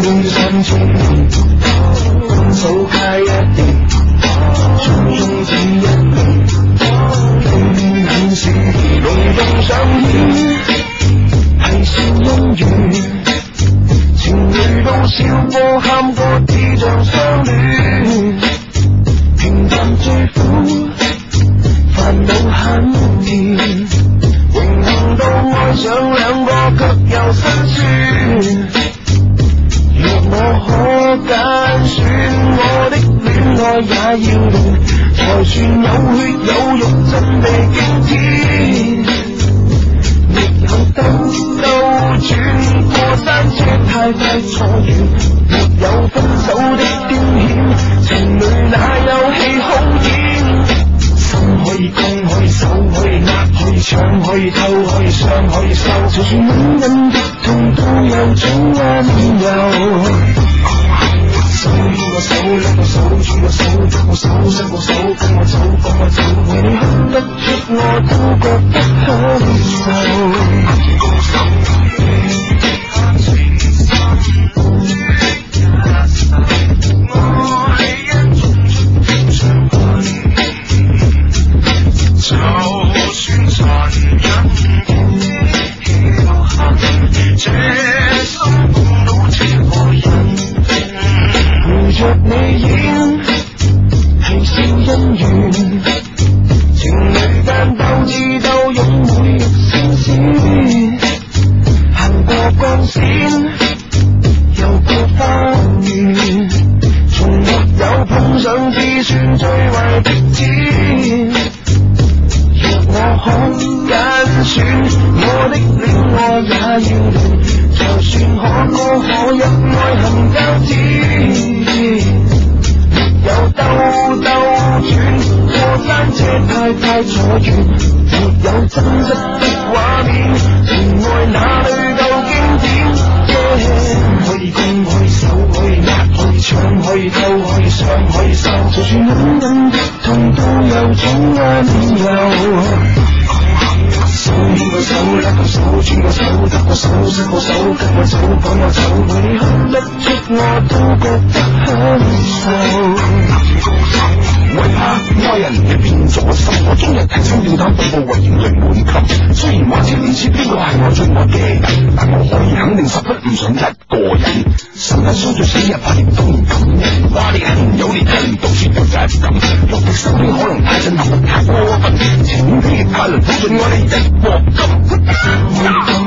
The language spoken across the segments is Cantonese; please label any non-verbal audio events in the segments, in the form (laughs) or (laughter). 跟蹤，走開一點，從中指一點，永遠是隆重上演，係笑姻緣，情侶都笑過喊過，只像相戀，平淡最苦，煩惱很甜。榮幸到愛上兩個，卻又辛酸。若我可揀選，我的戀愛也要亂，才算有血有肉，真地驚天。亦有兜兜轉，過山車太快坐完，沒有分手的驚險，情侶哪有戲好演？心可以攻可以守可以呃可以搶可以偷可以傷可以收，就算隱隱的痛都有種溫柔。手牽我手，拉我手，牽我手，捉我手，伸我手，跟我走，放我走，為你哼得出我都覺得享受。就算殘忍，亦有恨，這心碰到這個人，陪着你演，係笑姻緣，情侶間鬥智鬥勇，每日鮮鮮，行過鋼線，又過花園，從沒有碰上只算最壞的天。我可揀選，我的戀愛也要亂，就算可歌可泣，愛恨交織。有兜兜轉，過山車太快坐完，沒有真實的畫面，情愛哪裏夠經典？Yeah, 可以攻可以守，可以呃可以搶可以偷可以想可以收，就算隱隱的痛都有種溫柔。手牽個手，拉個手，轉個手，得個手，失個手，跟我走，趕我走，為你哼得出我都覺得享受。為怕愛人你變咗心，我終日提心吊膽，步步為營淚滿襟。雖然話似唔知邊個係我最愛嘅人，但我可以肯定十分唔想一個人。神不相信死日八年都唔敢，話你恨有你恨，到處都責任。落的手你可能太震撼，太過分，情願披太輪，保證我哋一鑊金。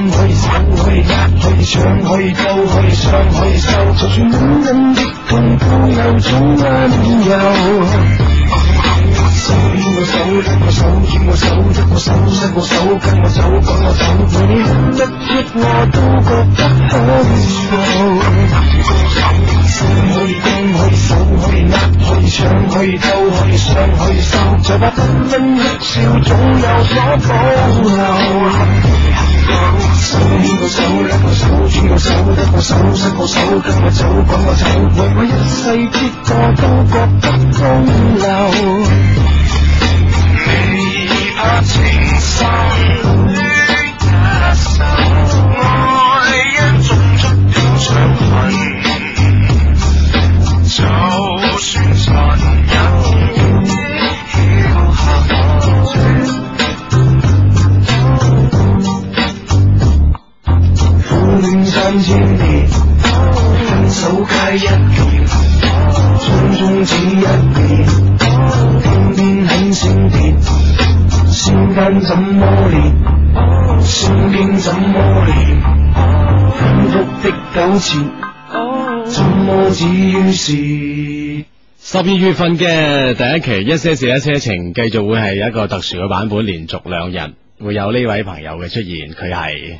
可以金，可以手，可以壓，可以搶，可以勾，可以上，可以收，就算隱隱的痛都有種溫柔。手牽我手，拉我手，牽我手，得我手，伸我手，跟我走，趕我走，為你恨得一我都覺得享受。手可以攻，可以守，可以呃，可以搶，可以偷，可以想，可以收，這把紛紛黑笑總有所保留。手牽個手，拉個手，轉個手，得個手，失個手，跟我走，趕我走，為我一世結果都覺得風流。未怕情深戀一手，愛因種出了傷痕，就算殘忍，要行。苦戀三千年，分手皆一年，匆匆只一年，偏偏很閃電，瞬間怎麼練，身邊怎麼練，反覆的糾纏，怎麼止於事？十二月份嘅第一期一些事一些情，繼續會係一個特殊嘅版本，連續兩日會有呢位朋友嘅出現，佢係。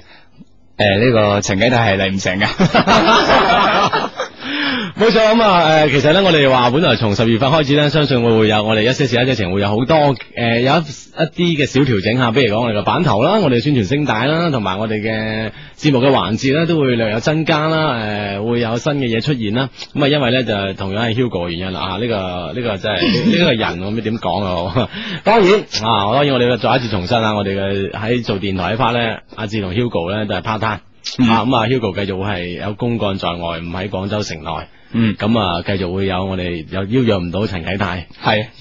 诶，呢、個情景都係嚟唔啊成嘅。 (laughs) 冇錯咁啊！誒、其實咧，我哋話本來從十二月份開始咧，相信會會有我哋一些事一些情會有好多誒、有一一啲嘅小調整嚇，比如講我哋嘅版頭啦，我哋嘅宣傳聲帶啦，同埋我哋嘅節目嘅環節咧，都會略有增加啦。誒、會有新嘅嘢出現啦。咁啊，因為咧就同樣係 Hugo 嘅原因啦啊！呢、個呢、個真係呢個人我唔知點講啊！好當然啊，當然我哋再一次重申啊，我哋嘅喺做電台一 part 咧，阿志同 Hugo 咧都係 part time。嗯啊咁啊 Hugo 繼續會係有公幹在外，唔喺廣州城內，嗯，咁啊繼續會有我哋有邀約唔到陳啟泰，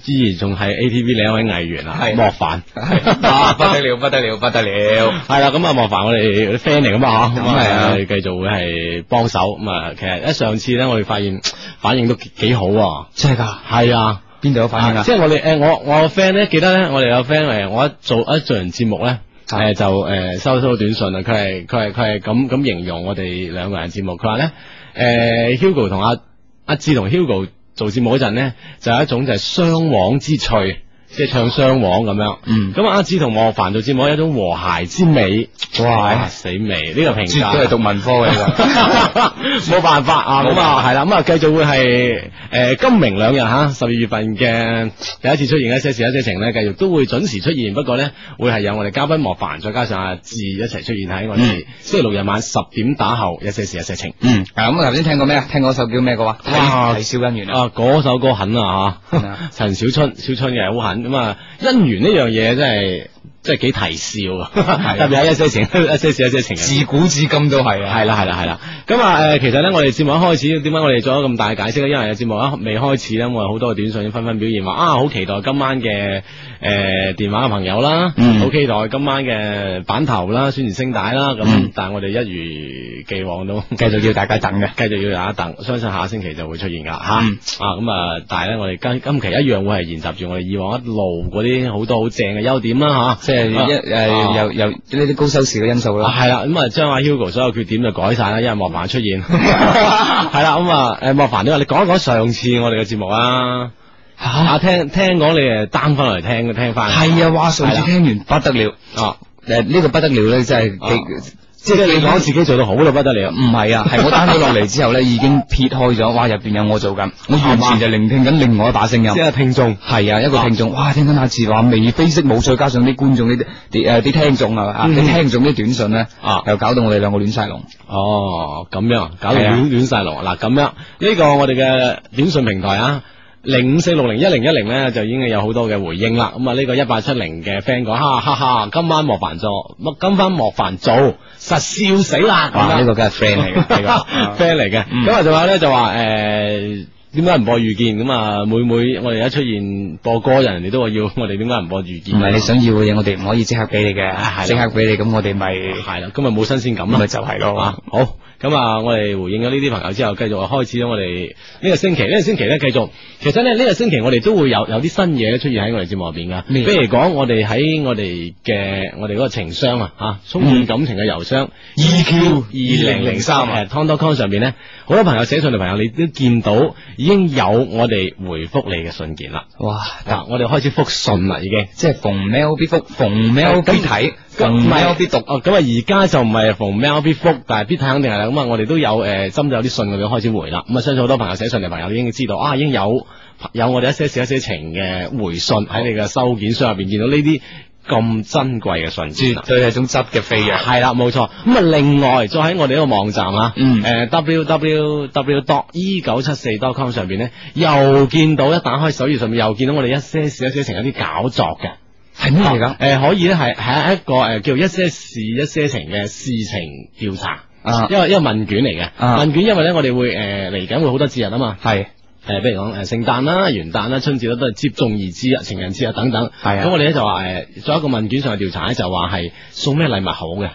系依然仲係 ATV 另一位藝員啊，係莫凡。系，啊不 (laughs) 得了，不得了，不得了，系啦，咁啊，莫凡我哋啲 friend 嚟噶嘛，嚇咁咁係啊，啊我哋繼續會係幫手，咁啊，其實一上次咧，我哋發現反應都幾幾好喎，真系噶，係啊，边度有反应啊？即係我哋诶，我我個 friend 咧，記得咧，我哋有 friend 诶，我一做一做完節目咧。啊诶、就诶、誒收收到短信啊，佢係佢係佢係咁咁形容我哋兩個人節目，佢話咧诶 Hugo 同阿阿志同 Hugo 做節目嗰陣咧，就有一種就係雙簧之趣，即係唱雙簧咁樣。嗯，咁阿志同莫凡做節目有一種和諧之美，哇，死美呢個評绝对系價。读文科 (laughs) 嘅㗎， (laughs) 冇辦法啊，咁啊係啦，咁啊繼續會係诶今明兩日吓，十二月份嘅第一次出現嘅一些事一些情咧，繼續都會準時出現，不過咧會係有我哋嘉賓莫凡，再加上阿志一齊出現喺我哋星期六日晚十點打後一些事一些情。嗯，啊咁頭先聽過咩啊？聽過首叫咩嘅話？哇睇小姻緣啊！啊，嗰首歌狠 (laughs) 啊吓係啊，陳小春，小春嘅好狠咁啊，姻緣呢樣嘢真係真係幾啼笑啊，係 (laughs) 特別係一些情、一些事、一些情人。自古至今都係啊，係啦係啦係啦，咁啊誒，其實咧，我哋節目一開始點解我哋做咗咁大解釋咧？因為節目一未開始咧，我哋好多短信紛紛表現話啊，好期待今晚嘅誒、呃、電話嘅朋友啦，好、嗯期待今晚嘅版頭啦、宣傳聲帶啦，咁、啊嗯但係我哋一如既往都 (laughs) 繼續要大家等嘅。繼續要有一等，相信下星期就會出現噶吓。嗯啊咁啊，但係咧，我哋今今期一樣會係研習住我哋以往一路嗰啲好多好正嘅優點啦吓。即係一啊誒，又又呢啲高收視嘅因素啊啦。係啦，咁啊將阿 Hugo 所有缺點就改晒啦，因為莫凡出 (laughs) 現。係啦，咁啊，誒莫凡都話你講一講上次我哋嘅節目啊。啊，聽聽講你誒 down 翻嚟聽聽翻。係啊，哇！上次係啦聽完不得了，啊，誒呢個不得了咧，真係幾即即係係你講自己做到好到不得了。 (laughs) 唔係啊，係我 (laughs) 單咗落嚟之後咧，已經撇開咗，哇！入邊有我做緊，我完全就聆聽緊另外一把聲音。係聽眾。係啊，一個聽眾，哇！聽緊阿志話眉飛色舞，再加上啲觀眾呢啲啲誒啲聽眾啊，嗯啲聽眾啲短信咧啊，又搞到我哋兩個亂晒龍。哦，咁樣搞到係啊亂亂晒龍嗱，咁樣呢個我哋嘅短信平台啊。零五四六零一零一零咧就已經有好多嘅回應啦，咁啊呢個一八七零嘅 friend 講，哈哈哈，今晚莫凡做，乜今晚莫凡做，實笑死啦！咁哇！樣呢個梗係 friend 嚟嘅， (laughs) 呢個 (laughs) friend 嚟嘅。嗯咁啊，仲有咧就話誒。點解唔播遇見咁啊？每每我哋一出現播歌，人哋都話要我哋點解唔播遇唔見？係你想要嘅嘢，我哋唔可以即刻俾你啊係啦嘅，即刻俾你，咁我哋咪係啦，今日冇新鮮感啦，咪就係咯啊好，咁啊，我哋回應咗呢啲朋友之後，繼續開始咗我哋呢個星期，呢、個星期咧繼續，其實咧呢、呢個星期我哋都會有有啲新嘢出現喺我哋節目入邊噶，咩譬如講我哋喺我哋嘅我哋嗰個情商啊，嚇充嗯滿 E 感情嘅郵箱 E EQ 2003啊誒 t o n d o c o m 上邊咧，好多朋友寫信嚟朋友，你都見到已經有我哋回覆你嘅信件啦，哇！嗱、我哋開始覆信啦已經。即係逢 mail 必覆，逢 mail 必睇，咁逢唔 mail 必讀讀。哦，咁啊而家就唔係逢 mail 必覆，但係必睇肯定係啦。咁啊，我哋都有誒針對有啲信我哋開始回啦。咁啊，相信好多朋友寫信嚟，朋友已經知道啊，已經有有我哋一些事一些情嘅回信喺你嘅收件箱入邊見到呢啲咁珍貴嘅信件啦。對係種執嘅飛躍。係啦，冇錯。咁啊，另外再喺我哋呢個網站啊，嗯誒 www dot e 九七四 dot com 上邊咧，又見到一打開首頁上面又見到我哋一些事一些情有啲搞作嘅。係咩嚟啊誒、㗎？可以咧係係一個誒、叫一些事一些情嘅事情調查，啊，因為因為問卷嚟嘅、啊問卷，因為咧我哋會誒嚟緊會好多節日啊嘛，係誒、譬如講誒聖誕啦、元旦啦、春節啦都係接踵而至啊，情人節啊等等。係咁我啊。哋咧就話誒、做一個問卷上嘅調查咧，就話係送咩禮物好嘅，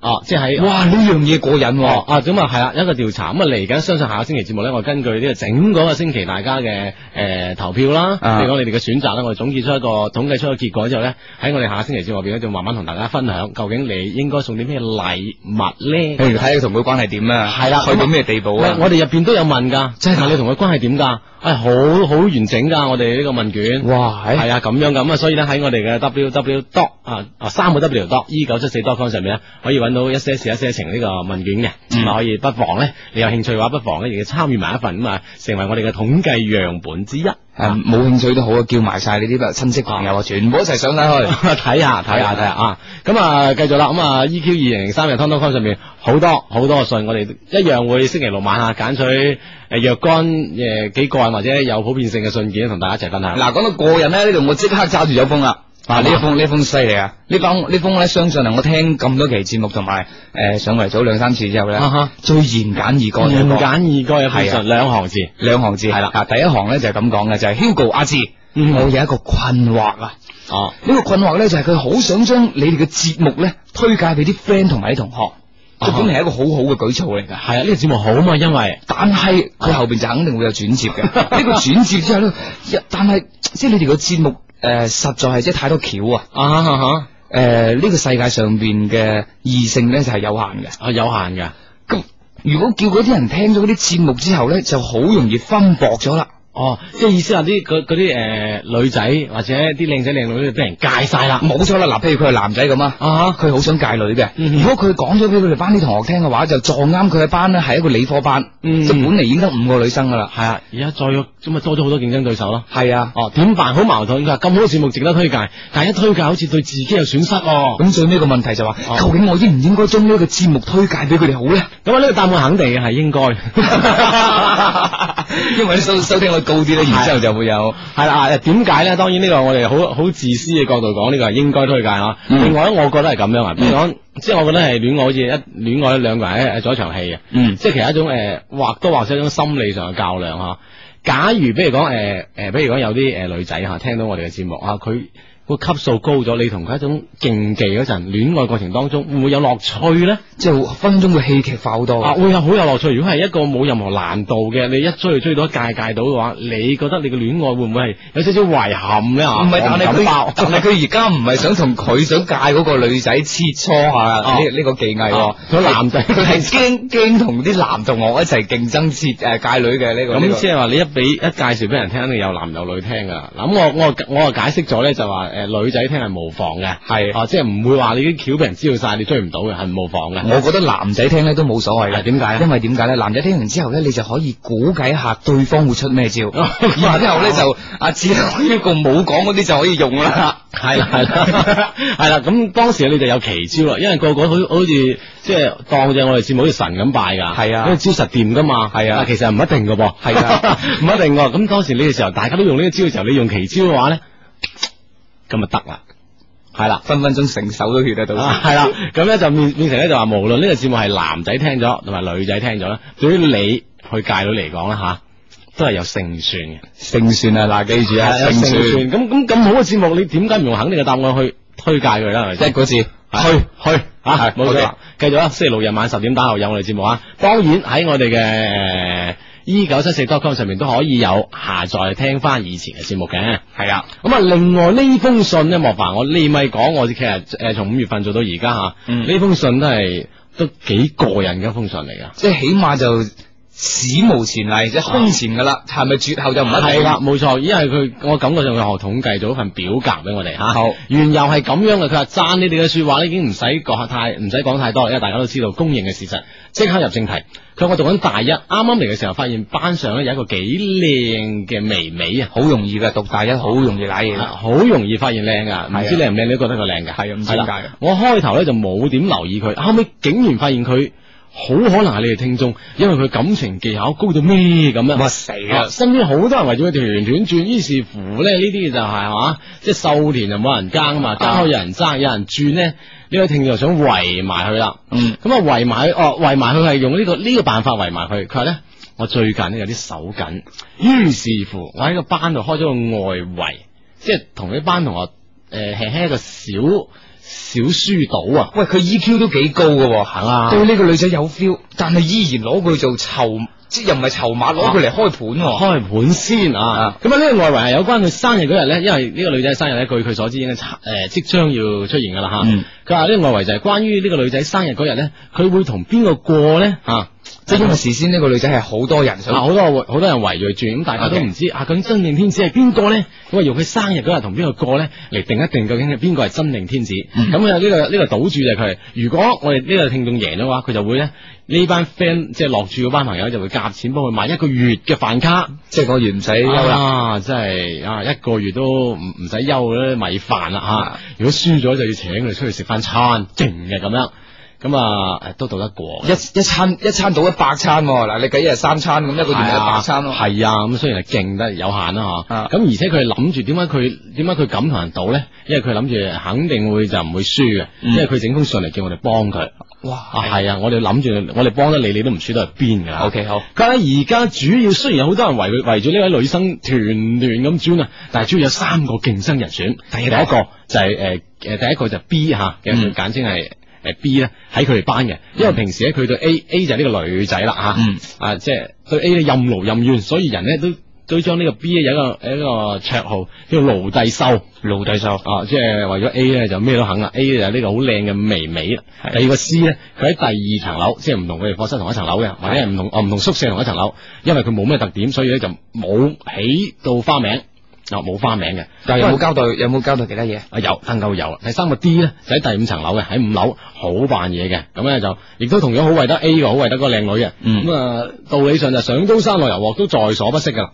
哦、即係喺。哇！呢樣嘢過癮哦喎。啊，咁啊係啦，一個調查咁啊嚟緊，相信下個星期節目咧，我根據呢個整個星期大家嘅誒、投票啦，啊譬如講你哋嘅選擇啦，我哋總結出一個統計出一個結果之後咧，喺我哋下個星期節目入邊咧，就慢慢同大家分享究竟你應該送啲咩禮物咧。譬如睇你同佢關 (laughs) 係點啊，係啦去到咩地步喂啊？我哋入邊都有問㗎，即係你同佢關係點㗎？誒，好好完整㗎，我哋呢個問卷。哇！哎係係啊，咁樣咁啊，所以咧喺我哋嘅 w w dot 啊啊三個 w dot e 九七四 dot com 上面咧，可以揾到一些事一些情呢個問卷嘅，咁啊、可以不妨咧，你有興趣嘅話，不妨咧亦參與埋一份咁啊，成為我哋嘅統計樣本之一。 (laughs) 啊冇興趣都好啊，叫埋晒你啲親戚朋友啊，全部一齊上睇 (laughs) 去。睇下睇下睇下啊！咁啊，繼續啦。咁啊，EQ 二零零三嘅 t o n t o c o m 上面好多好多嘅信，我哋一樣會星期六晚啊揀取誒若干呃誒幾個人或者有普遍性嘅信件，同大家一齊分享。嗱，講到過癮咧，呢度我即刻揸住有風啦。啊！呢一封呢一封犀利啊！呢封呢封咧，相信啊，我聽咁多期節目同埋诶上嚟早兩三次之後咧啊哈，最言簡意賅言就係講簡意賅嘅係啊封信，兩行字。兩行字係啦啊，第一行咧就係咁講嘅，就係 Hugo 阿志，嗯我有一個困惑啊！哦呢個困惑咧就係佢好想將你哋嘅節目咧推介俾啲 friend 同埋啲同學，啊佢本嚟係一個好好嘅舉措嚟㗎。係啊，呢個節目好嘛，因為但係佢後邊就肯定會有轉 (laughs) 接嘅。呢個轉接之後咧，一但係即係你哋個節目誒、呃，實在係即係太多橋啊！啊哈哈哈誒、呢、個世界上邊嘅異性咧就係有限嘅。啊有限㗎。咁如果叫嗰啲人聽咗嗰啲節目之後咧，就好容易分薄咗啦。哦，即係意思話啲嗰嗰啲诶女仔或者啲靚仔靚女俾人戒晒啦。冇錯啦，嗱，譬如佢係男仔咁啊。啊哈佢好想戒女嘅，如嗯果佢講咗俾佢哋班啲同學聽嘅話，就撞啱佢嘅班咧係一個理科班，嗯即係本嚟已經得五個女生噶啦。係啊，而家再有咁咪多咗好多競爭對手咯。係啊，哦，點辦？好矛盾㗎，咁好嘅節目值得推介，但係一推介好似對自己有損失喎。咁最尾個問題就話，哦究竟我應唔應該將呢個節目推介俾佢哋好 (laughs) 咧？咁啊，呢個答案肯定嘅係應該。 (laughs) 因為收收聽率高啲咧，然之後就會有係啦，啊點解咧？當然呢個我哋好好自私嘅角度講，呢個係應該推介啊。嗯另外咧，我覺得係咁樣啊，譬嗯如講，即係我覺得係戀愛好似一戀愛兩個人喺做一場戲啊嘅，嗯即係其實一種誒或多或少一種心理上嘅較量嚇。假如比如講誒誒，比如講有啲呃誒女仔嚇聽到我哋嘅節目啊，佢個級數高咗，你同佢一種競技嗰陣，戀愛過程當中會唔會有樂趣咧？即係分分鐘會戲劇化好多。啊，會有好有樂趣。如果係一個冇任何難度嘅，你一追就追到一屆屆到嘅話，你覺得你嘅戀愛會唔會係有少少遺憾咧？唔係，但係我唔敢佢 (laughs) 爆，但係佢而家唔係想同佢想戒嗰個女仔切磋下呢呢個技藝喎啊。佢男仔佢 (laughs) 係驚驚同啲男同學一齊競爭切誒戒女嘅呢個。呢咁個即係話你一俾一介紹俾人聽，一定有男有女聽噶。嗱，咁我我我啊解釋咗咧，就話誒女仔聽係無妨嘅，係啊，即係唔會話你啲橋俾人知道晒，你追唔到嘅，係無妨嘅。 (laughs) 我覺得男仔聽咧都冇所謂係嘅，點解咧因為點解啊咧？男仔聽完之後咧，你就可以估計一下對方會出咩 (laughs) 招，然之後咧就阿志呢個冇講嗰啲就可以用 (laughs) 啦。 (laughs) 係啦係啦 (laughs) 係啦，咁當時你就有奇招啊啦，因為個個好好似即係當隻我哋節目好似神咁拜㗎，係啊因為招實掂㗎嘛，係啊但其實唔一定㗎噃，係啊， (laughs) 唔一定喎。咁當時你嘅時候，大家都用呢個招嘅時候，你用奇招嘅話咧，咁咪得啦，係啦。分分鐘成手都血得到。啊，系啦，咁咧就變变成咧就話，無論呢個節目係男仔聽咗同埋女仔聽咗咧，對於你去界女嚟講咧吓，都係有勝算嘅，勝算啊！嗱，記住啊，有勝算，咁咁咁好嘅節目，你點解唔用肯定嘅答案去推介佢啦？係咪即係先？嗰字。去去吓，係冇錯 OK 啦。繼續啦，啊星期六日晚十點打後有我哋節目啊。當然喺我哋嘅诶 e 九七四 .com 上面都可以有下載聽翻以前嘅節目嘅。係啊，咁啊，另外呢封信咧，莫凡我呢咪講，我其實誒從五月份做到而家嚇，呢、嗯封信都係都幾過癮嘅一封信嚟㗎。即係起碼就史無前例，即係空前噶啦，啊係啊咪絕後就唔一係定啦，？冇錯，因為佢我感覺上佢學統計咗份表格俾我哋嚇，好原由係咁樣嘅，佢話讚你哋嘅説話咧已經唔使講太唔使講太多啦，因為大家都知道公認嘅事實。即刻入正題，佢話我讀緊大一，啱啱嚟嘅時候發現班上咧有一個幾靚嘅微微啊。好容易噶，讀大一好容易舐嘢啊㗎。好容易發現靚噶，唔知係啊靚唔靚你都覺得佢靚嘅，係啊唔知點解係嘅啦我開頭咧就冇點留意佢，後尾竟然發現佢好可能係你哋聽眾，因為佢感情技巧高到咩咁樣。哇死啊啦！身邊好多人圍住佢團團轉，於是乎咧呢啲就係、嘛，即係秀田就冇人耕啊嘛，啊耕開有人爭，有人轉咧，呢位聽眾就想圍埋佢啦。嗯，咁啊圍埋佢哦，圍埋佢係用呢、個呢、個辦法圍埋佢。佢話咧，我最近咧有啲手緊，於是乎我喺個班度開咗個外圍，即係同啲班同學誒輕輕一個小小輸賭啊，喂，佢 EQ 都幾高噶喎。行啊！對呢個女仔有 feel，但係依然攞佢做籌，即係又唔係籌碼，攞佢嚟開盤喎。開盤先啊啊！咁啊，呢個外圍係有關佢生日嗰日咧，因為呢個女仔生日咧，據佢所知應該差誒即將要出現噶啦嚇。嗯佢話呢個外圍就係關於呢個女仔生日嗰日咧，佢會同邊個過咧嚇？啊即係因為事先呢個女仔係好多人啊！想，好多圍好多人圍住轉，咁大家都 OK 唔知啊，究竟真命天子係邊個咧？咁啊，用佢生日嗰日同邊個過咧，嚟定一定究竟係邊個係真命天子。嗯咁啊，呢個呢個賭注就係佢。如果我哋呢個聽眾贏咗嘅話，佢就會咧呢班 friend 即係落注嗰班朋友就會夾錢幫佢買一個月嘅飯卡。即係我完唔使憂啦。啊，真係啊，一個月都唔唔使休嗰啲米飯啦吓、啊如果輸咗就要請佢哋出去食翻餐，勁嘅咁樣。咁啊誒都道得過嘅。一一餐一餐到一百餐喎，嗱你計一日三餐咁，一個月咪一百餐咯。係啊，咁雖然係勁得有限啦吓，啊咁而且佢係諗住點解佢點解佢敢同人賭咧？因為佢諗住肯定會就唔會輸嘅，嗯因為佢整封信嚟叫我哋幫佢。啊，哇係啊，我哋諗住我哋幫得你，你都唔輸得去邊㗎。 ，OK 好，佢咧哦啊而家主要雖然有好多人圍佢圍住呢位女生團團咁轉啊，但係主要有三個競爭人選。第一個個就係誒誒，第一個就係 B 吓，嘅嗯簡稱係。誒 B 咧喺佢哋班嘅，因為平時咧佢對 A A 就係呢個女仔啦嗯吓，啊即係對 A 咧任勞任怨，所以人咧都都將呢個 B 咧有一個有一個綽號叫奴隸獸，奴隸獸啊，即係為咗 A 咧就咩都肯啦，A 就係呢個好靚嘅微微啦，係第二個 C 咧佢喺第二層樓，即係唔同佢哋課室同一層樓嘅，或者係唔同哦唔同宿舍同一層樓，因為佢冇咩特點，所以咧就冇起到花名，啊冇花名嘅，但係有冇交代有冇交代其他嘢？啊有，能夠有啦。第三個 D 咧就喺第五層樓嘅，喺五樓好扮嘢嘅，咁咧就亦都同樣好為得 A 嘅，好為得嗰個靚女嘅。咁啊、嗯道理上就上刀山落油鑊都在所不惜噶啦。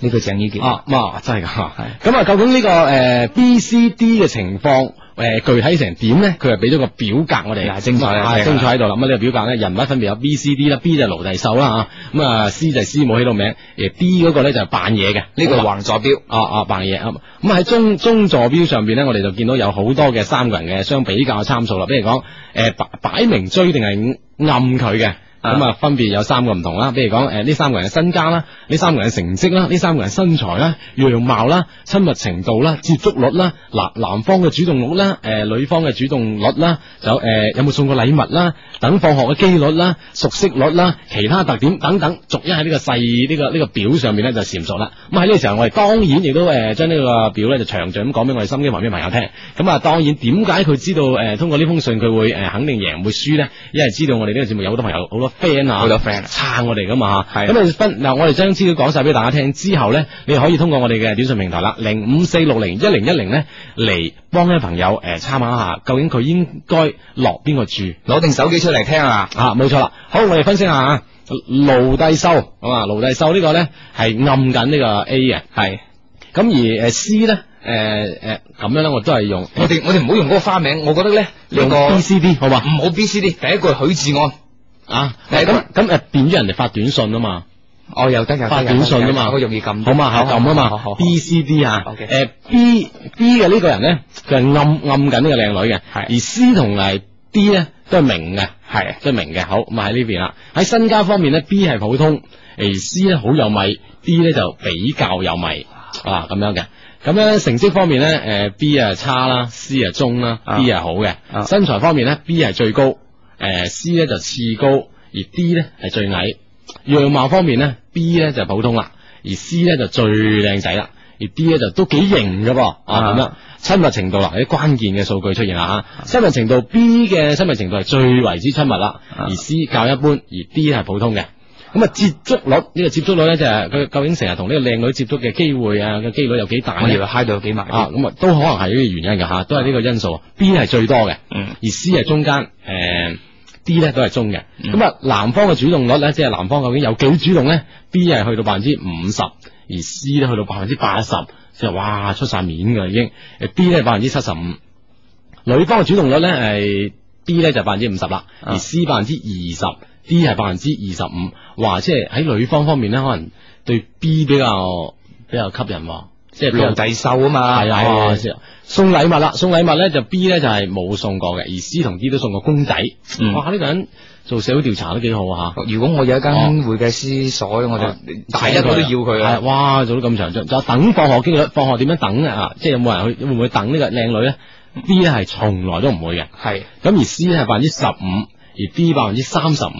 呢個鄭伊健啊，咁啊真係噶。咁啊，究竟呢、個诶、呃 B、C、D 嘅情況诶、呃具體成點咧？佢係俾咗個表格我哋，嗱精彩啦啊精彩啦精彩喺度啦。咁啊呢個表格咧，人物分別有 B、C、D 啦，B 就係奴隸獸啦吓，咁啊 C 就係師母起到名，诶 D 嗰個咧就係扮嘢嘅，呢個好橫坐標，啊啊扮嘢啊！咁喺中中座標上邊咧，我哋就見到有好多嘅三個人嘅相比較嘅參數啦。比如講，誒、擺擺明追定係暗佢嘅，啊咁啊分別有三個唔同啦。比如講，誒、呢三個人嘅身家啦，呢三個人嘅成績啦，呢三個人嘅身材啦、樣貌啦、親密程度啦、接觸率啦、男男方嘅主動率啦、誒、女方嘅主動率啦，就誒、有冇送過禮物啦、等放學嘅機率啦、熟悉率啦、其他特點等等，逐一喺呢個細呢、個呢、個表上面咧就闡述啦。咁喺呢個時候，我哋當然亦都誒將呢個表咧就詳盡咁講俾我哋心機旁邊朋友聽。咁啊，當然點解佢知道誒、呃通過呢封信佢會誒、呃肯定贏唔會輸咧？因為知道我哋呢個節目有好多朋友好多 friend 啊，好多 friend 啊撐我哋噶嘛嚇。係啊咁你啊分嗱，我哋將資料講晒俾大家聽之後咧，你可以通過我哋嘅短信平台啦，零五四六零一零一零咧嚟幫呢朋友誒參考一下，究竟佢應該落邊個注？攞定手機出嚟聽下。啊，冇錯啦。好，我哋分析下啊，奴隸獸咁啊，奴隸獸呢個咧係暗緊呢個 A 嘅，係，咁而誒 C 咧誒誒咁樣咧，我都係用我哋我哋唔好用嗰個花名，我覺得咧呢用個嗯 B C D 好嘛唔好 B C D，第一個係許志安，啊，係咁咁誒變咗人哋發短信啊嘛，哦又得又得發又得短信啊嘛又得好容易撳，好嘛係咁啊好好嘛好，B C D 啊， OK 誒 B 啊 B 嘅呢個人咧，佢係暗暗緊呢個靚女嘅，而 C 同埋 D 咧都係明嘅。係即係明嘅，好，咁啊喺呢邊啦。喺身家方面咧，B 係普通，而 C 咧好有米，D 咧就比較有米啊咁樣嘅。咁咧成績方面咧，诶、B 啊差啦，C 啊中啦啊，D 啊好嘅。啊身材方面咧，B 係最高，诶、C 咧就次高，而 D 咧係最矮。樣貌方面咧，B 咧就普通啦，而 C 咧就最靚仔啦，而 D 咧就都幾型嘅噃啊咁樣。親密程度啦，啲關鍵嘅數據出現啦嚇。親密程度 B 嘅親密程度係最為之親密啦，啊而 C 較一般，而 D 係普通嘅。咁啊，接觸率呢、個接觸率咧就係佢究竟成日同呢個靚女接觸嘅機會啊嘅機率有幾大我以呢為嗨到有幾埋啊，咁啊都可能係呢個原因嘅嚇，都係呢個因素。B 啊係最多嘅，嗯而 C 係中間，誒、D 咧都係中嘅。嗯咁啊、南方嘅主動率咧，即係南方究竟有幾主動咧？B 係去到百分之五十，而 C 咧去到百分之八十，即係哇出晒面㗎已經。誒 D 咧百分之七十五，女方嘅主動率咧係 B 咧就百分之五十啦，啊而 C 百分之二十。D 係百分之二十五，話即係喺女方方面咧，可能對 B 比較比較吸引喎，即係比較奴隸獸啊嘛，系啊，先送禮物啦，送禮物咧就 B 咧就係冇送過嘅，而 C 同 D 都送過公仔。嗯哇，呢個人做社會調查都幾好啊如果我有一間會計師所，我就啊大一我都要佢啊吓。係啦。啊哇，做得咁詳盡，就等放學經歷，放學點樣等啊？即係有冇人去會唔會等呢個靚女咧？B 咧係從來都唔會嘅，係，咁而 C 咧係百分之十五，而 D 百分之三十五，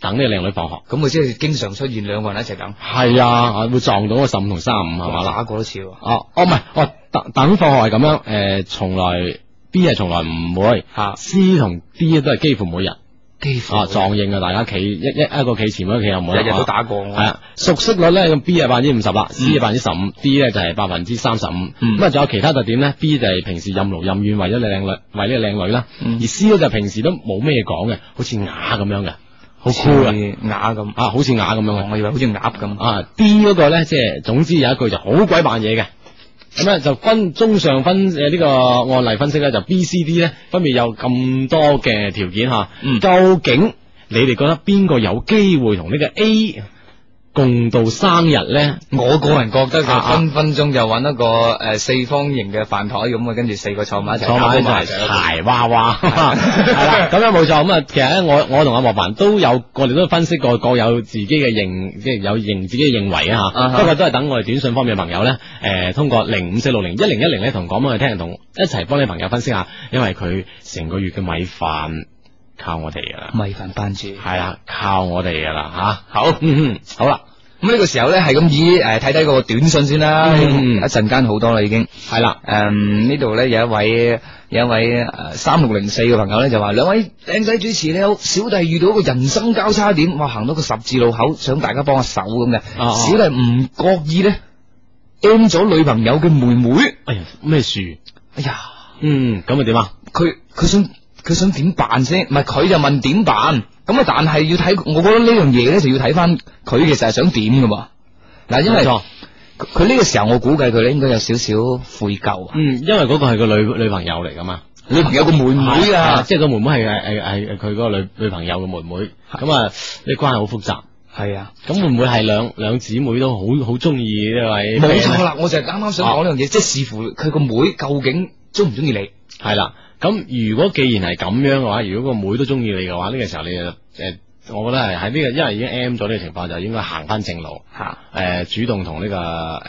等呢個靚女放學。咁佢即係經常出現兩個人一齊等，係啊，啊會撞到個十五同三十五係嘛啦？打過多次喎。哦，哦唔係，哦等等放學係咁樣，诶、從來 B 係從來唔會嚇，C 啊同 D 都係幾乎每日啊幾乎撞應嘅，啊大家企一一一個企前面一個企後門，日日都打過系我。啊，熟悉率咧，咁 B 係百分之五十啦，C 嗯係百分之十五，D 咧就係百分之三十五。嗯咁啊，仲有其他特點咧，B 就係平時任勞任怨為咗你靚女，為呢個靚女啦。嗯而 C 咧就平時都冇咩講嘅，好似啞咁樣嘅，好似 cool 嘅，鴨咁。啊，好似啞咁樣嘅。我以為好似鴨咁。啊 D 嗰個咧，即係總之有一句就好鬼扮嘢嘅，咁咧就分綜上分誒呢、個案例分析咧，就 B、C、D 咧分別有咁多嘅條件嚇。嗯究竟你哋覺得邊個有機會同呢個 A 共度生日咧？我個人覺得就啊啊分分鐘就揾一個誒四方形嘅飯台咁啊，跟住四個坐埋一齊，坐埋一齊啊搞到柴娃娃， (laughs) 係啦，咁樣冇錯。咁啊，其實咧，我我同阿莫凡都有，我哋都分析過，各有自己嘅認，即係有認自己嘅認為啊啊嚇。哈不過都係等我哋短信方面嘅朋友咧，誒通過零五四六零一零一零咧，同講俾我哋聽，同一齊幫你朋友分析下，因為佢成個月嘅米飯靠我哋噶啦，埋米飯班主。係啦，靠我哋噶啦嚇。好，嗯嗯，好啦，咁呢個時候咧係咁以誒睇睇個短信先啦，嗯一陣間好多啦已經。係啦。誒呢度咧有一位有一位誒三六零四嘅朋友咧就話兩位靚仔主持你好，小弟遇到一個人生交叉點，哇行到個十字路口，想大家幫下手咁嘅，哦哦小弟唔覺意咧 M 咗女朋友嘅妹妹，哎呀，咩樹？哎呀！嗯，咁啊點啊？佢佢想佢想點辦先？唔係佢就問點辦。咁啊，但係要睇，我覺得呢樣嘢咧就要睇翻佢其實係想點噶嘛。嗱，因為冇錯佢佢呢個時候，我估計佢咧應該有少少悔疚啊。嗯，因為嗰個係個女女朋友嚟噶嘛。女朋友個妹妹係啊，即係個妹妹係係係係佢嗰個女女朋友嘅妹妹，咁啊呢關係好複雜，係啊，咁會唔會係兩兩姊妹都好好中意呢位？冇錯，啦，我就係啱啊啱想講呢樣嘢，即係視乎佢個妹究竟中唔中意你。係啦。咁如果既然係咁樣嘅話，如果個妹都中意你嘅話，呢個時候你就誒，我覺得係喺呢個，因為已經 M 咗呢個情況，就應該行翻正路。吓誒、主動同呢、個誒、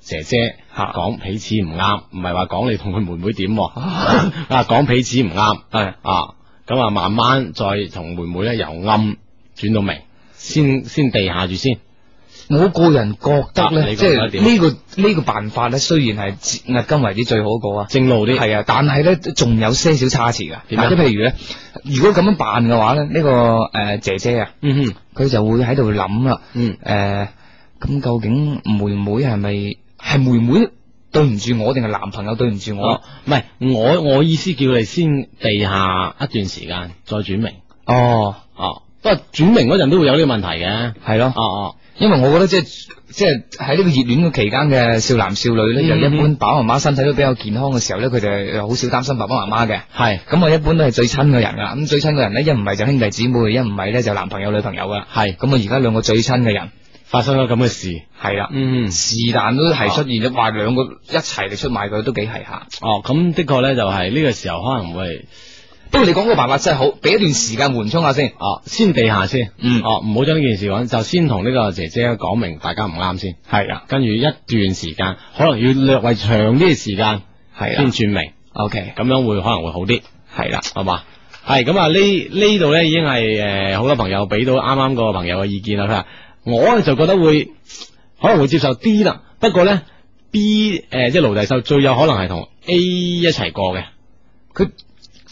姐姐講彼此唔啱，唔係話講你同佢妹妹點喎 (laughs) 啊，講彼此唔啱，係啊，咁啊慢慢再同妹妹咧由暗轉到明，先先地下住先，我個人覺得啊咧，你即覺得係點呢個呢個辦法咧，雖然係至迄今為止最好嗰個啊，正路啲，系啊，但係咧仲有些少差池㗎。點啊嗱即係譬如咧，如果咁樣辦嘅話咧，呢、呢個诶、呃姐姐啊，嗯哼，佢就會喺度諗啦。嗯，诶、咁究竟妹妹係咪係妹妹對唔住我，定係男朋友對唔住我我？唔係我我意思叫你先地下一段時間再轉明，哦，哦、不過轉明嗰陣都會有呢個問題嘅，係咯哦、，哦。因為我覺得即係即係喺呢個熱戀嘅期間嘅少男少女咧，嗯就一般爸爸媽媽身體都比較健康嘅時候咧，佢哋好少擔心爸爸媽媽嘅。係咁我一般都係最親嘅人啦，咁最親嘅人咧，一唔係就兄弟姊妹，一唔係咧就男朋友女朋友噶啦。係咁我而家兩個最親嘅人發生咗咁嘅事，係啦，嗯是但都係出現咗，話兩個一齊嚟出賣佢都幾係下。哦，咁的確咧就係呢個時候可能會不過你講嗰個辦法真係好，俾一段時間緩衝下先。哦先地下先，嗯哦唔好將呢件事講，就先同呢個姐姐講明大家唔啱先，係啊，跟住一段時間可能要略為長啲嘅時間係先啊轉明， ，OK，咁樣會可能會好啲，係啦，係嘛？係咁啊，呢呢度咧已經係诶好多朋友俾到啱啱個朋友嘅意見啦，佢話我咧就覺得會可能會接受 D 啦，不過咧 B 诶、即係奴隸獸最有可能係同 A 一齊過嘅。佢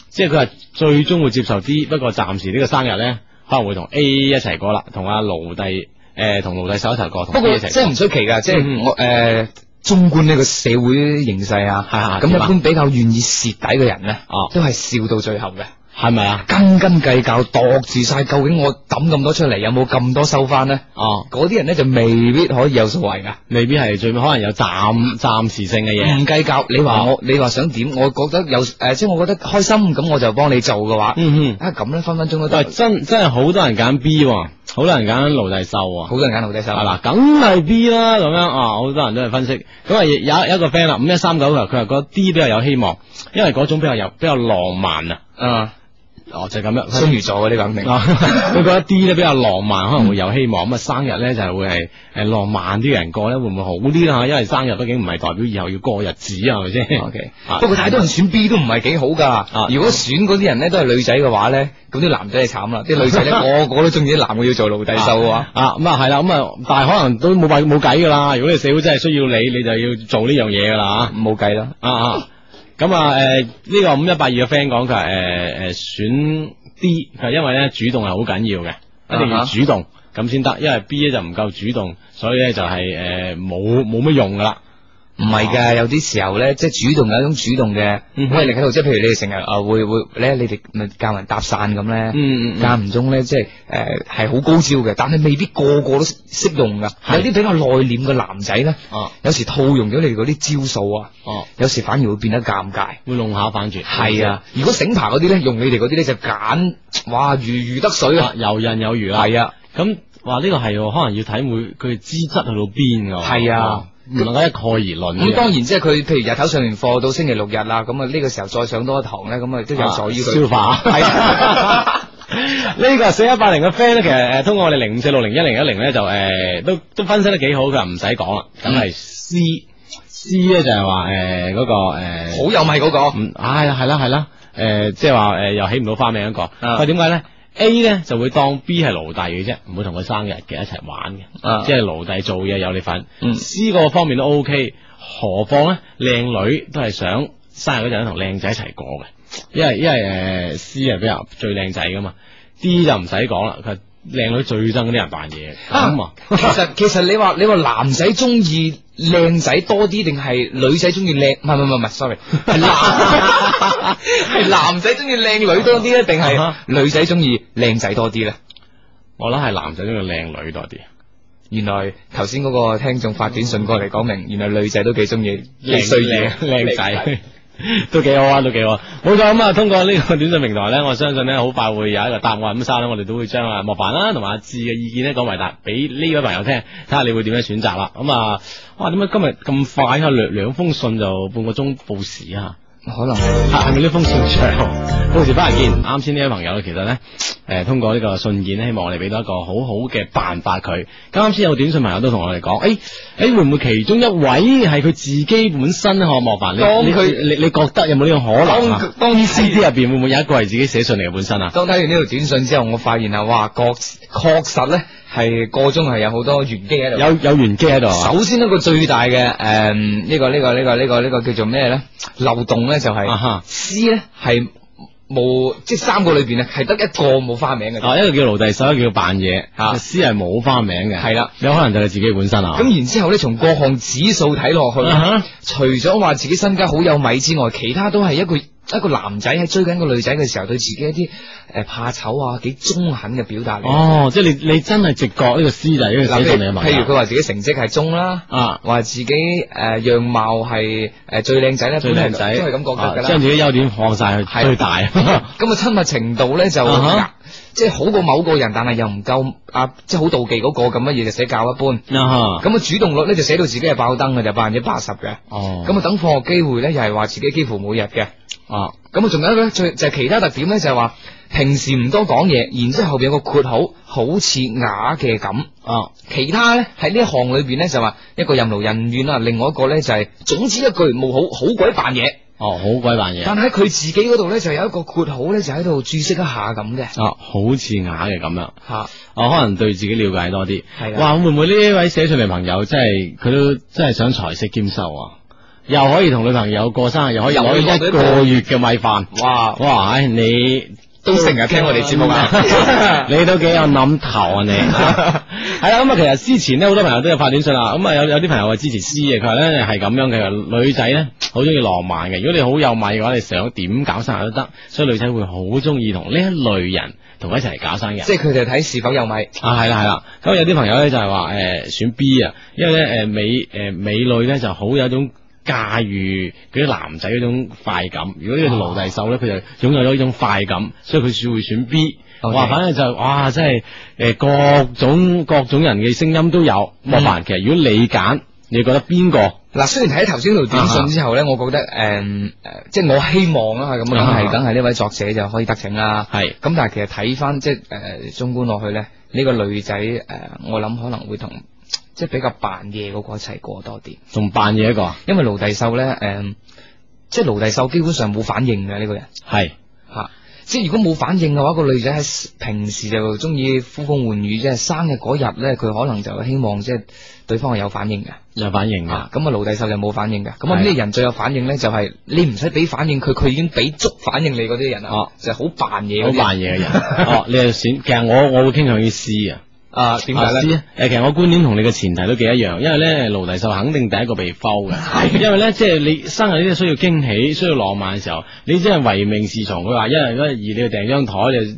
即係佢話最終會接受 D，不過暫時呢個生日咧可能會同 A 一齊過啦，同阿奴隸誒同奴隸手一齊過，同不 A 過一即齊係過。唔出奇㗎，即嗯係我誒。縱觀呢個社會形勢係係啊，係咁點啊一般比較願意蝕底嘅人咧哦，都係笑到最後嘅，係咪啊？斤斤計較，度住晒究竟我抌咁多出嚟有冇咁多收翻咧？哦，嗰啲人咧就未必可以有所謂㗎。未必係最尾，可能有暫暫時性嘅嘢。唔計較，你話啊我，你話想點？我覺得有誒、即係我覺得開心，咁我就幫你做嘅話，嗯啊咁咧分分鐘都哼，喂，得。真真係好多人揀 B，喎好多人揀奴隸獸喎。好多人揀奴隸手啊嗱，梗係 B 啦，咁樣啊，好多人都係分析。咁啊，有有一個 friend 啦，五一三九佢話佢話覺得 D 比較有希望，因為嗰種比較有比較浪漫啊。啊，哦，就係咁樣。雙魚座嘅呢個肯定。(laughs) 啊， (laughs) 佢覺得 D 咧比較浪漫，可能會有希望。咁啊，生日咧就係會係誒浪漫啲嘅人過咧，會唔會好啲啦？因為生日畢竟唔係代表以後要過日子啊，係咪先 O K，啊不過太多人選 B 都唔係幾好㗎。如果選嗰啲人咧都係女仔嘅話咧，咁啲男仔係慘啦，啲女仔咧 (laughs) 個個都中意啲男嘅要做奴隸手嘅話，啊，咁啊係啦，咁啊，但係可能都冇辦冇計㗎啦。如果你社會真係需要你，你就要做呢樣嘢㗎啦冇計啦。啊啊！咁啊誒呢個五一八二嘅 friend 講佢係誒誒選 D，佢係因為咧主動係好緊要嘅，一定要啊哈主動咁先得，因為 B 咧就唔夠主動，所以咧就係誒冇冇乜用㗎啦。唔係嘅，有啲時候咧，即係主動有一種主動嘅嗯威力喺度，即係譬如你哋成日啊會會咧，你哋咪教人搭訕咁咧。嗯嗯嗯，間唔中咧，即係誒係好高招嘅，但係未必個個都識識用噶。有啲比較內斂嘅男仔咧，哦有時套用咗你哋嗰啲招數啊，哦，有時反而會變得尷尬。會弄巧反拙，係啊，如果醒爬嗰啲咧，用你哋嗰啲咧就揀，哇如魚得水啊！啊，游刃有餘啦。係啊，咁話呢個係喎，可能要睇每佢資質去到邊㗎喎。係啊唔能夠一概而論嘅。咁當然即係佢，譬如日頭上完課到星期六日啦，咁啊呢個時候再上多一堂咧，咁啊都有助於佢消化。係啊， (laughs) 呢個四一八零嘅 friend 咧，其實誒通過我哋零五四六零一零一零咧就誒都都分析得幾好，佢話唔使講啦，梗係嗯 C C 咧就係話誒嗰個誒好有米嗰個。嗯，唉，係啦係啦，誒、即係話誒又起唔到花名一個，啊佢點解咧？A 咧就會當 B 係奴隸嘅啫，唔會同佢生日嘅一齊玩嘅，啊即係奴隸做嘢有你份。嗯 C 嗰個方面都 OK，何況咧靚女都係想生日嗰陣同靚仔一齊過嘅，因為因為誒、C 係比較最靚仔噶嘛，D 就唔使講啦，佢係靚女最憎嗰啲人扮嘢咁啊啊，其實其實你話你話男仔中意靚仔多啲，定係女仔中意靚？唔係唔係唔係，sorry，係男 (laughs) 係男仔中意靚女多啲咧，定係啊女仔中意靚仔多啲咧？我諗係男仔中意靚女多啲。原來頭先嗰個聽眾發短信過嚟講明，原來女仔都幾中意靓靚衰嘢 (laughs) 靓仔。 (laughs) 都幾好啊，都幾好啊！冇錯咁啊，通過呢個短信平台咧，我相信咧好快會有一個答案咁生咧，我哋都會將啊莫凡啦同埋阿志嘅意見咧講埋達俾呢位朋友聽，睇下你會點樣選擇啦。咁啊，哇！點解今日咁快啊？兩兩封信就半個鐘報時啊！可能係咪呢封信長？到時翻嚟見。啱先呢位朋友咧，其實咧，誒、通過呢個信件咧，希望我哋俾到一個好好嘅辦法佢。咁啱先有個短信朋友都同我哋講，誒、誒、會唔會其中一位係佢自己本身項莫凡？你當你佢你你覺得有冇呢個可能啊當當 C 啲入邊會唔會有一個係自己寫信嚟嘅本身啊？當睇完呢條短信之後，我發現啊，哇，確確實咧係個中係有好多玄機喺度。有有玄機喺度啊！首先一個最大嘅诶呢個呢、個呢、個呢、個呢、個叫做咩咧漏洞咧就係啊哈 C 咧係冇即係三個裏边咧係得一個冇花名嘅啫。啊，一個叫奴隸手，一個叫扮嘢，啊 C 係冇花名嘅，係啦，有可能就係自己本身啊。咁然之後咧，從各項指數睇落去，啊哈除咗話自己身家好有米之外，其他都係一個一個男仔喺追緊個女仔嘅時候，對自己一啲诶怕醜啊、幾中肯嘅表達嚟。哦，即係你你真係直覺呢個 C 就係因為嗱譬寫信嚟如嘅朋譬如佢友話自己成績係中啦，啊。話自己诶样貌係诶最靚仔咧，最本靓嚟仔，都係咁覺得㗎啦啊。將自己優點放晒去係啊最大， (laughs) (laughs) 咁啊，親密程度咧就、啊哈即係好過某個人，但係又唔夠啊，即係好妒忌嗰、個咁乜嘢就寫教一般。啊咁啊，主動率咧就寫到自己係爆燈嘅，就百分之八十嘅。哦，咁啊，等放學機會咧又係話自己幾乎每日嘅。啊，咁啊，仲有一個最就係、其他特點咧，就係、話平時唔多講嘢，然之後後邊有個括號，好似啞嘅咁。啊，其他咧喺呢一項裏邊咧就話一個任勞任怨啦，另外一個咧就係、總之一句冇好好鬼扮嘢。哦，好鬼扮嘢，啊，但係喺佢自己嗰度咧就有一個括號咧就喺度注釋一下咁嘅。啊好似啞嘅咁樣，吓，我可能對自己了解多啲，係啦哇，會唔會呢位寫信嚟朋友真係佢都真係想財色兼收啊？又可以同女朋友過生日，又可以又可攞以攞一到一個月嘅米飯，哇，哇！唉，你都成日聽我哋節目啊 (laughs) (laughs) 你都幾有諗頭啊你。係啦，咁啊，其實之前咧好多朋友都有發短信啦，咁啊有有啲朋友係支持 C 嘅，佢話咧係咁樣嘅，佢話女仔咧好中意浪漫嘅，如果你好有米嘅話，你想點搞生日都得，所以女仔會好中意同呢一類人同佢一齊搞生日。即係佢哋睇是否有米，啊，係啦係啦，咁有啲朋友咧就係話誒選 B 啊，因為咧誒、美誒、美女咧就好有一種駕馭嗰啲男仔嗰種快感，如果呢個奴隸手咧，佢就擁有咗呢種快感，所以佢選會選 B。 OK 哇，反正就係哇，真係誒、各種各種人嘅聲音都有。莫凡，其實嗯如果你揀，你覺得邊個？嗱，雖然睇頭先條短信之後咧，我覺得诶诶，即係我希望啦，咁啊梗哈係梗係呢位作者就可以得逞啦。係咁，但係其實睇翻即係诶，綜觀落去咧，呢個女仔诶，我諗可能會同即係比較扮嘢嗰個一齊過多啲，同扮嘢一個啊？因為奴隸獸咧诶，即係奴隸獸基本上冇反應嘅呢個人係吓。即係如果冇反應嘅話，個女仔喺平時就中意呼風喚雨，即係生日嗰日咧，佢可能就希望即係對方係有反應嘅。有反應㗎。啊，咁啊奴隸獸就冇反應嘅，咁嗯係啊咩人最有反應咧？就係、你唔使俾反應佢，佢已經俾足反應你嗰啲人啊哦，就係好扮嘢嗰好啲人扮嘢嘅人，哦，你係選，其實我我會傾向於 C 啊，啊，點啊解知咧？啊誒，其實我觀點同你嘅前提都幾一樣，因為咧奴隸獸肯定第一個被摟嘅，因為咧即係你生日呢啲需要驚喜、需要浪漫嘅時候，你真係唯命是從。佢話一人一二，你要訂張台，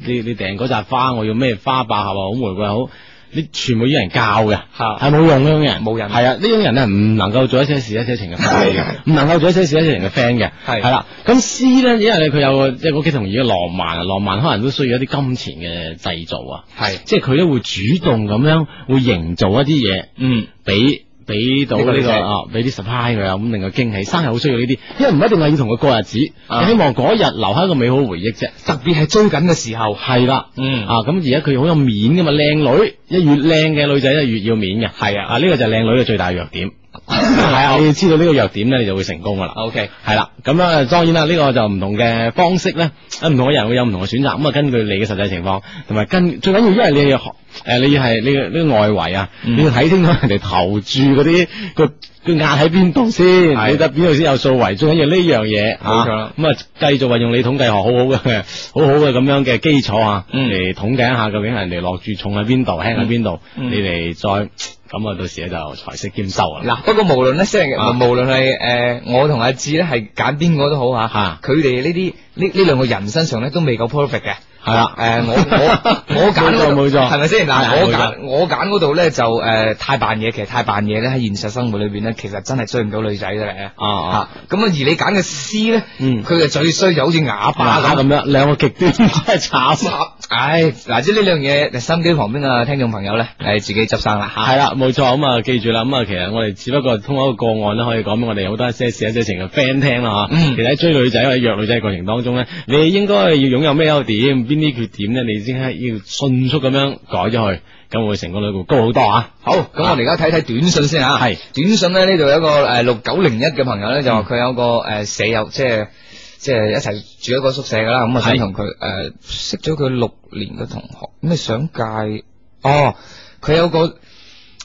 你你你訂嗰扎花，我要咩花百合啊，好玫瑰好，你全部要人教嘅，嚇係冇用嘅呢種人，冇人係啊，呢種人咧唔能夠做一些事一些情嘅 friend 嘅，唔能夠做一些事一些情嘅 friend 嘅，係係啦。咁 C 咧，因為佢有個即係嗰幾同意嘅浪漫，啊，浪漫可能都需要一啲金錢嘅製造啊。係，即係佢咧會主動咁樣會營造一啲嘢嗯，俾。俾到呢、俾個女個仔啊，俾啲 surprise 佢啊，咁令佢驚喜。生日好需要呢啲，因為唔一定係要同佢過日子，啊你希望嗰日留下一個美好回憶啫。特別係追緊嘅時候，哦係啦，嗯，啊咁而家佢好有面噶嘛，靚女一越靚嘅女仔咧越要面嘅，係啊，啊呢、個就係靚女嘅最大弱 (laughs) 點，係啊，你要知道呢個弱點咧，你就會成功噶啦。 ，OK，系啦，咁啊，當然啦，呢、個就唔同嘅方式咧，啊唔同嘅人會有唔同嘅選擇，咁啊，根據你嘅實際情況，同埋跟最緊要，因為你要學，誒，你要係你嘅呢個外圍啊，嗯你要睇清楚人哋投注嗰啲個個壓喺邊度先，係你得邊度先有數為，最緊要呢樣嘢冇錯啊啦，咁啊，繼續運用你統計學好好嘅， (laughs) 好好嘅咁樣嘅基礎啊，嗯嚟統計一下究竟人哋落注重喺邊度，輕喺邊度，嗯你哋再咁啊，到時咧就財色兼收啊，嗱，不過無論咧，即係啊無論係誒我同阿志咧係揀邊個都好嚇，嚇佢哋呢啲呢呢兩個人身上咧都未夠 perfect 嘅。啊係啦誒我我 (laughs) 我揀嗰度冇錯冇錯係咪先？係嗱，我冇錯揀我揀嗰度咧就誒太扮嘢，其實太扮嘢咧喺現實生活裏邊咧，其實真係追唔到女仔嘅咧。啊嚇啊，咁啊，而你揀嘅 C 咧，嗯佢就最衰就好似啞巴巴打咁咁。樣，兩個極端真係慘啊！唉，嗱，即係呢樣嘢，心機旁邊嘅聽眾朋友咧，係自己執生啦系啦，冇錯咁啊，記住啦，咁啊，其實我哋只不過通過一個個案咧，可以講俾我哋好多一些事、一些情嘅 friend 聽啦吓。嗯其實喺追女仔或者約女仔嘅過程當中咧，你應該要擁有咩優點，邊啲缺點咧，你先係要迅速咁樣改咗佢，咁會成功率會高好多啊！好，咁我哋而家睇睇短信先吓。係嗯短信咧，呢度有一個呃诶六九零一嘅朋友咧，就話佢有個诶舍友，即係即係一齊住一個宿舍噶啦。咁啊，想係同佢诶識咗佢六年嘅同學，咩想戒？哦，佢有個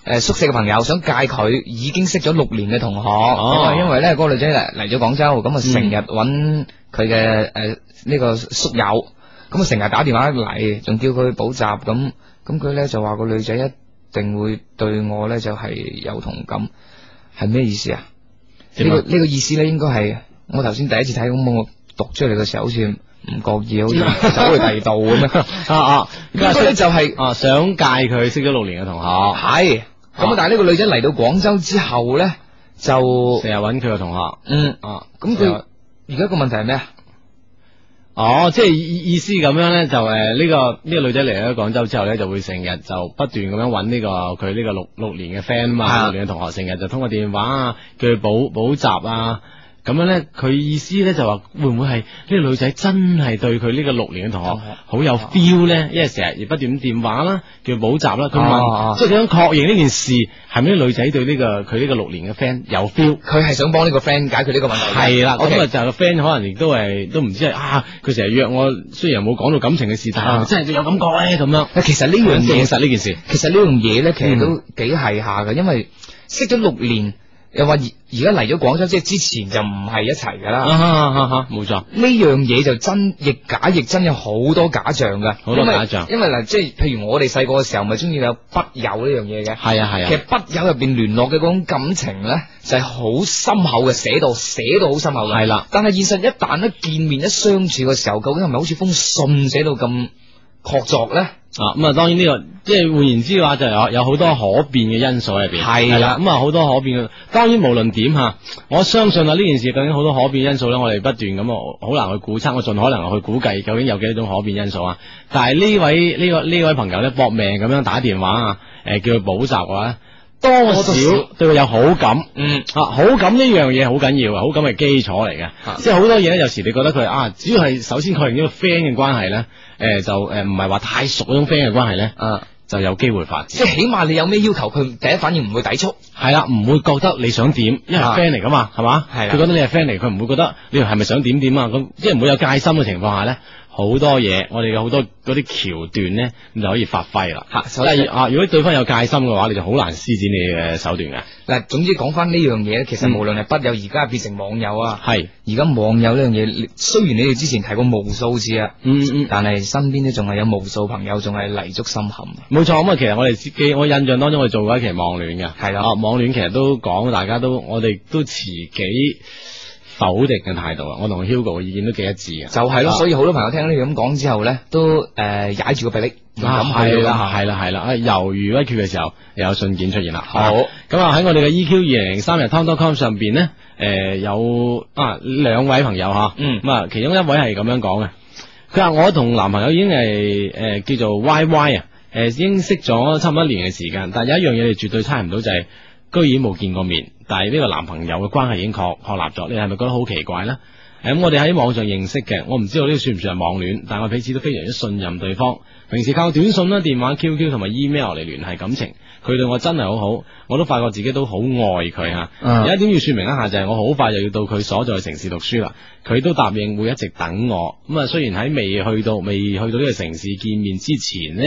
诶宿舍嘅朋友想戒佢已經識咗六年嘅同學，哦咁啊因為咧嗰個女仔嚟嚟咗廣州，咁啊成日揾佢嘅诶呢個宿友，咁啊成日打電話嚟，仲叫佢補習咁。咁佢咧就話個女仔一定會對我咧就係、有同感，係咩意思啊？呢、點啊 (laughs) 個呢、個意思咧應該係我頭先第一次睇咁，我讀出嚟嘅時候好似唔覺意，好 (laughs) 似走去第二度咁樣。啊啊，咁咧就係、啊想戒佢識咗六年嘅同學，係咁啊啊！但係呢個女仔嚟到廣州之後咧，就成日揾佢嘅同學嗯，啊，咁成日佢而家個問題係咩啊？哦，即係意意思咁樣咧，就誒呢、個呢、個女仔嚟咗廣州之後咧，就會成日就不斷咁樣揾呢、個佢呢個六六年嘅 friend 嘛，啊六年嘅同學，成日就通過電話啊，叫佢補補習啊。咁樣咧，佢意思咧就話會唔會係呢個女仔真係對佢呢個六年嘅同學同學啊好有 feel 咧？因為成日不斷電話啦，叫佢補習啦，佢哦問，哦即係佢想確認呢件事係咪呢個女仔對呢、個佢呢個六年嘅 friend 有 feel？佢係想幫呢個 friend 解決呢個問題嘅。係啦，咁 o 啊 k 就係個 friend 可能亦都係都唔知係啊，佢成日約我，雖然冇講到感情嘅事，但係啊真係有感覺咧咁樣。其實呢樣咁嘢證實呢件事，其實呢樣嘢咧，其嗯實都幾係下嘅，因為識咗六年，又話而而家嚟咗廣州，即係之前就唔係一齊噶啊啦。哈哈哈，冇錯，呢樣嘢就真亦假亦真有好多假象噶，好多假象因為因為嗱，即係譬如我哋細個嘅時候，咪中意有筆友呢樣嘢嘅。係啊係其啊，實筆友入邊聯絡嘅嗰種感情咧，就係好深厚嘅，寫到寫到好深厚嘅。係啦，但係現實一旦咧見面一相處嘅時候，究竟係咪好似封信寫到咁確鑿咧？啊咁啊，當然呢個即係換言之嘅話，就有有好多可變嘅因素喺入邊。係啦咁啊好多可變嘅，當然無論點嚇，我相信啊呢件事究竟好多可變因素咧，我哋不斷咁啊好難去估測，我盡可能去估計究竟有幾多種可變因素啊。但係呢位呢、個呢位朋友咧搏命咁樣打電話啊，誒、叫佢補習嘅話，多多少少對佢有好感。嗯，啊，好感呢樣嘢好緊要啊，好感係基礎嚟嘅，啊即係好多嘢咧。有時你覺得佢啊，只要係首先確認呢個 friend 嘅關係咧，誒、就誒唔係話太熟嗰種 friend 嘅關係咧，啊。就有機會發展即。係起碼你有咩要求，佢第一反應唔會抵觸。係啦，唔會覺得你想點，因為啊 friend 嚟噶嘛，係嘛？係啦佢覺得你係 friend 嚟，佢唔會覺得你係咪想點點啊？咁即係唔會有戒心嘅情況下咧，好多嘢，我哋嘅好多嗰啲橋段咧，咁就可以發揮啦。吓，但首係先啊，如果對方有戒心嘅話，你就好難施展你嘅手段嘅。嗱，總之講翻呢樣嘢咧，其實嗯無論係筆友而家變成網友啊，係，而家網友呢樣嘢，你雖然你哋之前提過無數次啊，嗯嗯。但係身邊咧仲係有無數朋友仲係泥足深陷。冇錯，咁啊，其實我哋記我印象當中，我哋做過一期網戀嘅，係啦啊，網戀其實都講大家都我哋都持幾否定嘅態度啊，我同 Hugo 嘅意見都幾一致嘅，就係咯，啊所以好多朋友聽你咁講之後咧，都诶踩住個鼻力，唔敢啊，系去啦，啦。係啦，係啦，啊猶豫不決嘅時候，又有信件出現啦。好啊咁啊喺我哋嘅 EQ 二零零三日 tom.com 上邊呢，誒、有啊兩位朋友嚇，嗯咁啊其中一位係咁樣講嘅，佢話我同男朋友已經係誒、呃叫做 Y Y 啊，誒、已經識咗差唔多一年嘅時間，但有一樣嘢你絕對猜唔到就係、居然冇見過面，但係呢個男朋友嘅關係已經確確立咗，你係咪覺得好奇怪呢？誒咁、我哋喺網上認識嘅，我唔知道呢個算唔算係網戀，但我彼此都非常之信任對方。平時靠短信啦、電話、QQ 同埋 email 嚟聯繫感情，佢對我真係好好，我都發覺自己都好愛佢嚇。嗯有一點要説明一下就係、我好快就要到佢所在嘅城市讀書啦，佢都答應會一直等我。咁啊，雖然喺未去到未去到呢個城市見面之前呢，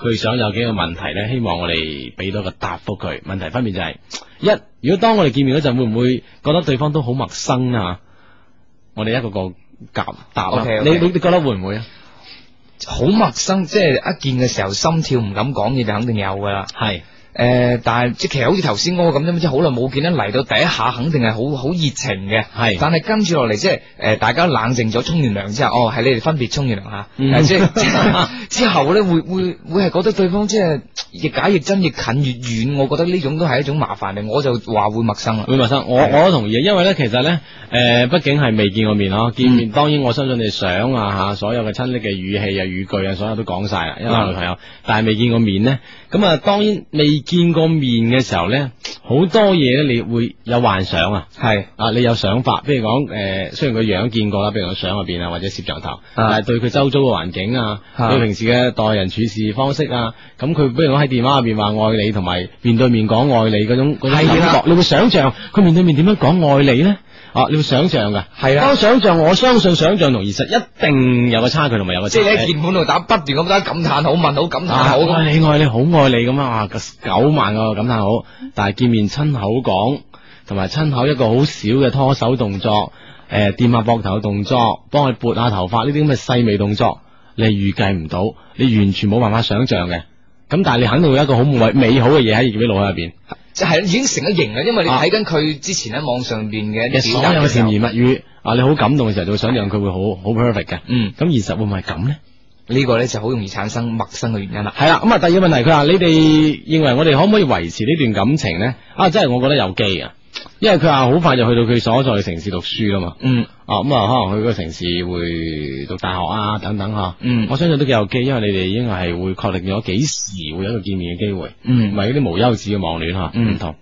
佢想有幾個問題呢，希望我哋俾到個答覆佢。問題分別就係、一，如果當我哋見面嗰陣，會唔會覺得對方都好陌生啊？我哋一個個夾答啦 OK，OK 你你你覺得會唔會啊？好陌生，即係一見嘅時候心跳唔敢講嘢就肯定有噶啦。係诶、但係即係其實好似頭先嗰個咁啫，即係好耐冇見咧，嚟到第一下肯定係好好熱情嘅。係。但係跟住落嚟，即係诶，誒大家冷靜咗，沖完涼之後，哦，係你哋分別沖完涼吓，嗯誒即係 (laughs) (laughs) 之後咧，會會會係覺得對方即係亦假亦真，越近越遠。我覺得呢種都係一種麻煩嚟，我就話會陌生啦。會陌生，我我都同意，因為咧其實咧，诶、畢竟係未見過面咯，見面、當然我相信你相啊吓，所有嘅親昵嘅語氣啊、語句啊，所有都講晒啦，因為我女朋友，但係未見過面咧，咁啊，當然未見過面嘅時候咧，好多嘢咧，你會有幻想啊。係啊，你有想法，譬如講，诶、雖然個樣見過啦，譬如講相入邊啊，或者攝像頭，但係對佢周遭嘅環境啊，啊你平時嘅待人處事方式啊，咁佢譬如講喺電話入邊話愛你，同埋面對面講愛你嗰種嗰種係啊感啦覺，你會想像佢面對面點樣講愛你呢？啊，你會想像㗎。係啊啦當想像，我相信想像同現實一定有個差距，同埋有個即係你差喺距鍵盤度打不斷咁打感嘆好問好感嘆啊！好我咁，愛你，愛你，好愛你咁啊！個九萬個感嘆好，但係見面親口講，同埋親口一個好少嘅拖手動作，诶、掂下膊頭嘅動作，幫佢撥下頭髮呢啲咁嘅細微動作，你係預計唔到，你完全冇辦法想像嘅。咁但係你肯定會有一個好美美好嘅嘢喺自己腦海入邊，即係已經成咗型啦。因為你啊睇緊佢之前喺網上邊嘅一嘅啲所表有達嘅嘅時甜候言蜜語啊，你好感動嘅時候，就會想象佢會好好 perfect 嘅。嗯，咁現實會唔會係咁呢？呢個咧就好容易產生陌生嘅原因啦。系啦，咁啊，第二個問題，佢話你哋認為我哋可唔可以維持呢段感情呢？啊，真係我覺得有機啊，因為佢話好快就去到佢所在嘅城市讀書啦嘛。嗯啊，咁啊，可能去個城市會讀大學啊，等等吓。嗯我相信都幾有機，因為你哋應該係會確定咗幾時會有一個見面嘅機會，唔嗯係嗰啲無休止嘅網戀吓，嗯唔同。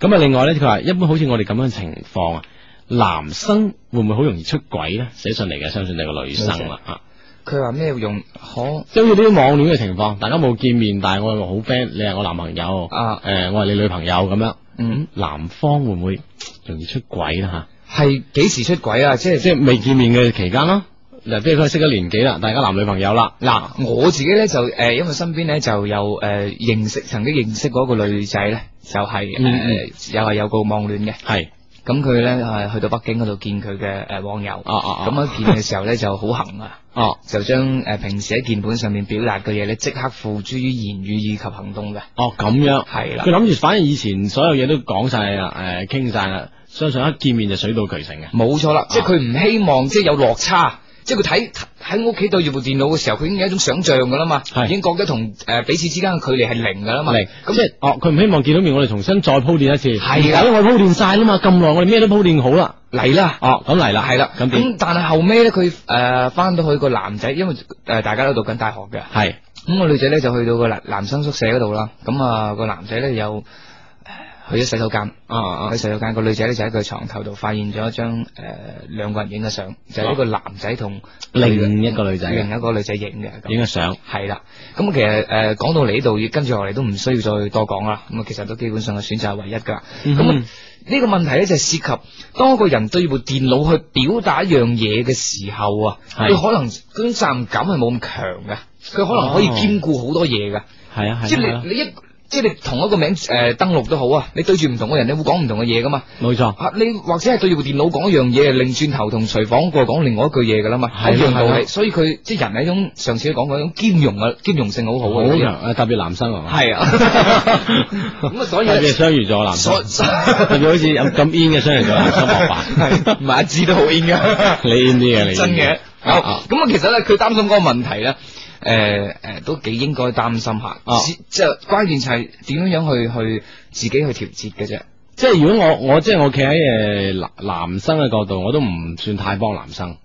咁啊，另外呢，佢話一般好似我哋咁樣嘅情況啊，男生會唔會好容易出軌呢？寫信嚟嘅，相信你個女生啦啊。佢話咩用可即係好似呢啲網戀嘅情況，大家冇見面，但係我係好 friend，你係我男朋友，誒、啊？我係你女朋友咁樣，嗯，男方會唔會容易出軌啦係幾時出軌啊？即嚇？係即係未見面嘅期間啦，嗱，譬如佢識咗年幾啦，大家男女朋友啦，嗱，嗱，我自己咧就诶、呃因為身邊咧就有诶、呃、认识曾經認識過一個女仔咧，就係嗯诶又係有個網戀嘅，係，咁佢咧係去到北京嗰度見佢嘅诶網友，啊啊啊，咁一見嘅時候咧就好行啊。哦就將诶平時喺鍵盤上面表達嘅嘢咧，即刻付諸於言語以及行動嘅，哦咁樣，係啦佢，諗住反正以前所有嘢都講晒啦，誒、傾晒啦，相信一見面就水到渠成嘅，冇錯啊啦，即係佢唔希望即係有落差，即係佢睇喺屋企對住部電腦嘅時候，佢已經有一種想像㗎啦嘛係，已經覺得同诶彼此之間嘅距離係零㗎啦嘛，嚟，咁咁即係，哦，佢唔希望見到面，我哋重新再鋪墊一次，係啊因為我鋪墊晒啦嘛，咁耐我哋咩都鋪墊好啦，嚟啦。哦，咁嚟啦，係啦，咁點？咁但係後尾咧，佢诶翻到去個男仔，因為诶大家都讀緊大學嘅，係。咁個女仔咧就去到個男男生宿舍嗰度啦，咁啊個男仔咧又呃去咗洗手間。啊啊喺洗手間個女仔咧就喺佢床頭度發現咗一張诶兩個人影嘅相，就係呢個男仔同啊另一個女仔嘅另一個女仔影嘅。影咁個相，係啦，咁其實呃诶讲、講到嚟呢度，跟住落嚟都唔需要再多講啦。咁啊，其實都基本上嘅選擇係唯一噶。咁、嗯哼呢個問題咧就係涉及當一個人對部電腦去表達一樣嘢嘅時候啊，係佢可能嗰種責任感係冇咁強嘅，佢可能可以哦兼顧好多嘢嘅。系啊即系系啊，你你一即系你同一個名诶、呃登錄都好啊，你對住唔同嘅人，你會講唔同嘅嘢噶嘛。冇错，啊，你或者係對住部電腦講一樣嘢，拧轉頭同廚房嗰個講另外一句嘢噶啦嘛，係啊一樣道係理。啦所以佢即系人係一種上次都講過一種兼容嘅兼容性好好好嘅。強啊，特別男生啊嘛，系啊， (laughs) 咁啊，所以特別係雙魚座男生所， (laughs) 特別好似有咁 in 嘅雙魚座男生冇 (laughs) 係唔辦係阿志都好 in 噶。 (laughs) 你 in 啲嘅，你 in 真嘅。好，咁啊啊，其實咧，佢擔心嗰個問題咧，诶、诶，都幾應該擔心下。啊只即係關鍵就係點樣樣去去自己去調節嘅啫。即係如果我我即係我企喺诶男男生嘅角度，我都唔算太幫男生，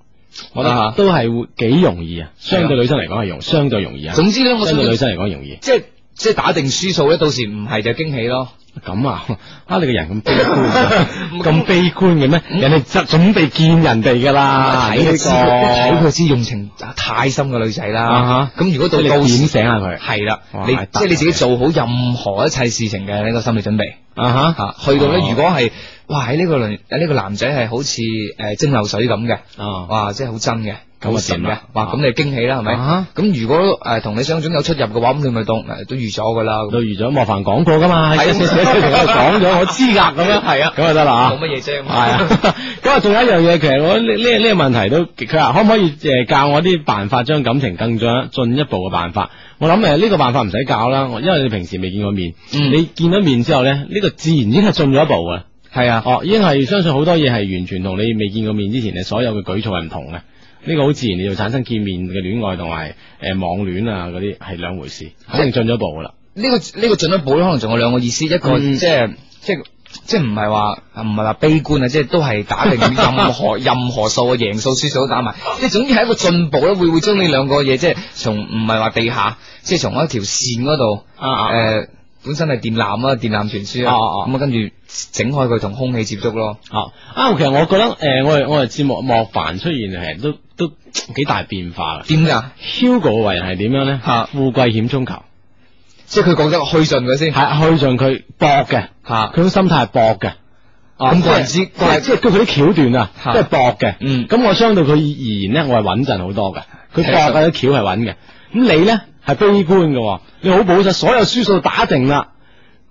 我覺啊得都係會幾容易啊，相對女生嚟講係容，相對容易啊，總之咧，我相相對女信生嚟講容易。即係即系打定輸數咧，到時唔係就驚喜咯。咁啊， (laughs) 啊你個人咁悲觀，(laughs) 咁啊咁嗯悲觀嘅咩？人哋就準備見人哋噶啦，啊睇啊呢個佢知，睇佢知用情啊太深嘅女仔啦啊。咁如果到你到點時醒下佢係啦，哇你得即係你自己做好任何一切事情嘅呢個心理準備。啊吓，去到咧，哦如果係哇喺呢個女呢個男仔係好似诶蒸馏水咁嘅，啊哇，即係好真嘅，咁啊好神點嘅啊，哇，咁你驚喜啦，係咪啊？咁如果诶同你相中有出入嘅話，咁你咪當诶都預咗噶啦，咁到預咗莫凡講過噶嘛，係寫啊寫寫寫同我講咗，我知㗎咁樣，係啊咁就得啦冇乜嘢啫，係啊， (laughs) 咁啊，仲有一樣嘢，其實我呢呢呢個問題都，佢話可唔可以誒教我啲辦法，將感情更進進一步嘅辦法？我諗呃誒呢個辦法唔使教啦，我因為你平時未見過面，嗯你見咗面之後咧，呢、個自然已經係進咗一步嘅。係啊，哦，已經係相信好多嘢係完全同你未見過面之前，你所有嘅舉措係唔同嘅。呢、個好自然，你就產生見面嘅戀愛同埋誒網戀啊嗰啲係兩回事，肯定進咗一步㗎啦。呢個呢個進一步咧，可能仲有兩個意思，一個嗯即係即係。即係唔係話唔係話悲觀啊，即係都係打定任 (laughs) 何任何數啊，贏數輸數都打埋，即係總之係一個進步咧，會會將呢兩個嘢即係從唔係話地下，即係從一條線嗰度啊啊诶、本身係電纜啊，電纜傳輸啊，哦哦咁啊跟住整開佢同空氣接觸咯。哦，啊，其實我覺得誒、呃我哋我哋節目莫凡出現其實都都幾大變化嘅。點噶？ Hugo 為人係點樣咧？嚇富貴險中求，即係佢講得去盡佢先。係去盡佢搏嘅，吓佢種心態係搏嘅。咁個人啊之啊即係即係佢啲橋段啊，嚇都係搏嘅。嗯咁我相對佢而言咧，我係穩陣好多嘅。佢搏嘅啲橋係穩嘅。咁你咧係悲觀嘅喎，你好保守，所有輸數打定啦。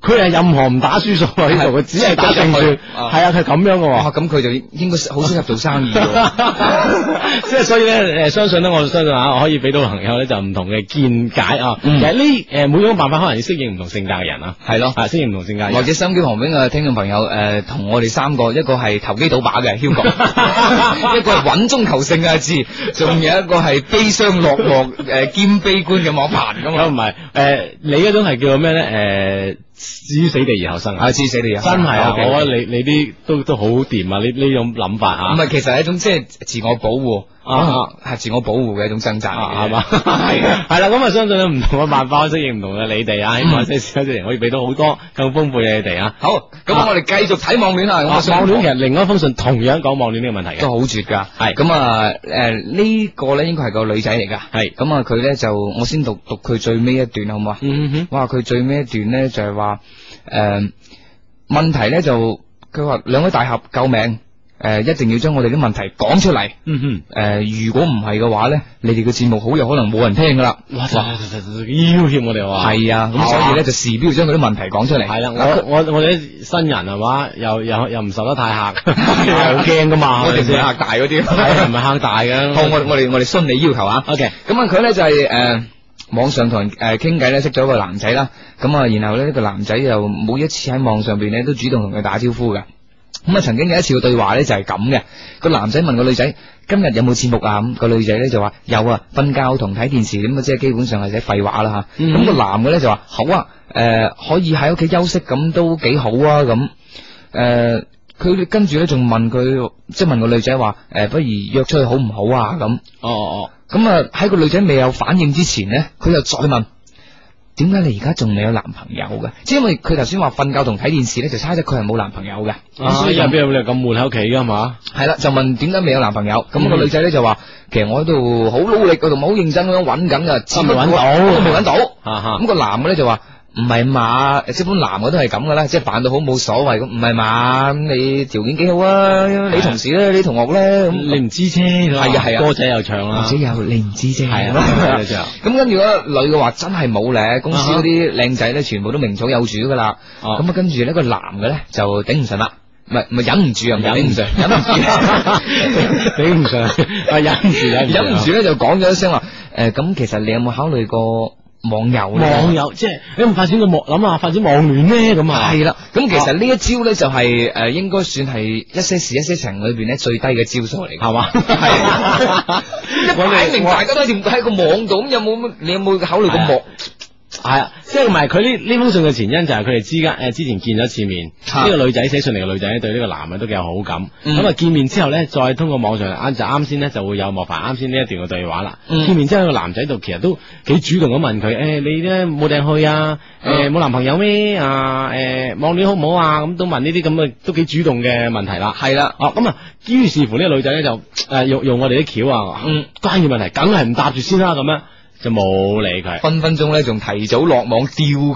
佢係任何唔打輸數喺度，佢只係打即係定算。入去啊係啊，佢係咁樣嘅喎哇，。咁佢就應該好適合做生意喎。 (laughs) (laughs) 即係所以咧，诶，相信咧，我相信啊，我可以俾到朋友咧就唔同嘅見解啊。嗯其實呢诶每種辦法可能要適應唔同性格嘅人啊，係咯啊適應唔同性格嘅或人。者收音機旁邊嘅聽眾朋友，诶、同我哋三個，一個係投機倒把嘅 (laughs) Hugo，一個係穩中求勝嘅阿志，仲有一個係悲傷落寞诶、誒兼悲觀嘅莫凡咁咁唔啊，係诶，你嗰種係叫做咩咧？诶，置於死地而後生啊阿！志死你啊！真係啊， OK，我覺得你你啲都都好掂啊！呢呢種諗法唔啊，係，其實係一種即係自我保護啊，係自我保護嘅一種掙扎嚟嘅係嘛？係 (laughs) 啊，嗯係啦，咁啊，相信有唔同嘅辦法適應唔同嘅你哋啊，希望即係可以俾到好多更豐富嘅你哋啊。好，咁我哋繼續睇網戀啦。啊我想網戀其實另外一封信同樣講網戀呢個問題都嘅，好絕㗎，係咁啊，誒呢個咧應該係個女仔嚟㗎，係咁啊佢咧就我先讀讀佢最尾一段好唔好啊？嗯哼。哇！佢最尾一段咧就係話誒問題咧就佢話兩位大俠救命！誒、一定要將我哋啲問題講出嚟。誒、嗯哼。如果唔係嘅話咧，你哋嘅節目好有可能冇人聽㗎啦。哇！要挟我哋喎，係啊，咁所以咧就時標將佢啲問題講出嚟。系啦，我我我哋啲新人係嘛，又又又唔受得 (laughs) 太嚇，啊好驚噶嘛，我哋唔會嚇大嗰啲，啊係唔係嚇大嘅？ (laughs) 好，我我哋我哋順你要求啊。 OK，咁啊，佢咧就係、誒、網上同人誒傾偈咧，識咗一個男仔啦。咁啊，然後咧呢個男仔又每一次喺網上邊咧都主動同佢打招呼嘅。咁啊，曾經有一次嘅對話咧就係咁嘅，個男仔問個女仔今日有冇節目啊？咁個女仔咧就話有啊，瞓覺同睇電視咁啊，即係基本上係寫廢話啦吓。嗯咁、個男嘅咧就話好啊，誒、可以喺屋企休息咁都幾好啊咁。诶，佢、跟住咧仲問佢，即係問個女仔話诶、誒不如約出去好唔好啊？咁哦哦咁啊喺個女仔未有反應之前咧，佢就再問：點解你而家仲未有男朋友嘅？即係因為佢頭先話瞓覺同睇電視咧，就猜測佢係冇男朋友嘅。哦，咁啊，所以因就為邊有你咁悶喺屋企噶嘛？係啦，就問點解未有男朋友？咁、個嗯女仔咧就話：其實我喺度好努力，我同埋好認真咁樣揾緊噶，只啊不未過揾到都未揾到。嚇嚇咁、個男嘅咧就話：唔係嘛，即係本男嘅都係咁噶啦，即係扮到好冇所謂咁，唔係嘛，咁你條件幾好啊，你同事咧，你同學咧，咁你唔知啫，係啊係啊歌仔又唱啦，或者有你唔知啫， (laughs) 係咁啊，真係咁跟住嗰個女嘅話真係冇咧，公司嗰啲靚仔咧全部都名草有主噶啦。哦咁啊跟住呢個男嘅咧就頂唔順啦，唔係唔係忍唔住啊，唔係忍頂唔唔順，忍住唔住，(laughs) (laughs) (laughs) 頂唔順，啊忍唔住忍忍唔唔住住咧就講咗一聲話，誒咁其實你有冇考慮過網友咧？網友即係你有冇發展個網諗下發展網戀咧咁啊？系啦，咁其實呢一招咧就係诶，应该算係一些事一些情裏边咧最低嘅招數嚟㗎，係嘛？ (laughs) 系我啊哋摆明大家都喺喺個網度，咁有冇乜你有冇考慮過網？係啊，即係唔係佢呢呢封信嘅前因就係佢哋之間诶之前見咗一次面，啊呢個女仔寫信嚟嘅女仔咧對呢個男嘅都幾有好感，嗯咁啊見面之後咧再通過網上啊啱就啱先咧就會有莫凡啱先呢一段嘅對話啦。嗯見面之後個男仔度其實都幾主動咁問佢，诶你咧冇定去啊？诶嗯冇男朋友咩啊？诶網戀好唔好啊？咁都問呢啲咁嘅都幾主動嘅問題啦。係啦，哦，咁啊，於是乎呢個女仔咧就诶用用我哋啲橋啊，嗯，關鍵問題梗係唔答住先啦，咁樣就冇理佢。分分鐘咧仲提早落網吊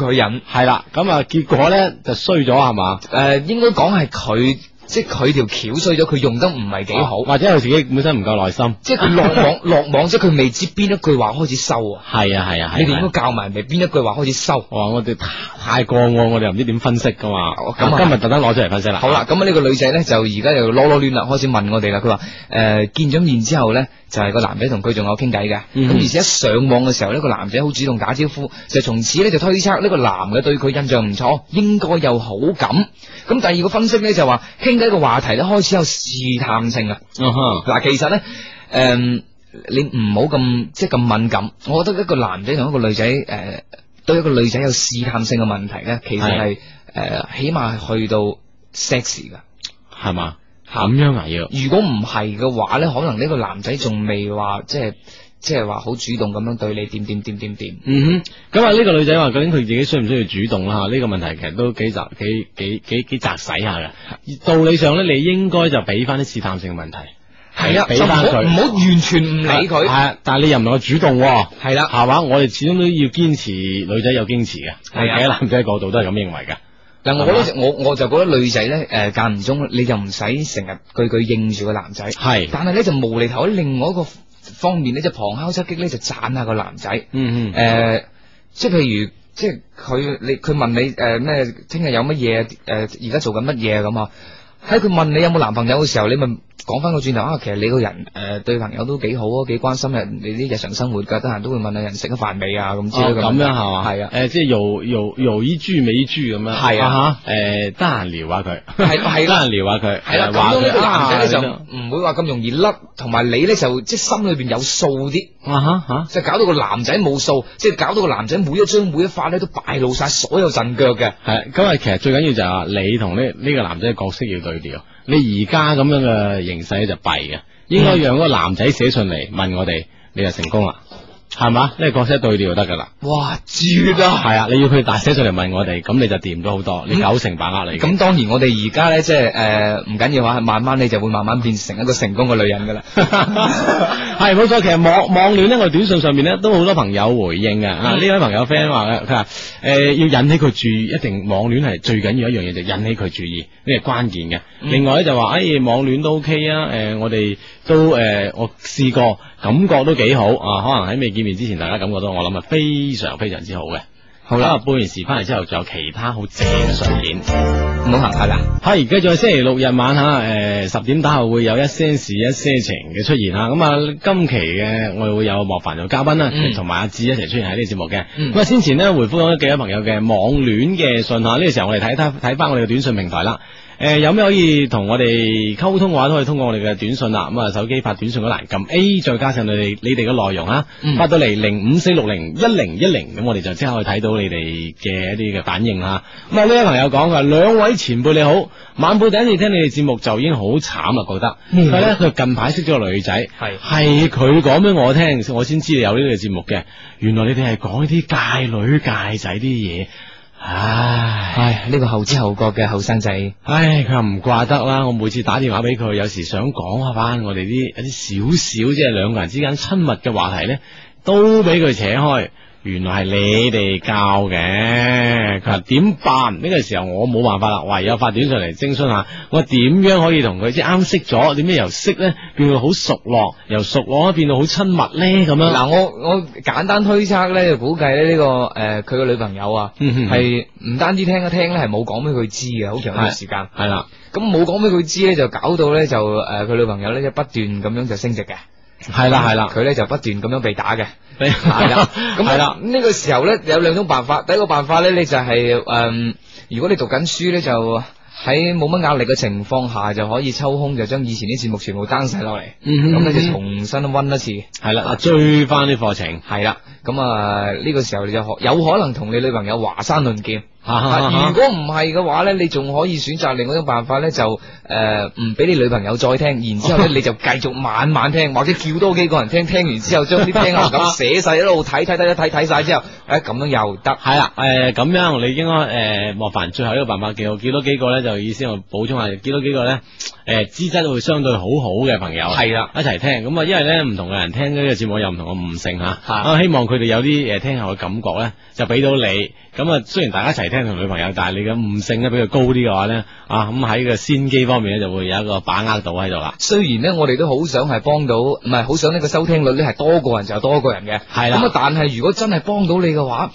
佢癮。係啦，咁啊，結果咧就衰咗係嘛，诶，应该讲係佢，即係佢條橋衰咗，佢用得唔係幾好，或者佢自己本身唔夠耐心。即係佢落網落網，即係佢未知邊一句話開始收啊！ (laughs) 係啊係啊你係哋啊。應該教埋未邊一句話開始收。哇！我哋太太過我，我哋又唔知點分析噶嘛。哦咁啊今日特登攞出嚟分析啦。啊好啦，，咁呢個女仔咧就而家又攞攞亂啦，開始問我哋啦。佢話诶見咗面之後咧，就係個男仔同佢仲有傾偈嘅。咁、嗯而且一上網嘅時候呢個男仔好主動打招呼，就從此咧就推測呢個男嘅對佢印象唔錯，應該有好感。咁第二個分析咧就話傾偈嘅話題咧開始有試探性啊。嗯哼，嗱，其實咧，诶、你唔好咁即係咁敏感。我覺得一個男仔同一個女仔，诶、對一個女仔有試探性嘅問題咧，其實係诶、誒起碼係去到 sex 噶。係嘛？咁樣啊要。如果唔係嘅話咧，可能呢個男仔仲未話即係即係話好主動咁樣對你點點點點點。嗯哼，咁啊呢個女仔話究竟佢自己需唔需要主動啦？嚇呢、個問題其實都幾雜幾幾幾幾擲使下嘅。道理上咧，你應該就俾翻啲試探性嘅問題，係啊，俾就唔翻好佢，唔好完全唔理係佢。啊但係你又唔能夠主動喎。係啦，係嘛？我哋始終都要堅持，女仔有堅持嘅，我啊係啊哋喺男仔角度都係咁認為嘅。嗱，我咧我我就覺得女仔咧，誒間唔中你就唔使成日句句應住個男仔，係但係咧就無厘頭喺另外一個方面咧，就旁敲側擊咧就讚下個男仔，誒、嗯即係譬如即係佢你佢問你誒咩，聽、日有乜嘢誒，而家做緊乜嘢咁啊？喺佢問你有冇男朋友嘅時候，你咪講翻個轉頭啊！其實你個人誒、對朋友都幾好啊，幾關心人你啲日常生活㗎，得閒都會問下人食咗飯未啊咁之類哦嘅咁問題樣係嘛？係啊，誒，即係有有有依豬尾豬咁樣。係啊嚇，誒，得閒聊下佢，係係 (laughs) 得啦閒聊下佢，系啦，誒咁話樣呢佢個男仔咧啊就咁樣唔會話咁容易甩，同埋你咧就即係心裏邊有數啲，啊哈就嚇。搞到個男仔冇數，即係搞到個男仔每一張每一發咧都敗露晒所有陣腳嘅。系，咁啊，其實最緊要就係話你同呢呢個男仔嘅角色要對調。你而家咁樣嘅形勢咧就弊嗯嘅，應該讓嗰個男仔寫信嚟問我哋，你就成功啦，係嘛？呢個角色對調就得噶啦。哇，絕 (laughs) 啊！係啊，你要佢大寫信嚟問我哋，咁你就掂咗好多，你嗯九成把握嚟嘅。咁當然我哋而家咧即係誒唔緊要啊，慢慢你就會慢慢變成一個成功嘅女人噶啦。 (laughs) 係冇錯，其實網網戀咧，我哋短信上面咧都好多朋友回應嘅。啊，嗯呢位朋友 friend 話佢話诶要引起佢注意，一定網戀係最緊要一樣嘢，就引起佢注意，呢係關鍵嘅。嗯另外咧就話诶、哎、網戀都 OK 啊，诶、我哋都诶、呃我試過，感覺都幾好啊。可能喺未見面之前，大家感覺到我諗係非常非常之好嘅。好咁啊啦，背完時翻嚟之後，仲有其他好正嘅上演。唔好行下啦。系，繼續係星期六日晚吓，诶、十點打後會有一些事一些情嘅出現吓。咁啊，今期嘅我哋會有莫凡做嘉賓啦嗯，同埋阿志一齊出現喺呢個節目嘅。嗯咁啊，先前呢，回覆咗幾位朋友嘅網戀嘅信吓，呢、個時候我哋睇睇睇翻我哋嘅短信平台啦。诶、呃有咩可以同我哋溝通嘅話，都可以通過我哋嘅短信啦。咁啊，手機發短信嗰欄撳 A，再加上你哋你哋嘅內容啦，嗯發到嚟零五四六零一零一零，咁我哋就即刻可以睇到你哋嘅一啲嘅反應啦。咁啊，呢位朋友講佢兩位前輩你好，晚輩第一次聽你哋節目就已經好慘啊啦，覺得。嗯佢咧佢近排識咗個女仔，係係佢講俾我聽，我先知你有呢個節目嘅。原來你哋係講呢啲界女界仔啲嘢，唉。唉，呢個後知後覺嘅後生仔，唉，佢話唔怪得啦。我每次打電話俾佢，有時想講下翻我哋啲一啲少少，即係兩個人之間親密嘅話題咧，都俾佢扯開。原來係你哋教嘅，嘅，佢話點辦？呢、個時候我冇辦法啦，唯有發短信嚟徵詢下，我點樣可以同佢即係啱識咗，點樣由識咧變到好熟絡，由熟絡咧變到好親密咧咁樣。嗱，我我簡單推測咧，就估計咧呢個誒佢個女朋友啊，嗯哼係唔單止聽一聽咧，係冇講俾佢知嘅，好長一段時間。係啦，咁冇講俾佢知咧，就搞到咧就誒佢女朋友咧就不斷咁樣就升值嘅。係啦，係啦，啊佢咧就不斷咁樣被打嘅。 (laughs) 係係啦，咁啊係啦。呢個時候咧有兩種辦法，第一個辦法咧你就係、嗯如果你讀緊書咧就喺冇乜壓力嘅情況下就可以抽空就將以前啲節目全部 down 晒落嚟，咁、嗯哼你就重新溫一次。係啦，追翻啲課程，係啦，咁啊呢個時候你就可有可能同你女朋友華山論劍。哈哈啊哈如果唔係嘅話咧，你仲可以選擇另外一種辦法咧，就诶唔俾你女朋友再聽，然之后 (laughs) 咧你就繼續晚晚聽，或者叫多幾個人聽，聽完之後將啲聽後感寫晒一路睇睇睇睇睇晒之後，诶咁樣又得。系啦，诶咁、樣我哋應該诶、誒莫凡最後一個辦法叫我見到幾個咧，就意思我補充下，見到幾個咧，诶、資質會相對好好嘅朋友，係啦，一齊聽。咁啊，因為咧唔同嘅人聽呢個節目有唔同嘅悟性吓，嚇啊希望佢哋有啲诶聽後嘅感覺咧，就俾到你。咁啊，雖然大家一齊聽同女朋友，但係你嘅悟性咧比佢高啲嘅話咧，啊咁喺個先機方面咧就會有一個把握到喺度啦。雖然咧，我哋都好想係幫到，唔係好想呢個收聽率咧係多個人就多個人嘅，係啦咁啊，但係如果真係幫到你嘅話，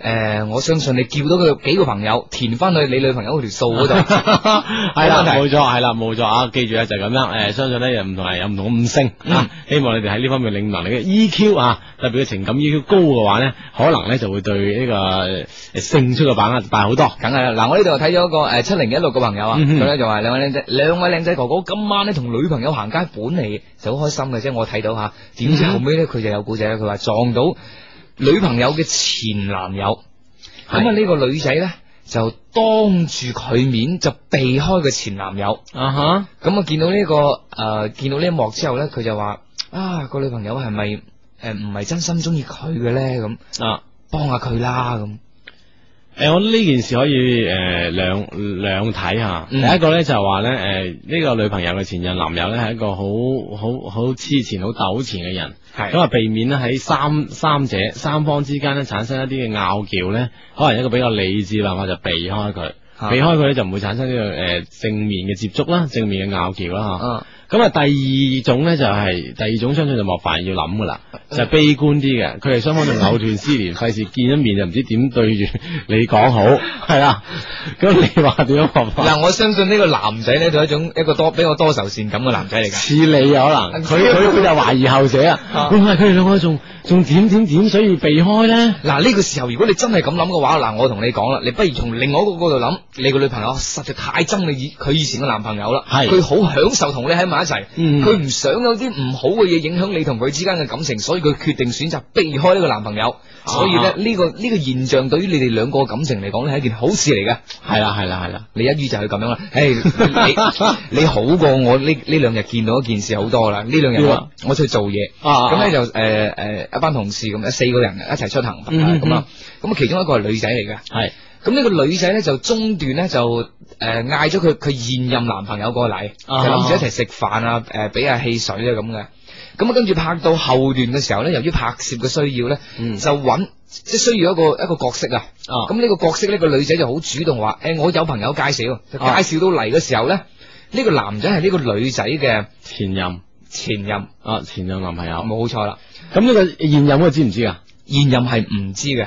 诶、我相信你叫到佢幾個朋友填翻去你女朋友嗰條數嗰 (laughs) 度。系啦，冇問題冇錯，係啦，冇錯啊！記住咧就係咁樣，诶、相信咧有唔同人有唔同嘅五星啊，希望你哋喺呢方面領悟能力嘅 EQ 啊，特別嘅情感 EQ 高嘅話咧，可能咧就會對呢、個誒勝出嘅把握大好多。梗係啦，嗱，我呢度睇咗個诶七零一六嘅朋友啊，嗯哼佢咧就話兩位靚仔，兩位靚仔哥哥今晚咧同女朋友行街，本嚟就好開心嘅啫，我睇到吓，點知後尾咧佢就有故仔啦，佢話撞到女朋友嘅前男友，係咁啊呢個女仔咧就當住佢面就避開個前男友，啊哈，咁啊見到呢、個个呃見到呢一幕之後咧，佢就話啊個女朋友係咪诶唔係真心中意佢嘅咧咁，啊！幫下佢啦咁。诶、我呢件事可以誒兩兩睇下。嗯第一個咧就係話咧，誒、呢、個女朋友嘅前任男友咧係一個好好好黐纏、好糾纏嘅人，係咁啊避免咧喺三三者三方之間咧產生一啲嘅拗撬咧，可能一個比較理智嘅辦法就避開佢，啊避開佢咧就唔會產生呢、個誒、呃正面嘅接觸啦、正面嘅拗撬啦嚇。嗯咁啊，第二種咧就係、第二種，相信就莫凡要諗噶啦，就係、悲觀啲嘅。佢哋雙方就藕斷絲 (laughs) 連，費事見一面就唔知點對住 (laughs) 你講好，係啦。咁你話點樣莫凡？嗱，我相信呢個男仔咧，就係一種一個多比較多愁善感嘅男仔嚟㗎。似你啊可能，佢佢佢就懷疑後者啊啊，會唔會係佢哋兩個仲仲點點點，所以避開咧？嗱，呢個時候如果你真係咁諗嘅話，嗱，我同你講啦，你不如從另外一個角度諗，你個女朋友實在太憎你以佢以前嘅男朋友啦，係佢好享受同你喺埋一齊，嗯佢唔、想有啲唔好嘅嘢影響你同佢之間嘅感情，所以佢決定選擇避開呢個男朋友。所以咧，啊呢、個呢、個現象對於你哋兩個嘅感情嚟講咧，係一件好事嚟嘅。係啦，係啦，係啦。你一於就係咁樣啦，誒、你你好過我呢呢兩日見到一件事好多啦，呢兩日點我啊我出去做嘢。啊咁咧就诶诶一班同事咁，呃四個人一齊出行嗯嗯咁啦。咁啊，其中一個係女仔嚟嘅。係咁呢個女仔咧就中段咧就诶嗌咗佢佢現任男朋友過嚟，就啊諗住一齊食飯啊，诶俾下汽水啊咁嘅。咁啊，跟住拍到後段嘅時候咧，由於拍攝嘅需要咧，嗯就揾即係需要一個一個角色啊。啊咁呢個角色呢個女仔就好主動話：，誒、我有朋友介紹，就介啊紹到嚟嘅時候咧，呢、呢個男仔係呢個女仔嘅前任前任，啊，前任男朋友。冇錯啦。咁呢個現任佢知唔知啊？現任係唔知嘅，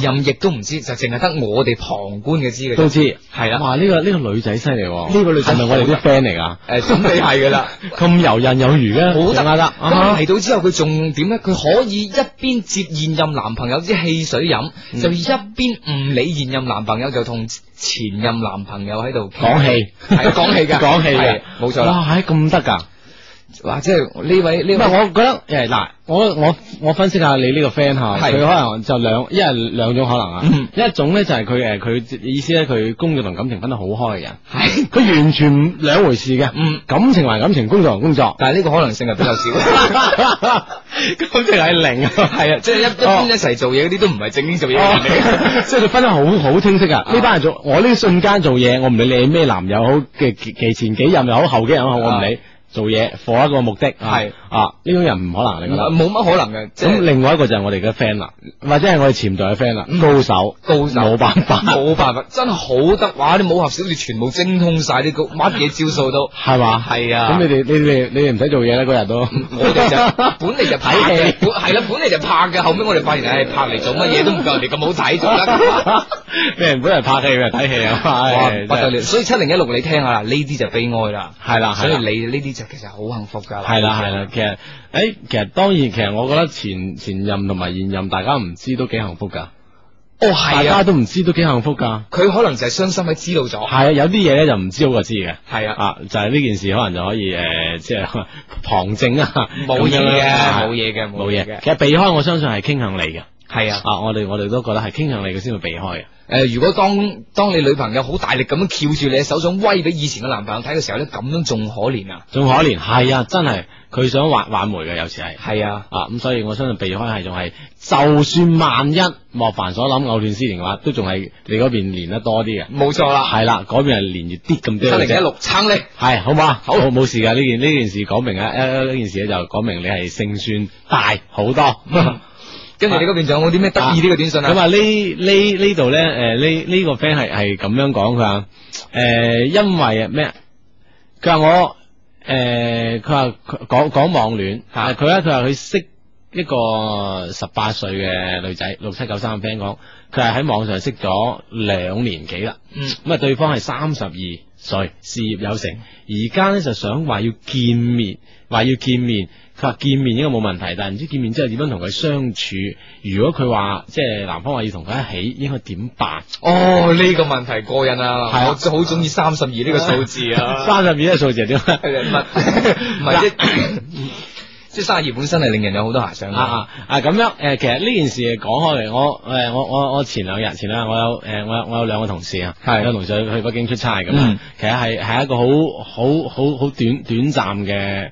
前任亦都唔知，就淨係得我哋旁觀嘅知嘅啫。都知。係係啦哇！呢個呢個女仔犀利喎，呢個女仔係咪我哋啲 friend 嚟㗎？誒，咁你係噶 (laughs) 啦，咁游刃有餘嘅，好仲得得咁啊嚟到之後，佢仲點咧？佢可以一邊接現任男朋友支汽水飲，嗯就一邊唔理現任男朋友，就同前任男朋友喺度講戲係講戲㗎， (laughs) 講戲㗎係冇錯啦。哇，係咁得㗎！哇！即係呢位呢唔係，位，我覺得誒嗱，我我我分析下你呢個 friend 嚇，佢係可能就兩，一係兩種可能啊嗯，一種咧就係佢誒佢意思咧，佢工作同感情分得好開嘅人，係佢完全唔兩回事嘅，嗯，，感情還感情，工作還工作 (laughs) 但係呢個可能性係比 (laughs) 較少。感情係零啊，係啊， (laughs) 即係一一哦邊一齊做嘢嗰啲都唔係正經做嘢嘅人嚟嘅。 (laughs) 哦，即係佢分得好好清晰噶。啊呢班人做，我呢瞬間做嘢，我唔理你係咩男友好嘅嘅前幾任又好，後幾任又好，我唔理。做嘢，for 一個目的啊啊係啊，呢種人唔可能，你覺得？ (laughs) 冇乜可能嘅，即哦咁係另外一個就係我哋嘅 friend 啦，或者係我哋潛台嘅 friend 啦，嗯高手，高手冇辦法，冇辦法，真係好得哇！啲武俠小說全部精通晒啲高乜嘢招數都，係嘛？係啊嗯咁你哋你哋你哋唔使做嘢啦，嗰日都。我 (laughs) 哋就本嚟就睇嘅，本係啦，本嚟就拍嘅，後尾我哋發現唉拍嚟做乜嘢都唔夠人哋咁好睇，做 (laughs) 得。你人本嚟拍戲，人睇戲啊哇嘛，不得了！所以七零一六你聽下啦，呢啲就悲哀啦。係啦，係所以啦。你呢啲就其實好幸福噶。係啦係啦，其實诶、其實當然，其實我覺得前前任同埋現任，大家唔知都幾幸福噶，哦大係啊家，都唔知都幾幸福噶。佢可能就係傷心喺知道係咗，啊，有啲嘢咧就唔知好過知嘅。係啊，啊，就係呢件事可能就可以诶、誒即係 (laughs) 旁證啊，冇嘢咁樣嘅，啦啊冇嘢嘅，冇冇嘢嘢。嘅，其實避開，我相信係傾向你嘅。係啊。啊，我哋我哋都覺得係傾向你嘅先會避開嘅。诶、呃如果當當你女朋友好大力咁樣翹住你嘅手掌威俾以前嘅男朋友睇嘅時候咧，咁樣仲可憐啊！仲可憐係啊，真係佢想挽挽回嘅，有時係。係啊，啊，咁所以我相信避開係仲係，就算萬一莫凡所諗藕斷絲連嘅話，都仲係你嗰邊連得多啲嘅。冇錯啦，係啦，嗰邊係連住啲咁七多嘅零一啫。六撐你，係好唔好啊？好，冇事噶呢件呢件事講明啊，一呢件事咧就講明你係勝算大好多。跟住你嗰邊仲有冇啲咩得意啲嘅短嗯信啊？咁啊呢呢呢度咧，诶呢呢個 friend 係係咁樣講佢話，诶因為咩啊？佢話我诶，佢話佢講講網戀，但係佢咧佢話佢識一個十八歲嘅女仔，六七九三嘅 friend 講，佢係喺網上識咗兩年幾啦，嗯，咁啊對方係三十二歲，事業有成，而家咧就想話要見面，話要見面。佢話見面應該冇問題，但係唔知見面之後點樣同佢相處。如果佢話即係男方話要同佢一起，應該點辦？哦，呢、個問題過癮啊！係啊我好中意三十二呢個數字 (laughs) 啊！三十二呢個數字係點啊係啊唔係唔係即係嗯即係三十二本身係令人有好多遐想啊啊！啊啊咁樣誒、其實呢件事講開嚟，我誒、我我我前兩日前兩日我有誒、呃我有我有兩個同事啊，係有同事去去北京出差咁啊嗯，其實係係一個好好好好短短暫嘅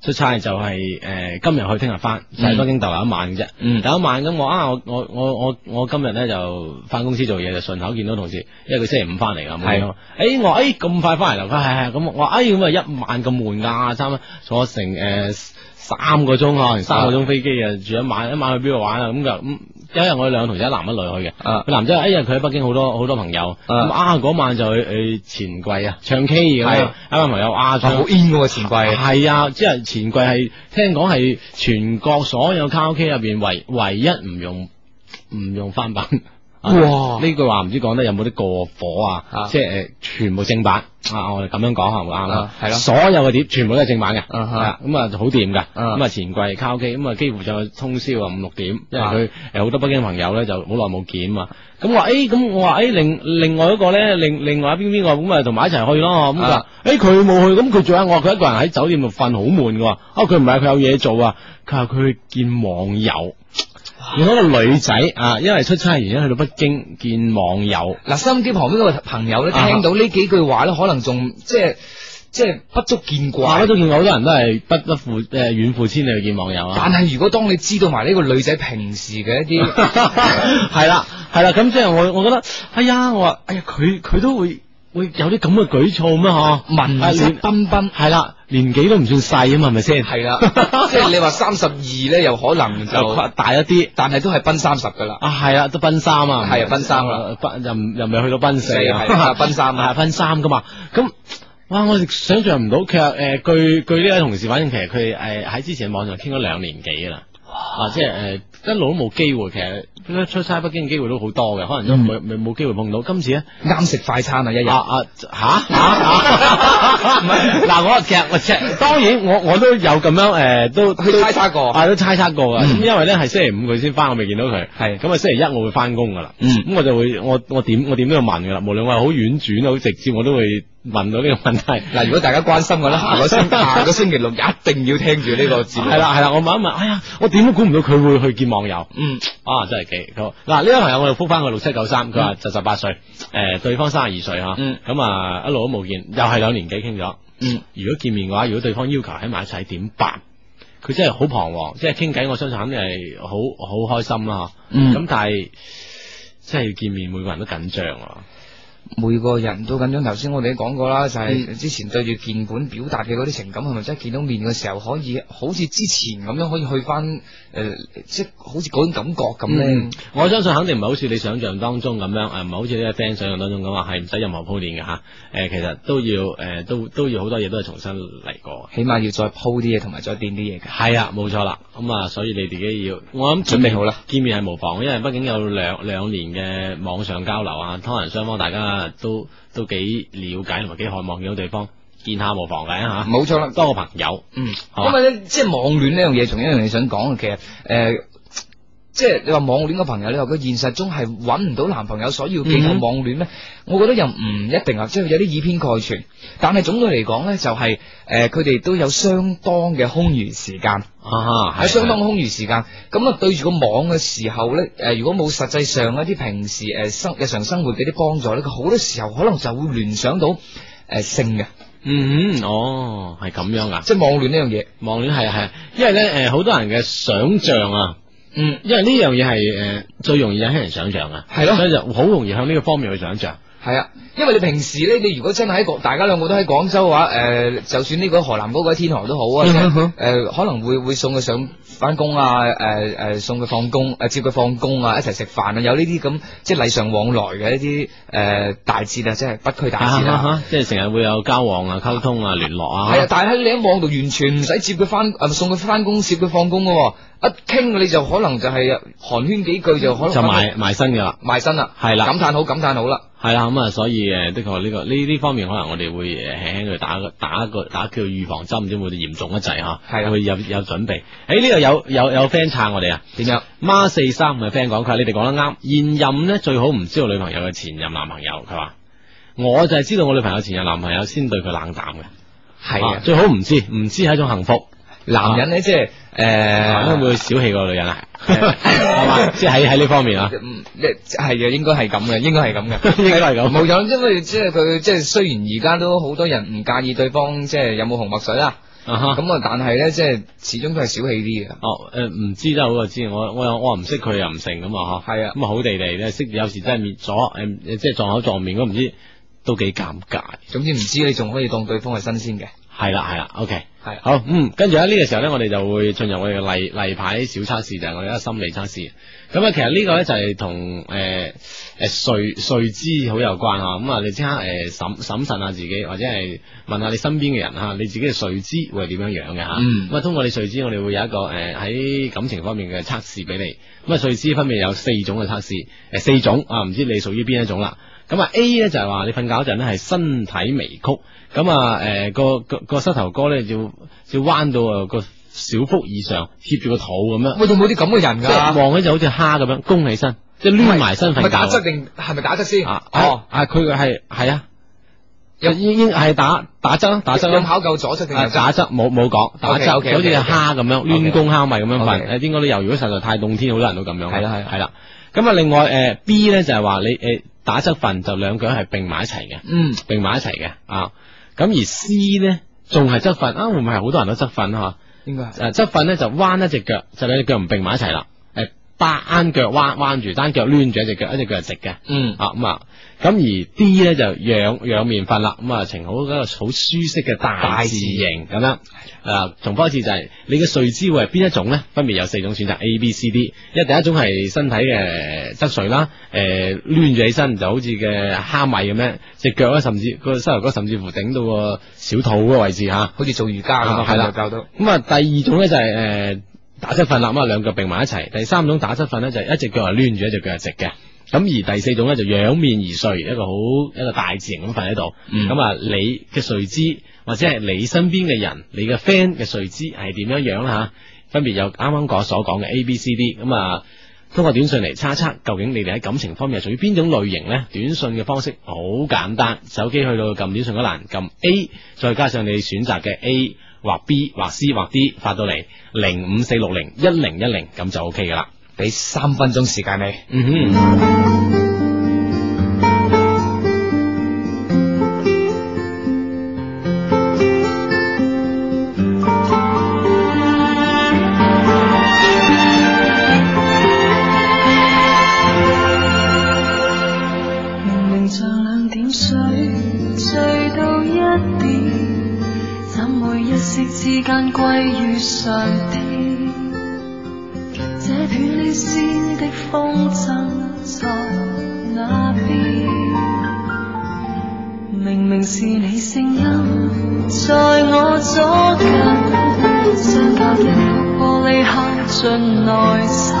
出差，就係、誒、今日去聽日翻，就係、北京逗留一晚嘅啫。嗯第一晚咁我啊，我我我我我今日咧就翻公司做嘢，就順口見到同事，因為佢星期五翻嚟噶，冇係嘢咯。誒我誒咁快翻嚟啦，佢係係咁，我話誒咁啊一晚咁悶㗎，差唔多坐成誒、三個鐘可能三個鐘飛機啊，住一晚一晚去邊度玩啊？咁就咁有一日我哋兩個同事一男一女去嘅，啊個男仔哎呀佢喺北京好多好多朋友，咁啊嗰晚就去去錢櫃啊唱 K 咁係樣，啱啱朋友啊好唱。 in 嘅喎前季，係啊，即係錢櫃係聽講係全國所有卡拉 OK 入邊唯唯一唔用唔用翻版。啊哇呢句話唔知講得有冇啲過火啊啊？即係誒全部正版啊！我哋咁樣講係咪啱啊啊？係咯所有嘅碟全部都係正版嘅，啊哈啊咁啊好掂㗎。啊咁啊錢櫃卡拉 OK 咁啊幾乎就通宵啊五六點，因為啊佢誒好多北京朋友咧就好耐冇見啊嘛。咁我話誒咁我話誒另另外一個咧另另外一邊邊個咁啊同埋一齊去咯咁佢話啊誒佢冇去，咁佢仲有我話佢一個人喺酒店度瞓好悶㗎喎。啊佢唔係佢有嘢做啊，佢話佢去見網友。啊如果個女仔啊，因為出差原因去到北京見網友，嗱，收音機旁邊嗰個朋友咧，啊聽到呢幾句話咧，可能仲即係即係不足見話怪咧。都見過好多人都係不不負誒遠赴千里去見網友啊。但係如果當你知道埋呢個女仔平時嘅一啲， (laughs) (laughs) 係啦係啦，咁即係我我覺得，哎呀，我話哎呀，佢佢都會會有啲咁嘅舉措咩嗬？文啊質連彬彬係啦，年紀都唔算細啊嘛，係咪先？係啦， (laughs) 即係你話三十二咧，又可能就誇就，大一啲。但係都係奔三十噶啦，啊，係啊，都奔三啊，係啊奔三啦，奔又唔又未去到奔四係啊， (laughs) 啊奔三啊係奔三噶嘛，咁。哇！我想象唔到，其實誒、呃據據呢位同事反映，其實佢誒喺之前網上傾咗兩年幾㗎啦，啊，即係誒、呃一路都冇機會，其實出差北京嘅機會都好多嘅，可能都冇冇冇機會碰到。今次咧，啱食快餐嗯啊一日啊。啊 (laughs) 吓吓唔係嗱，我其實我其實當然我我都有咁樣誒、呃都去都猜測過啊都猜測過㗎，哦嗯因為咧係星期五佢先翻，我未見到佢。係咁啊，星期一我會翻工噶啦，嗯咁我就會我我點我點都要問噶啦，無論我係好婉轉啊好直接，我都會問到呢個問題。嗱，如果大家關心我咧，下個星下個星期六一定要聽住呢個節目。啊係，啦係啦，我問一問，哎呀，我點都估唔到佢會去見網友，嗯，啊真係幾好。嗱呢位朋友我哋覆翻佢六七九三，佢話就十八歲，誒對方三十二歲嚇，嗯咁啊一路都冇見，又係兩年幾傾咗。嗯，如果見面嘅話，如果對方要求喺埋一齊點辦？佢真係好彷徨，即係傾偈，我相信肯定係好好開心啦。嗬咁、嗯但係即係見面，每個人都緊張啊。每個人都咁樣。頭先我哋都講過啦，就係、嗯之前對住鍵盤表達嘅嗰啲情感，係咪真係見到面嘅時候可以好似之前咁樣可以去翻誒、呃即係好似嗰種感覺咁咧？嗯，我相信肯定唔係好似你想象當中咁樣，誒唔係好似呢個 friend 想象當中咁話係唔使任何鋪墊嘅吓，誒其實都要誒都都要好多嘢都係重新嚟過。起碼要再鋪啲嘢，同埋再掂啲嘢嘅。係啊，冇錯啦。咁啊，所以你自己要，我諗準備好啦。見面係無妨，因為畢竟有兩兩年嘅網上交流啊，可能雙方大家都都幾了解同埋幾渴望見到對方，見下無妨嘅吓。冇錯啦當個朋友。嗯，好啊因為咧，即係網戀呢樣嘢，仲有一樣嘢想講嘅，其實诶、呃即係你話網戀嘅朋友，你話佢現實中係揾唔到男朋友，所以要寄靠嗯哼網戀咧，我覺得又唔一定啊，即係有啲以偏概全。但係總對嚟講咧，就係、诶，佢哋都有相當嘅空餘時間，啊，喺相當嘅空餘時間，咁啊對住個網嘅時候咧，诶、如果冇實際上一啲平時诶生日常生活嘅啲幫助咧，佢好多時候可能就會聯想到诶性嘅，嗯，哦，係咁樣噶。即係網戀呢樣嘢，網戀係係，因為咧誒好多人嘅想像啊。嗯，因為呢樣嘢係誒最容易引起人想像啊，係咯所以就好容易向呢個方面去想像。系啊，因為你平時咧，你如果真係喺廣，大家兩個都喺廣州嘅話，诶、就算呢個河南嗰個喺天河都好啊，嗯诶、哼可能會會送佢上翻工啊，诶、诶、送佢放工，诶、接佢放工啊，一齊食飯啊，有呢啲咁即係禮尚往來嘅一啲诶大節啊，即係不拘大節啊啊。哈即係成日會有交往啊、溝通啊、聯絡啊。係啊，但係喺你喺網度完全唔使接佢翻，诶送佢翻工，接佢放工嘅喎，一傾你就可能就係寒暄幾句就可能就埋埋身㗎啦。埋身啦，係啦感嘆好感嘆好啦，係啦，咁啊，所以誒，的確呢個呢呢方面可能我哋會誒輕輕去打個打個打叫預防針，唔知會唔會嚴重一滯嚇，係啊啦會有有準備。誒呢度有有有 friend 撐我哋啊！點樣？孖四三五嘅 friend 講，佢話你哋講得啱，現任咧最好唔知道女朋友嘅前任男朋友。佢話我就係知道我女朋友前任男朋友先對佢冷淡嘅，係啊。最好唔知，唔知係一種幸福。啊男人咧，即係誒，會诶，唔會小氣個女人 (laughs) 啊？誒係嘛，即係喺喺呢 (laughs) 方面啊，嗯系嘅，應該係咁嘅，應該係咁嘅。 (laughs) 應該係咁。冇錯，因為即係佢即係雖然而家都好多人唔介意對方即係有冇紅墨水啦，啊哈咁啊，但係咧即係始終都係小氣啲嘅。哦，誒唔知真係好過知，我我又我又唔識佢又唔成咁啊嗬。係啊咁啊好地地咧，識有時真係滅咗，誒即係撞口撞面，我唔知都幾尷尬。總之唔知你仲可以當對方係新鮮嘅，係啦係啦，OK。係好，嗯，跟住喺呢個時候咧，我哋就會進入我哋嘅例例牌小測試，就係我哋嘅心理測試。咁啊，其實呢個咧就係同誒誒睡睡姿好有關啊。咁啊，你即刻誒審審慎下自己，或者係問下你身邊嘅人啊嚇，你自己嘅睡姿會係點樣樣嘅嚇。嗯咁啊，通過你睡姿，我哋會有一個誒喺感情方面嘅測試俾你。咁啊，睡姿分別有四種嘅測試，誒四種啊，唔知你屬於邊一種啦。咁啊 A 咧就係話你瞓覺嗰陣咧係身體微曲，咁啊誒個個個膝頭哥咧要要彎到啊個小腹以上貼住個肚咁樣，喂，仲冇啲咁嘅人即係啊㗎？望起就好似蝦咁樣弓起身，即係攣埋身係打瞓側覺定係咪打側先？啊！哦哦，啊佢佢係係啊，有應應係打打側啦，打側有啦。考究左側定右啊側？打側冇冇講，打側 OK，OK，OK，好似蝦咁樣，攣弓蝦米咁樣 OK 瞓，誒應該都有。如果實在太凍天，好多人都咁樣。係啦係啦係啦。咁啊，另外誒 B 咧就係話你誒打側瞓就兩腳係並埋一齊嘅。嗯，并埋一齊嘅啊。咁而 C 咧，仲係側瞓啊？會唔會係好多人都側瞓啊？應該係。誒側瞓咧就彎一隻腳，就兩隻腳唔並埋一齊啦。誒單腳彎彎住，單腳攣住一隻腳，一隻腳係直嘅。嗯，啊咁啊，咁而 D 咧就仰仰面瞓啦，咁啊呈好一個好舒適嘅大大字字形咁樣。啊，重複一次就係、你嘅睡姿會係邊一種咧？分別有四種選擇 A、B、C、D。一第一種係身體嘅側睡啦，誒、攣住起身就好似嘅蝦米咁樣，隻腳咧甚至個膝頭哥甚至乎頂到個小肚嗰個位置嚇。好似做瑜伽咁啊啊，係啦瞓覺都。咁啊，第二種咧就係、诶打側瞓啦，咁啊兩腳並埋一齊。第三種打側瞓咧就係一隻腳係攣住，一隻腳係直嘅。咁而第四種咧就仰面而睡，一個好一個大字形咁瞓喺度。嗯咁啊、你嘅睡姿或者係你身邊嘅人，你嘅 friend 嘅睡姿係點樣樣啦吓？分別有啱啱講所講嘅 A、B、C、D 咁啊。通過短信嚟猜測，究竟你哋喺感情方面係屬於邊種類型呢？短信嘅方式好簡單，手機去到撳短信嗰欄，撳 A，再加上你選擇嘅 A 或 B 或 C 或 D 發到嚟零五四六零一零一零咁就 OK 噶啦。俾三分鐘時間你。嗯哼，明明就兩點夕之間歸於上天。這斷了線的風箏在那邊？明明是你聲音在我左近，相隔一個玻璃刻進內心，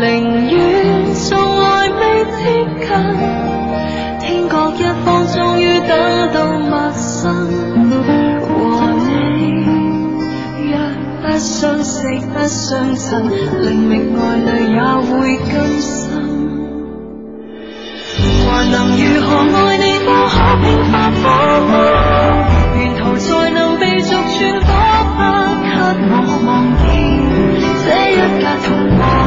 寧願從來未貼近，天各一方終於等到陌生和你，若不相識不相襯，靈覓愛侶也會甘心。還能如何愛你都可平凡火花，沿途再能被逐寸火花，給我望見這一架童話，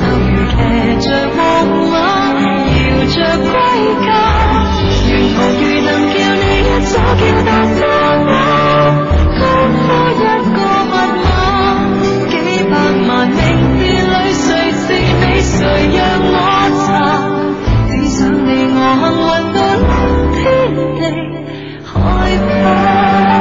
就如騎着木馬，搖着歸家，沿途如能叫你一早叫大家嗎？高呼一個密碼，幾百萬名字裏誰是你，誰讓我查？只想你我幸運到天地海角。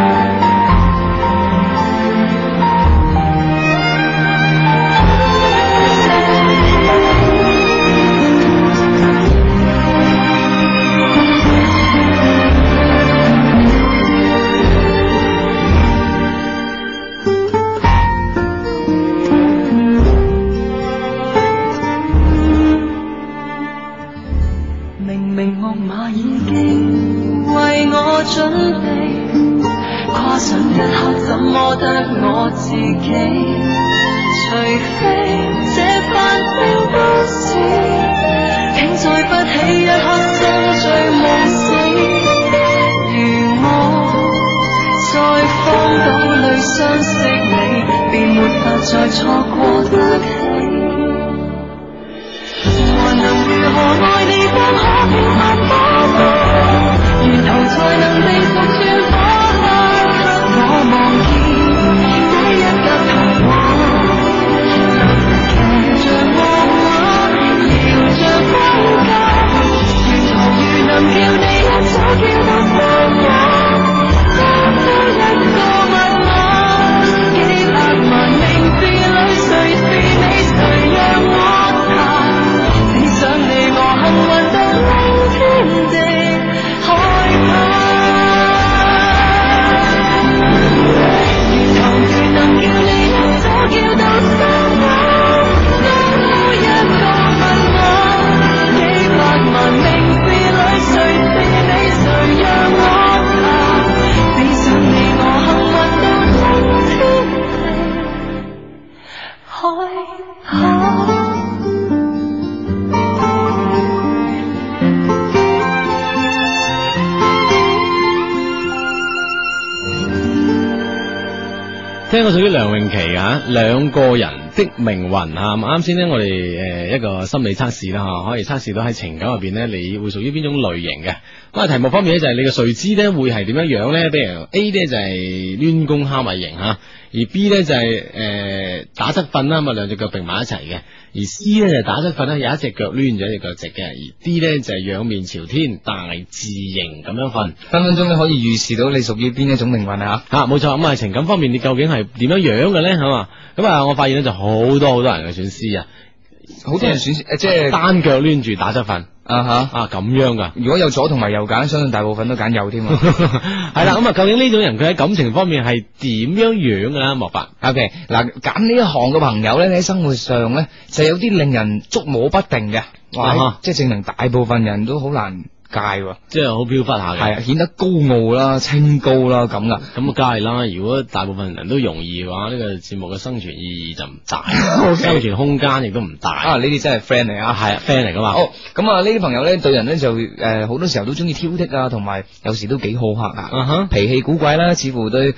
明明木馬已經為我準備，跨上一刻怎麼得我自己？除非這番冰都市，竟再不起一刻爭醉夢死。如我在荒島裏相識你，便沒法再錯過得起。還能如何愛你都可平凡火花，沿途才能被逐寸火花。給我望見這一格童話，騎着木馬，搖着歸家，沿途如能叫你一早叫到山丘，交出一個密碼，幾百萬名字裏誰是你，誰讓我查？只想你我幸運到天地海角，沿途如能叫你一早叫到山丘，高呼一個密碼，幾百萬名字裏誰是你，誰讓我查？只想你我幸運到天地海角。聽過屬於梁詠琪嘅吓，兩個人的命運啊！啱先呢，我哋誒一個心理測試啦吓，可以測試到喺情感入邊呢，你會屬於邊種類型嘅？咁啊，題目方面呢，就係你嘅睡姿呢會係點樣樣呢？比如 A 呢就係攣弓蝦米型吓，啊而 B 呢就係、誒、打側瞓啦，咁啊兩隻腳並埋一齊嘅，而 C 呢就係打側瞓啦，有一隻腳攣咗一隻腳直嘅，而 D 呢就係仰面朝天大字型咁樣瞓。分分鐘都可以預示到你屬於邊一種命運啊！啊，冇錯，咁啊情感方面你究竟係點樣樣嘅咧？係嘛，咁啊我發現咧就好多好多人嘅選 C 啊，好多人選誒，即係單腳攣住打側瞓啊吓。啊咁樣噶，如果有左同埋右揀，相信大部分都揀右添啊。 (laughs) 係啦，咁啊究竟呢種人佢喺感情方面係點樣樣嘅咧？莫凡 OK，嗱，揀呢一行嘅朋友咧，喺生活上咧就有啲令人捉摸不定嘅，啊哇哈！即係證明大部分人都好難戒喎，即係好飄忽下係嘅，啊，顯得高傲啦、清高啦咁噶。咁啊梗係啦，如果大部分人都容易嘅話，呢、個節目嘅生存意義就唔 (laughs) 大，生存空間亦都唔啊，大。呢啲真係 friend 嚟啊！係啊，friend 嚟噶嘛，哦，咁啊，呢啲朋友咧對人咧就誒好多時候都中意挑剔啊，同埋有時都幾好客啊。啊哈，脾氣古怪啦，似乎對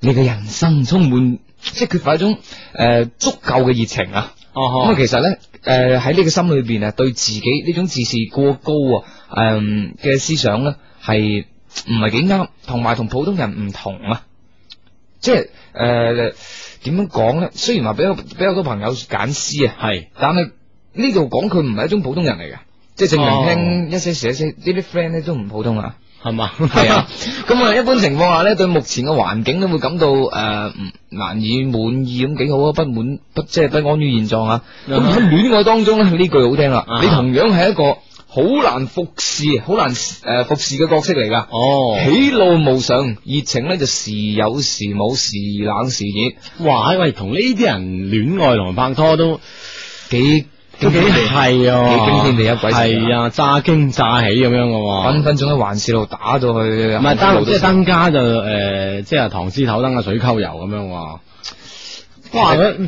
你嘅人生充滿即係缺乏一種誒、呃足夠嘅熱情啊。哦咁啊、呵其實咧誒喺呢個心裏邊啊，對自己呢種自視過高啊誒嘅、思想咧係唔係幾啱，同埋同普通人唔同啊。即係誒點樣講咧？雖然話比較比較多朋友揀 C 啊，係但係呢度講佢唔係一種普通人嚟嘅，即係證明哦聽一些事一些呢啲 friend 咧都唔普通啊。系嘛？係 (laughs) 啊，咁啊，一般情況下咧，對目前嘅環境都會感到诶唔難以滿意，咁幾好啊，不滿不即係不安於現狀啊。咁啊哈喺戀愛當中咧，呢句好聽啦啊哈，你同樣係一個好難服侍、好難诶服侍嘅角色嚟噶。哦，喜怒無常，熱情咧就時有時冇，時冷時熱，哇！喂，同呢啲人戀愛同埋拍拖都幾都幾係啊，幾驚天地泣鬼神係啊，乍驚乍喜咁樣嘅喎分。分鐘喺環市路打到去，唔係路登，即係登家就誒，即係唐詩頭登個水溝油咁樣喎。哇！就係因為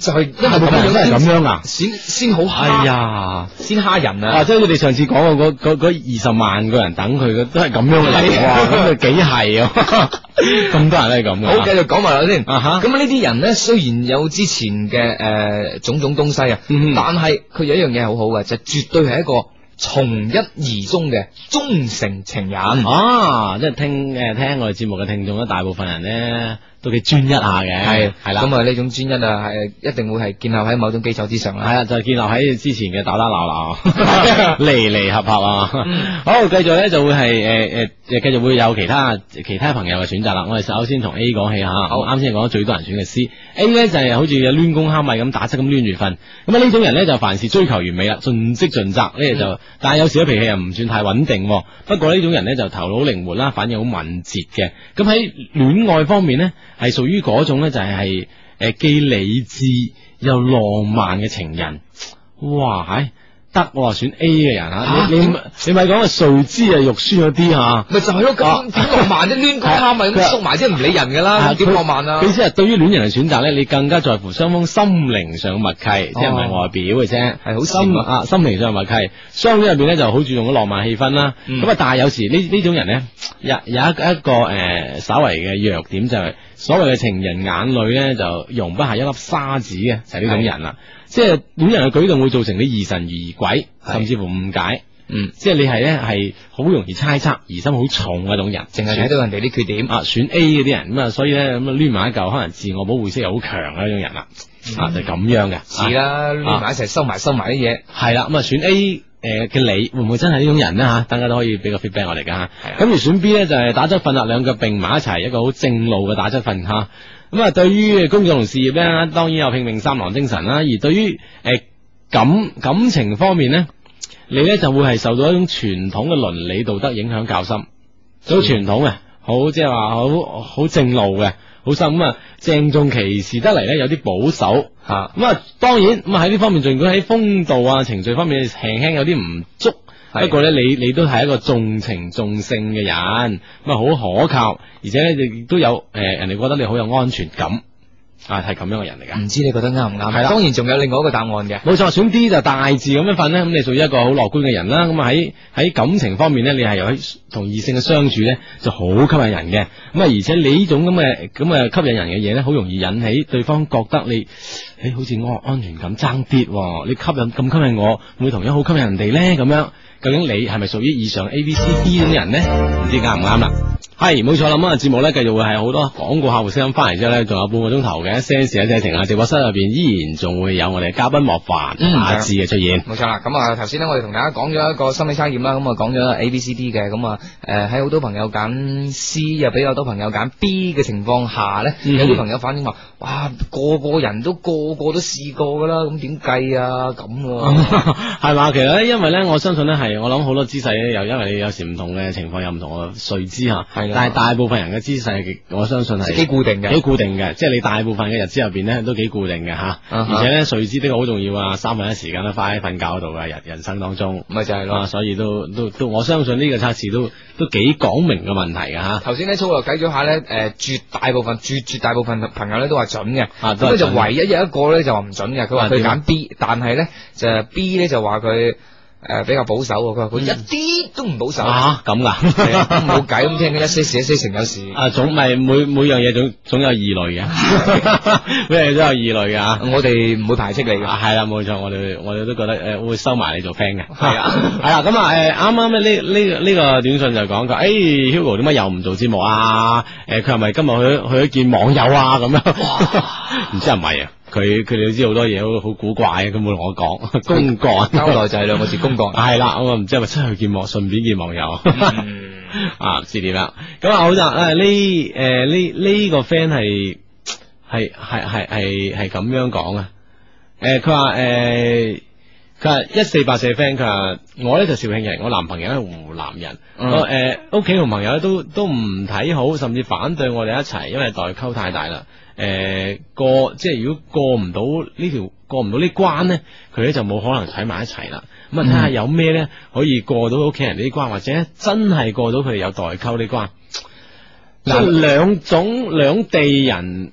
係咪咁樣真係咁樣啊先先好哎蝦，呀！先蝦人啊啊！！即係好似你上次講過嗰嗰嗰二十萬個人等佢，都係咁樣嘅情係啊況，咁佢幾係啊！ (laughs) 咁多人都係咁嘅。好，繼續講埋落先。咁啊哈啊呢啲人咧，雖然有之前嘅诶、呃、种種東西啊，嗯但係佢有一樣嘢好好嘅，就絕對係一個從一而終嘅忠誠情人。啊！即係聽誒聽我哋節目嘅聽眾咧，大部分人咧都幾專一下嘅，係係啦。咁啊呢種專一啊，係一定會係建立喺某種基礎之上系啦。啦，啊就建立喺之前嘅打打鬧鬧，離離合合啊。 (laughs) 好，繼續咧就會係呃诶诶诶，继、續會有其他其他朋友嘅選擇啦。我哋首先同 A 講起吓，我啱先講最多人選嘅 C，A 咧就係好似攣弓蝦米咁打側咁攣住瞓。咁啊呢種人咧就凡事追求完美啦，盡職盡責咧就，但係有時咧脾氣又唔算太穩定喎。不過呢種人咧就頭腦靈活啦，反應好敏捷嘅。咁喺戀愛方面咧，係屬於嗰種咧就係係诶既理智又浪漫嘅情人。哇，係得我話選 A 嘅人啊！你你咪你咪講係誰知啊肉酸嗰啲吓。咪就係咯，咁點浪漫啫？攣公蝦咪啊係啊咁縮埋，即係唔理人噶啦，啊點浪漫啊佢？即係對於戀人嘅選擇咧，你更加在乎雙方心靈上嘅默契，即係唔係外表嘅啫，哦係好心善啊心靈上嘅默契。雙方入邊咧就好注重個浪漫氣氛啦。嗯咁啊、但係有時呢呢種人咧，有有一一個誒、呃稍為嘅弱點就係、所謂嘅情人眼淚咧，就容不下一粒沙子嘅，就係、呢種人啦。即係戀人嘅舉動會造成你疑神疑鬼，係甚至乎誤解。嗯，即係你係咧係好容易猜測，疑心好重嗰種人，淨係睇到人哋啲缺點。啊，選 A 嗰啲人咁啊，所以咧咁啊，攣埋一嚿，可能自我保護意識又好強嘅一種人啦，啊就係咁樣嘅，似啦，攣埋一齊收埋收埋啲嘢，啊，係啦，咁啊選 A 誒嘅你會唔會真係呢種人咧嚇？大家都可以俾個 feedback 我哋噶嚇。咁而選 B 咧就係打側瞓啦，兩腳並埋一齊，一個好正路嘅打側瞓嚇。咁啊，對於工作同事業咧，當然有拼命三郎精神啦。而對於誒感感情方面咧，你咧就會係受到一種傳統嘅倫理道德影響較深，好傳統嘅，好即係話好好正路嘅，好深咁啊，鄭重其事得嚟咧有啲保守。吓咁啊，當然咁啊喺呢方面，儘管喺風度啊、程序方面輕輕有啲唔足，係不過咧你你都係一個重情重性嘅人，咁啊好可靠，而且咧亦都有誒、人哋覺得你好有安全感，啊係咁樣嘅人嚟㗎。唔知你覺得啱唔啱？係啦當然仲有另外一個答案嘅，冇錯，選 D 就大致咁樣瞓咧，咁你屬於一個好樂觀嘅人啦。咁啊喺喺感情方面咧，你係由喺同異性嘅相處咧就好吸引人嘅。咁啊，而且你呢種咁嘅咁嘅吸引人嘅嘢咧，好容易引起對方覺得你，誒、哎好似我安全感爭啲喎，你吸引咁吸引我，會唔會同樣好吸引人哋咧？咁樣究竟你係咪屬於以上 A、B、C、D 咁嘅人咧？唔知啱唔啱啦。係冇錯啦，咁啊節目咧繼續會係好多廣告客户聲音翻嚟之後咧，仲有半個鐘頭嘅 sense 一些情啊，直播室入邊依然仲會有我哋嘅嘉賓莫凡、嗯阿志嘅出現。冇錯啦。咁啊，頭先咧我哋同大家講咗一個心理測驗啦，咁啊講咗 A、B、C、D 嘅，咁啊誒喺好多朋友揀 C，又比較多朋友揀 B 嘅情況下咧，嗯有啲朋友反映話：哇，個個人都個個都試過噶啦，咁點計啊？咁嗯喎， (laughs) 係嘛？其實咧，因為咧，我相信咧係，我諗好多姿勢咧，又因為你有時唔同嘅情況有唔同嘅睡姿嚇，係啊但係大部分人嘅姿勢，我相信自己係固定幾嘅，固定嘅，即係你大部分嘅日子入邊咧都幾固定嘅嚇，啊哈而且咧睡姿的確好重要啊，三分一時間都花喺瞓覺度嘅人人生當中。咪就係啊，咯。所以都都都，我相信呢個測試都都幾講明嘅問題㗎吓。頭先咧粗略計咗下咧，誒、絕大部分絕絕大部分朋友咧都話準嘅，啊咁都係咧就準唯一有一個咧就話唔準嘅，佢啊話佢點啊揀 B，但係咧就 B 咧就話佢誒比較保守喎，佢話嗯佢一啲都唔保守，啊咁係啊噶，咁冇計咁聽佢一些事一些情有時， (laughs) 啊總咪每每樣嘢總總有二 (laughs) 類嘅， (laughs) 每樣嘢都有二類嘅吓。我哋唔會排斥你 (laughs) 嘅，啊，系啦，冇錯，我哋我哋都覺得诶、誒會收埋你做 (laughs) friend 嘅，係啊系啦，咁啊诶，誒啱啱咧呢呢個呢個短信就講佢，诶、Hugo 點解又唔做節目 (laughs) 啊？诶、佢係咪今日去去咗見網友啊？咁樣，唔知係咪啊？佢佢哋都知好多嘢好好古怪嘅，佢冇同我講公幹交代就係兩個字公 (laughs) 幹嗯係啦，我唔知係咪出去見網，順便見網友。啊，唔知點啦。咁啊，好就诶呢诶呢呢個 friend 係係係係係係咁樣講啊。诶，佢話呃诶。佢話一四八四 friend，佢話我咧就肇慶人，我男朋友係湖南人，嗯我誒屋企同朋友都都唔睇好，甚至反對我哋一齊，因為代溝太大啦。誒、過即係如果過唔到呢條過唔到呢關咧，佢咧就冇可能喺埋一齊啦。咁啊睇下有咩咧可以過到屋企人呢關，或者真係過到佢哋有代溝呢關。嗱，兩種兩地人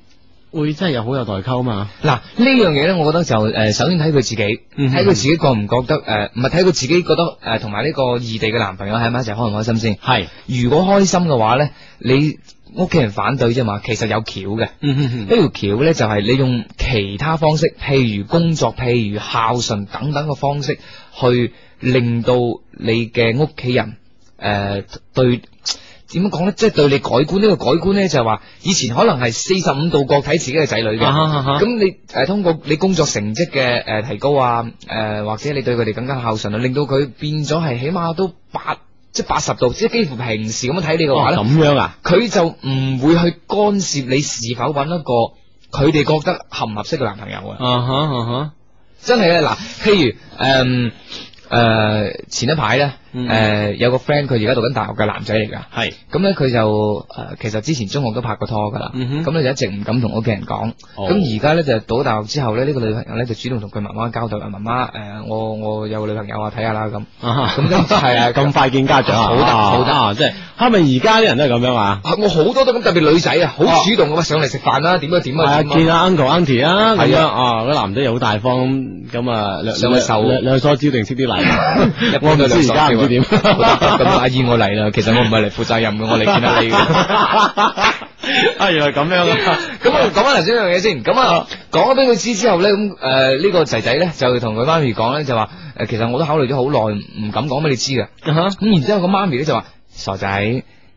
會真係有好有代溝嘛？嗱呢樣嘢咧，我覺得就诶、呃首先睇佢自己，睇嗯哼佢自己覺唔覺得诶，唔係睇佢自己覺得诶，同埋呢個異地嘅男朋友喺埋一齊開唔開心先。係，如果開心嘅話咧，你屋企人反對啫嘛，其實有橋嘅。嗯哼呢條橋咧就係你用其他方式，譬如工作、譬如孝順等等嘅方式，去令到你嘅屋企人诶、呃、对。點樣講咧？即係對你改觀，呢、個改觀咧就係話，以前可能係四十五度角睇自己嘅仔女嘅，啊哈啊哈咁你诶通過你工作成績嘅诶提高啊，诶或者你對佢哋更加孝順啊，令到佢變咗係起碼都八即係八十度，即係幾乎平時咁樣睇你嘅話哦咧，咁樣啊？佢就唔會去干涉你是否揾一個佢哋覺得合唔合適嘅男朋友啊！啊哈啊哈，真係咧，嗱，譬如诶诶、呃前一排咧，嗯诶、有個 friend 佢而家讀緊大學嘅男仔嚟㗎，係，咁咧佢就诶、呃其實之前中學都拍過拖㗎啦，嗯哼咁咧、就一直唔敢同屋企人講。哦咁而家咧就到咗大學之後咧，呢、個女朋友咧就主動同佢媽媽交代，啊媽媽诶、呃我我有個女朋友啊，睇下啦咁。啊咁 (laughs) 就係啊咁快見家長啊，好得好得啊，即係係咪而家啲人都係咁樣啊？啊我好多都咁，特別女仔啊，好哦主動咁啊上嚟食飯啦，點啊點係啊啊，點啊。見下 uncle auntie 啊，咁係樣啊啊，嗰男仔又好大方，咁啊，兩上去手兩兩梳蕉定識啲 (laughs) 禮，我啊 (laughs) 我唔唔知知而而家家唔唔知知點點，。啊 (laughs) 咁阿姨我嚟啦，其實我唔係嚟負責任嘅，我嚟見下你嘅。啊，原來咁樣啊！ (laughs) 咁我講翻頭先一樣嘢先，咁啊講咗俾佢知之後咧，咁誒呢個仔仔咧就同佢媽咪講咧，就話誒其實我都考慮咗好耐，唔敢講俾你知嘅。咁然之後個媽咪咧就話傻仔，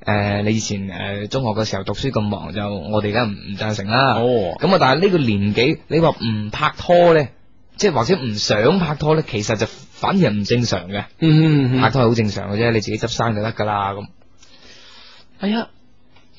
誒、你以前誒、中學嘅時候讀書咁忙，就我哋而家唔唔贊成啦。哦咁啊，但係呢個年紀，你話唔拍拖咧，即係或者唔想拍拖咧，其實就反而係唔正常嘅。 (laughs) 嗯拍拖係好正常嘅啫，你自己執生就得噶啦咁。哎呀，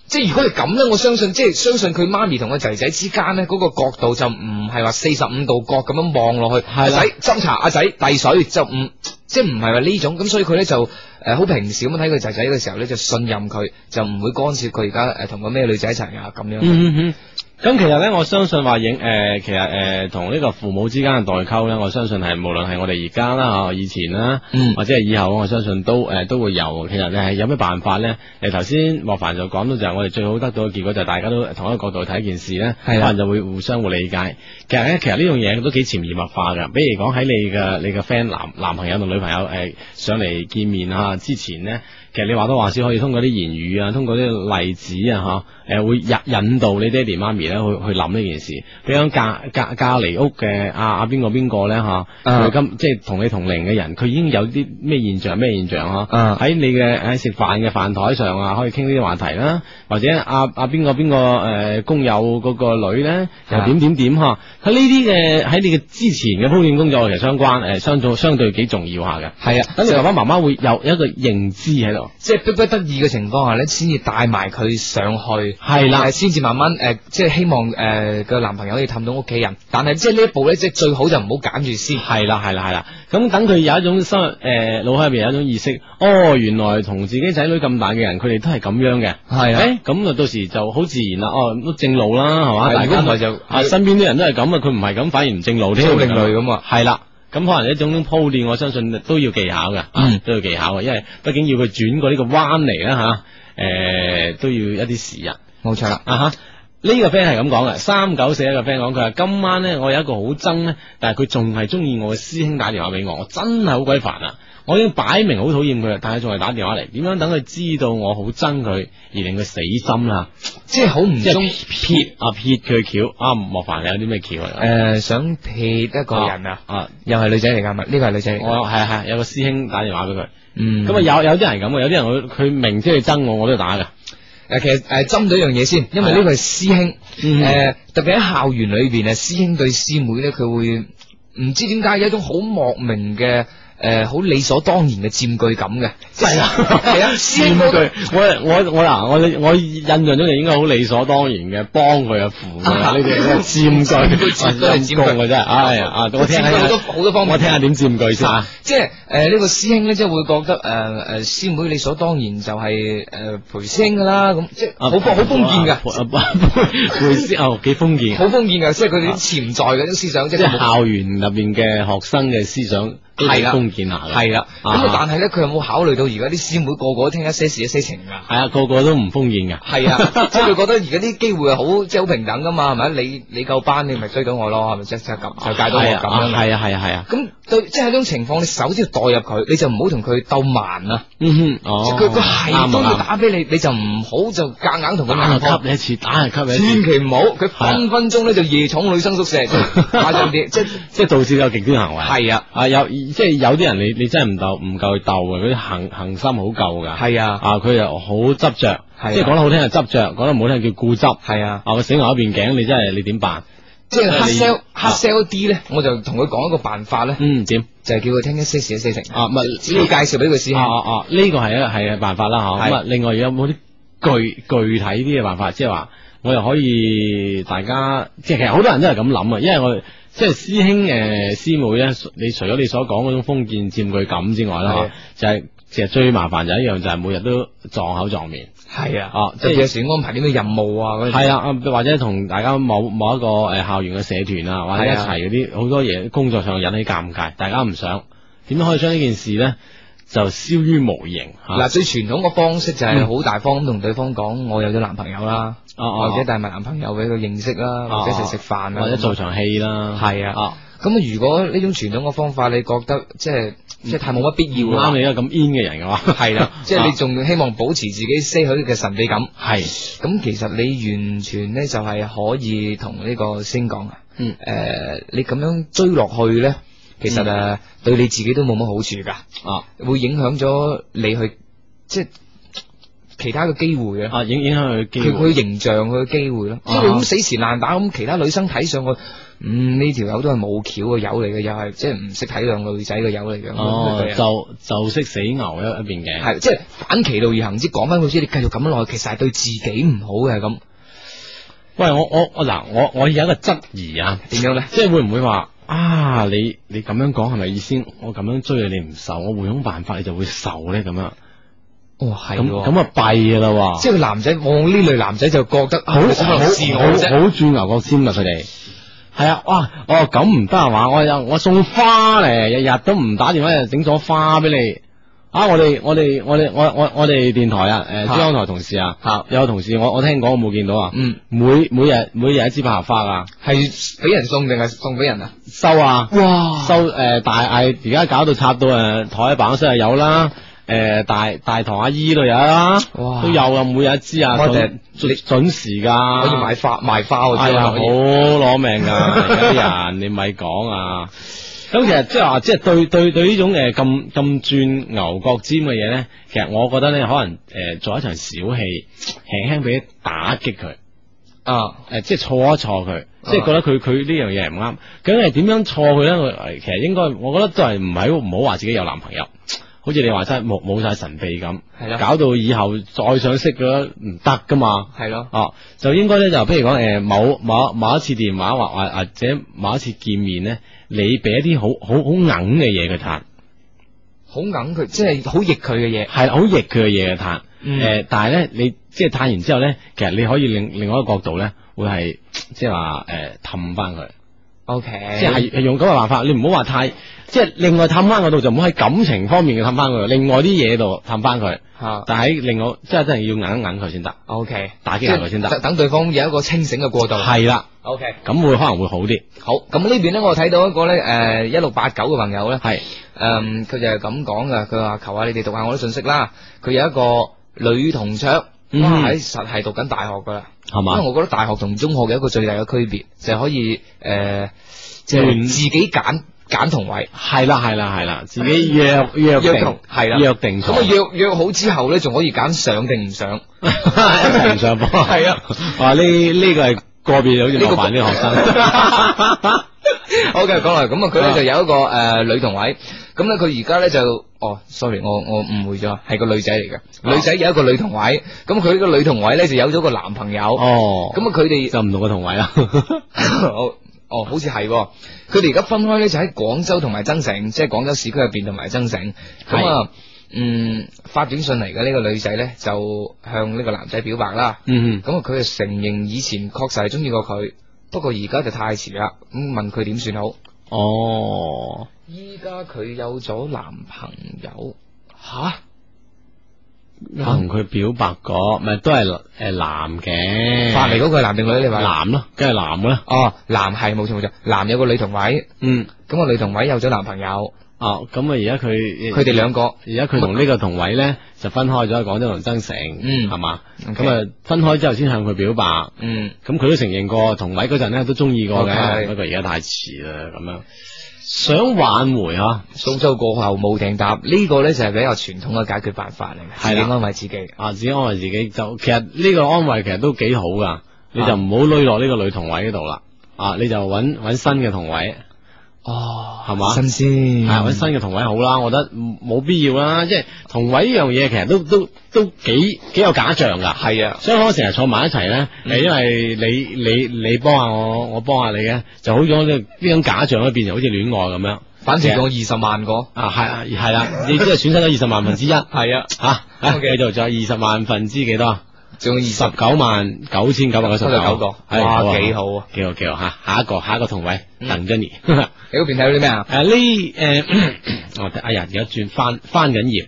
即係如果係咁咧，我相信即係相信佢媽咪同個仔仔之間咧，嗰、個角度就唔係話四十五度角咁樣望落去，阿係啦仔斟茶，阿仔遞水就唔即係唔係話呢種咁，所以佢咧就誒好、平時咁樣睇佢仔仔嘅時候咧，就信任佢，就唔會干涉佢而家誒呃同個咩女仔一齊啊咁樣。嗯嗯嗯。咁其實咧，我相信話影誒，其實誒同呢個父母之間嘅代溝咧，我相信係無論係我哋而家啦、啊嚇以前啦，嗯或者係以後，我相信都誒、呃都會有。其實你係有咩辦法咧？誒頭先莫凡就講到就係我哋最好得到嘅結果就係大家都同一個角度去睇件事咧，可係啦能就會互相互理解。其實咧，其實呢樣嘢都幾潛移默化㗎。比如講喺你嘅你嘅 friend 男男朋友同女朋友誒、呃上嚟見面啊之前咧，其實你話多話少可以通過啲言語啊，通過啲例子啊嚇，誒、會引引導你爹哋媽咪咧去去諗呢件事。比如講隔隔隔離屋嘅阿阿邊個邊個咧嚇，啊佢今即係同你同齡嘅人，佢已經有啲咩現象咩現象嚇。啊喺你嘅喺食飯嘅飯台上啊，可以傾呢啲話題啦，或者阿阿邊個邊個誒工友嗰個女咧，又啊點點點嚇，喺呢啲嘅喺你嘅之前嘅鋪墊工作其實相關誒相對相對幾重要下嘅。係啊，等你爸爸媽媽會有一個認知喺度，即係逼不得已嘅情況下咧，先至帶埋佢上去，係啦呃先至慢慢誒、呃即係希望誒個、男朋友可以氹到屋企人。但係即係呢一步咧，即係最好就唔好揀住先。係啦係啦係啦。咁等佢有一種心誒腦海入邊有一種意識，哦，原來同自己仔女咁大嘅人，佢哋都係咁樣嘅。係誒咁啊，到時就好自然啦，哦，都正路啦，係嘛？係大如果家唔都係就啊，身邊啲人都係咁啊，佢唔係咁，反而唔正路添，好另類咁啊係啦。咁可能一種鋪墊，我相信都要技巧嘅，啊嗯都要技巧嘅，因為畢竟要佢轉過呢個彎嚟啦吓，誒都要一啲時日。冇錯啦。啊哈！呢個 friend 係咁講嘅，三九四一個 friend 講，佢話今晚呢，我有一個好憎呢，但係佢仲係中意我嘅師兄打電話俾我，我真係好鬼煩啊！我已經擺明好討厭佢啦，但係佢仲係打電話嚟，點樣等佢知道我好憎佢，而令佢死心啦？即係好唔即中係撇啊撇佢橋啊！莫凡你有啲咩橋嚟㗎？诶、想撇一個人啊，啊！又係女仔嚟噶嘛？呢個係女仔嚟我㗎，係係有個師兄打電話俾佢，嗯，咁啊有有啲人咁嘅，有啲人佢佢明知佢憎我，我都打嘅，诶，其實诶針對一樣嘢先，因為呢個係師兄，啊嗯诶特別喺校園裏边啊，師兄對師妹咧，佢會唔知點解有一種好莫名嘅诶，好理所當然嘅佔據感嘅，真係啊係啊， (laughs) 師兄嗰個佢，我我我嗱，我我印象中就應該好理所當然嘅，幫佢啊扶佢啊，啊呢啲真係佔據，絕對係佔據陰公啊真係，唉啊，我聽佔下據好多好多方面我聽下點佔據先啊。即係诶呢個師兄咧，即係會覺得诶诶師妹理所當然就係诶陪師兄噶啦，咁啊即係好封好封建噶，嘅，會先哦幾封建，好封建噶，即係佢哋啲潛在嘅啲思想，即即係係冇校園入邊嘅學生嘅思想都係幾啦封建下嘅，係啦。咁啊啊，但係咧，佢有冇考慮到而家啲師妹個個都聽一些事一些情㗎？係啊，個個都唔封建㗎。係 (laughs) 啊，即係佢覺得而家啲機會係好即係好平等㗎嘛，係咪？你你夠班，你咪追到我咯，係咪？即係咁就戒到我 (laughs) 係啊咁樣。係啊係啊係啊，咁對，即係呢種情況，你首先要代入佢，你就唔好同佢鬥慢啊！嗯哼，哦，即係佢佢係啱都要啊打俾你，你就唔好就夾硬同佢啱啊硬打係碰吸。你一次，打係吸你一千次，祈唔好，佢係啊分分鐘咧就夜闖女生宿舍，誇張 (laughs) 啲，即係即係導致有極端行為。係啊，啊有即係有啲人你你真係唔鬥唔夠去鬥嘅，佢啲恒恒心好夠㗎。係啊，啊，佢又好執着，係啊即係講得好聽係執着，講得唔好聽叫固執。係啊。啊，佢死牛一邊頸，你真係你點辦？即係黑你 sell 啊黑 sell 啲咧，我就同佢講一個辦法咧，嗯，點就係叫佢聽一些事一些情，啊？咪只要介紹俾佢先。啊啊啊！呢個係一係辦法啦嚇。咁啊係，另外有冇啲具具體啲嘅辦法？即係話我又可以大家，即係其實好多人都係咁諗啊，因為我。即係師兄誒、呃師妹咧，你除咗你所講嗰種封建佔據感之外啦係，就係其實最麻煩就係一樣，就係每日都撞口撞面。係啊，啊特別有時安排啲咩任務啊嗰啲。係啦，啊或者同大家某某一個誒校園嘅社團啊，或者一係啊齊嗰啲好多嘢工作上引起尷尬，大家唔想點樣可以將呢件事咧就消於無形嚇。嗱，最傳統嘅方式就啊嗯係好大方咁同對方講，我有咗男朋友啦，啊啊或者帶埋男朋友俾佢認識啦，啊或者一齊食飯啊，或者咁做場戲啦，係啊咁啊，如果呢種傳統嘅方法，你覺得即係即係太冇乜必要要啦嗯啱，你一個咁 in 嘅人嘅話，啊係 (laughs) 啦，即係你仲希望保持自己些許嘅神秘感，係 (laughs) 咁其實你完全咧就係可以同呢個星講啊，嗯誒、你咁樣追落去咧，其實誒、嗯對你自己都冇乜好處噶，啊會影響咗你去即係其他嘅機會啊，啊影影響佢嘅機佢會佢形象佢嘅機會咯，即係啊佢咁死纏爛打咁，其他女生睇上去，嗯呢條友都係冇橋嘅友嚟嘅，又係即係唔識體諒女仔嘅友嚟嘅，哦咁樣，就就識死牛一一邊嘅，係即係反其道而行之，講翻佢知，你繼續咁樣落去，其實係對自己唔好嘅咁，喂我我我嗱我我有一個質疑啊。點樣咧？即系会唔会话啊？你你咁样讲系咪意思？我咁样追你，你唔受，我换種辦法你就會受咧咁樣。哦，系咁咁啊弊噶啦喎！即係個男仔望呢類男仔就覺得啊好好自我好啫，好轉牛角尖啊！佢哋係啊，哇！哦咁唔得啊嘛！我有我送花嚟，日日都唔打電話，又整咗花俾你。啊！我哋我哋我哋我我我哋電台啊，誒嚇珠江台同事啊嚇，有個同事我我聽講我冇見到啊，嗯，每每日每日一支百合花啊，係俾人送定係送俾人啊？收啊！哇收誒、呃大嗌，而家搞到插到誒台板室又有啦，誒、大大堂阿姨都有啦，哇都有啊，每日一支啊，我準哋準準時可噶，以買花賣花喎，哎真係呀，啊好可以攞命噶，而家啲人你咪講啊！咁其實即係話，即係對對對呢種誒咁咁轉牛角尖嘅嘢咧，其實我覺得咧，可能誒、呃做一場小戲，輕輕俾打擊佢。啊！诶、即係錯一錯佢，即係覺得佢佢呢樣嘢係唔啱。究竟係點樣錯佢咧？我誒其實應該，我覺得都係唔係唔好話自己有男朋友，好似你話齋冇冇晒神秘咁，係啊咯搞到以後再想識佢唔得噶嘛。係咯，哦，就應該咧就譬如講誒、某某某一次電話或或或者某一次見面咧，你俾一啲好好好硬嘅嘢佢彈，好硬佢，即係好逆佢嘅嘢，係好逆佢嘅嘢佢彈。誒、嗯但係咧你即係彈完之後咧，其實你可以另另外一個角度咧，會係即係話誒氹翻佢。 ，OK，即係係用咁嘅辦法，你唔好話太，即係另外氹翻嗰度就唔好喺感情方面嘅氹翻佢，另外啲嘢度氹翻佢，嚇但喺另外即係真係要硬一硬佢先得， ，OK，打擊下佢先得即係等對方有一個清醒嘅過渡。係啦， ，OK，咁會可能會好啲，好。咁呢邊咧，我睇到一個咧，誒一六八九嘅朋友咧，係誒佢就係咁講噶，佢話求下你哋讀下我啲信息啦。佢有一個女同桌，哇，嗯喺實係讀緊大學噶啦。係因為嘛？我覺得大學同中學嘅一個最大嘅區別就係可以誒，呃即、係亂自己揀揀同位。系啦系啦系啦，自己約約約定同係啦約定咁咗啊，約約好之後咧，仲可以揀上定唔上。 (laughs) 一齊唔上課啊 (laughs) 係啊，哇呢呢個係個別好似麻煩呢個學生，好嘅，講嚟咁啊，佢啊咧就有一個诶、呃女同位，咁咧佢而家咧就，哦，sorry，我我誤會咗，係個女仔嚟嘅，女仔有一個女同位，咁佢呢個女同位咧就有咗個男朋友，咁啊 (laughs) 哦，佢哋，就唔同個同 (laughs) 位啦，哦哦，好似係喎，佢哋而家分開咧就喺廣州同埋增城，即係廣州市區入邊同埋增城，咁啊，嗯，發短信嚟嘅呢個女仔咧就向呢個男仔表白啦。嗯咁啊，佢就承認以前確實係中意過佢，不過而家就太遲啦。咁問佢點算好？哦，依家佢有咗男朋友，吓？嗯同佢表白過，咪都係誒男嘅，發嚟嗰個係男定女？你話？男咯，梗係男嘅啦，哦，男係冇錯冇錯，男有個女同位，嗯，咁個女同位有咗男朋友，哦，咁啊而家佢佢哋兩個，而家佢同呢個同位咧就分開咗廣州同增城，嗯係嘛， OK 咁啊分開之後先向佢表白。嗯，咁佢都承認過，同位嗰陣咧都中意過 OK 嘅，不過而家太遲啦，咁樣想挽回啊，蘇州過後冇艇搭，呢、個呢就係比較傳統嘅解決辦法嚟嘅，係啦自己安慰自己。啊，自己安慰自己就，其實呢個安慰其實都幾好噶，啊你就唔好累落呢個女同位嗰度啦，啊，你就揾揾新嘅同位，哦，係嘛新係鮮，揾新嘅同位好啦，我覺得冇必要啦，即係同位呢樣嘢其實都都都幾幾有假象噶，係啊，所以我成日坐埋一齊咧，嗯係因為你你你幫下我，我幫下你嘅，就好似我呢呢種假象咧變成好似戀愛咁樣。反正我二十萬個，啊，係啊，係啦，你都係損失咗二十萬分之一吓，係啊，啊 OK 繼續仲有二十萬分之幾多啊？仲有二十十九萬九千九百九十九九個，係哇，幾好啊！幾好幾好吓，下一個下一個同位嗯鄧珍 (laughs) 妮，誒呢你嗰邊睇到啲咩啊？誒， (coughs) 我睇哎呀，而家轉翻翻緊頁。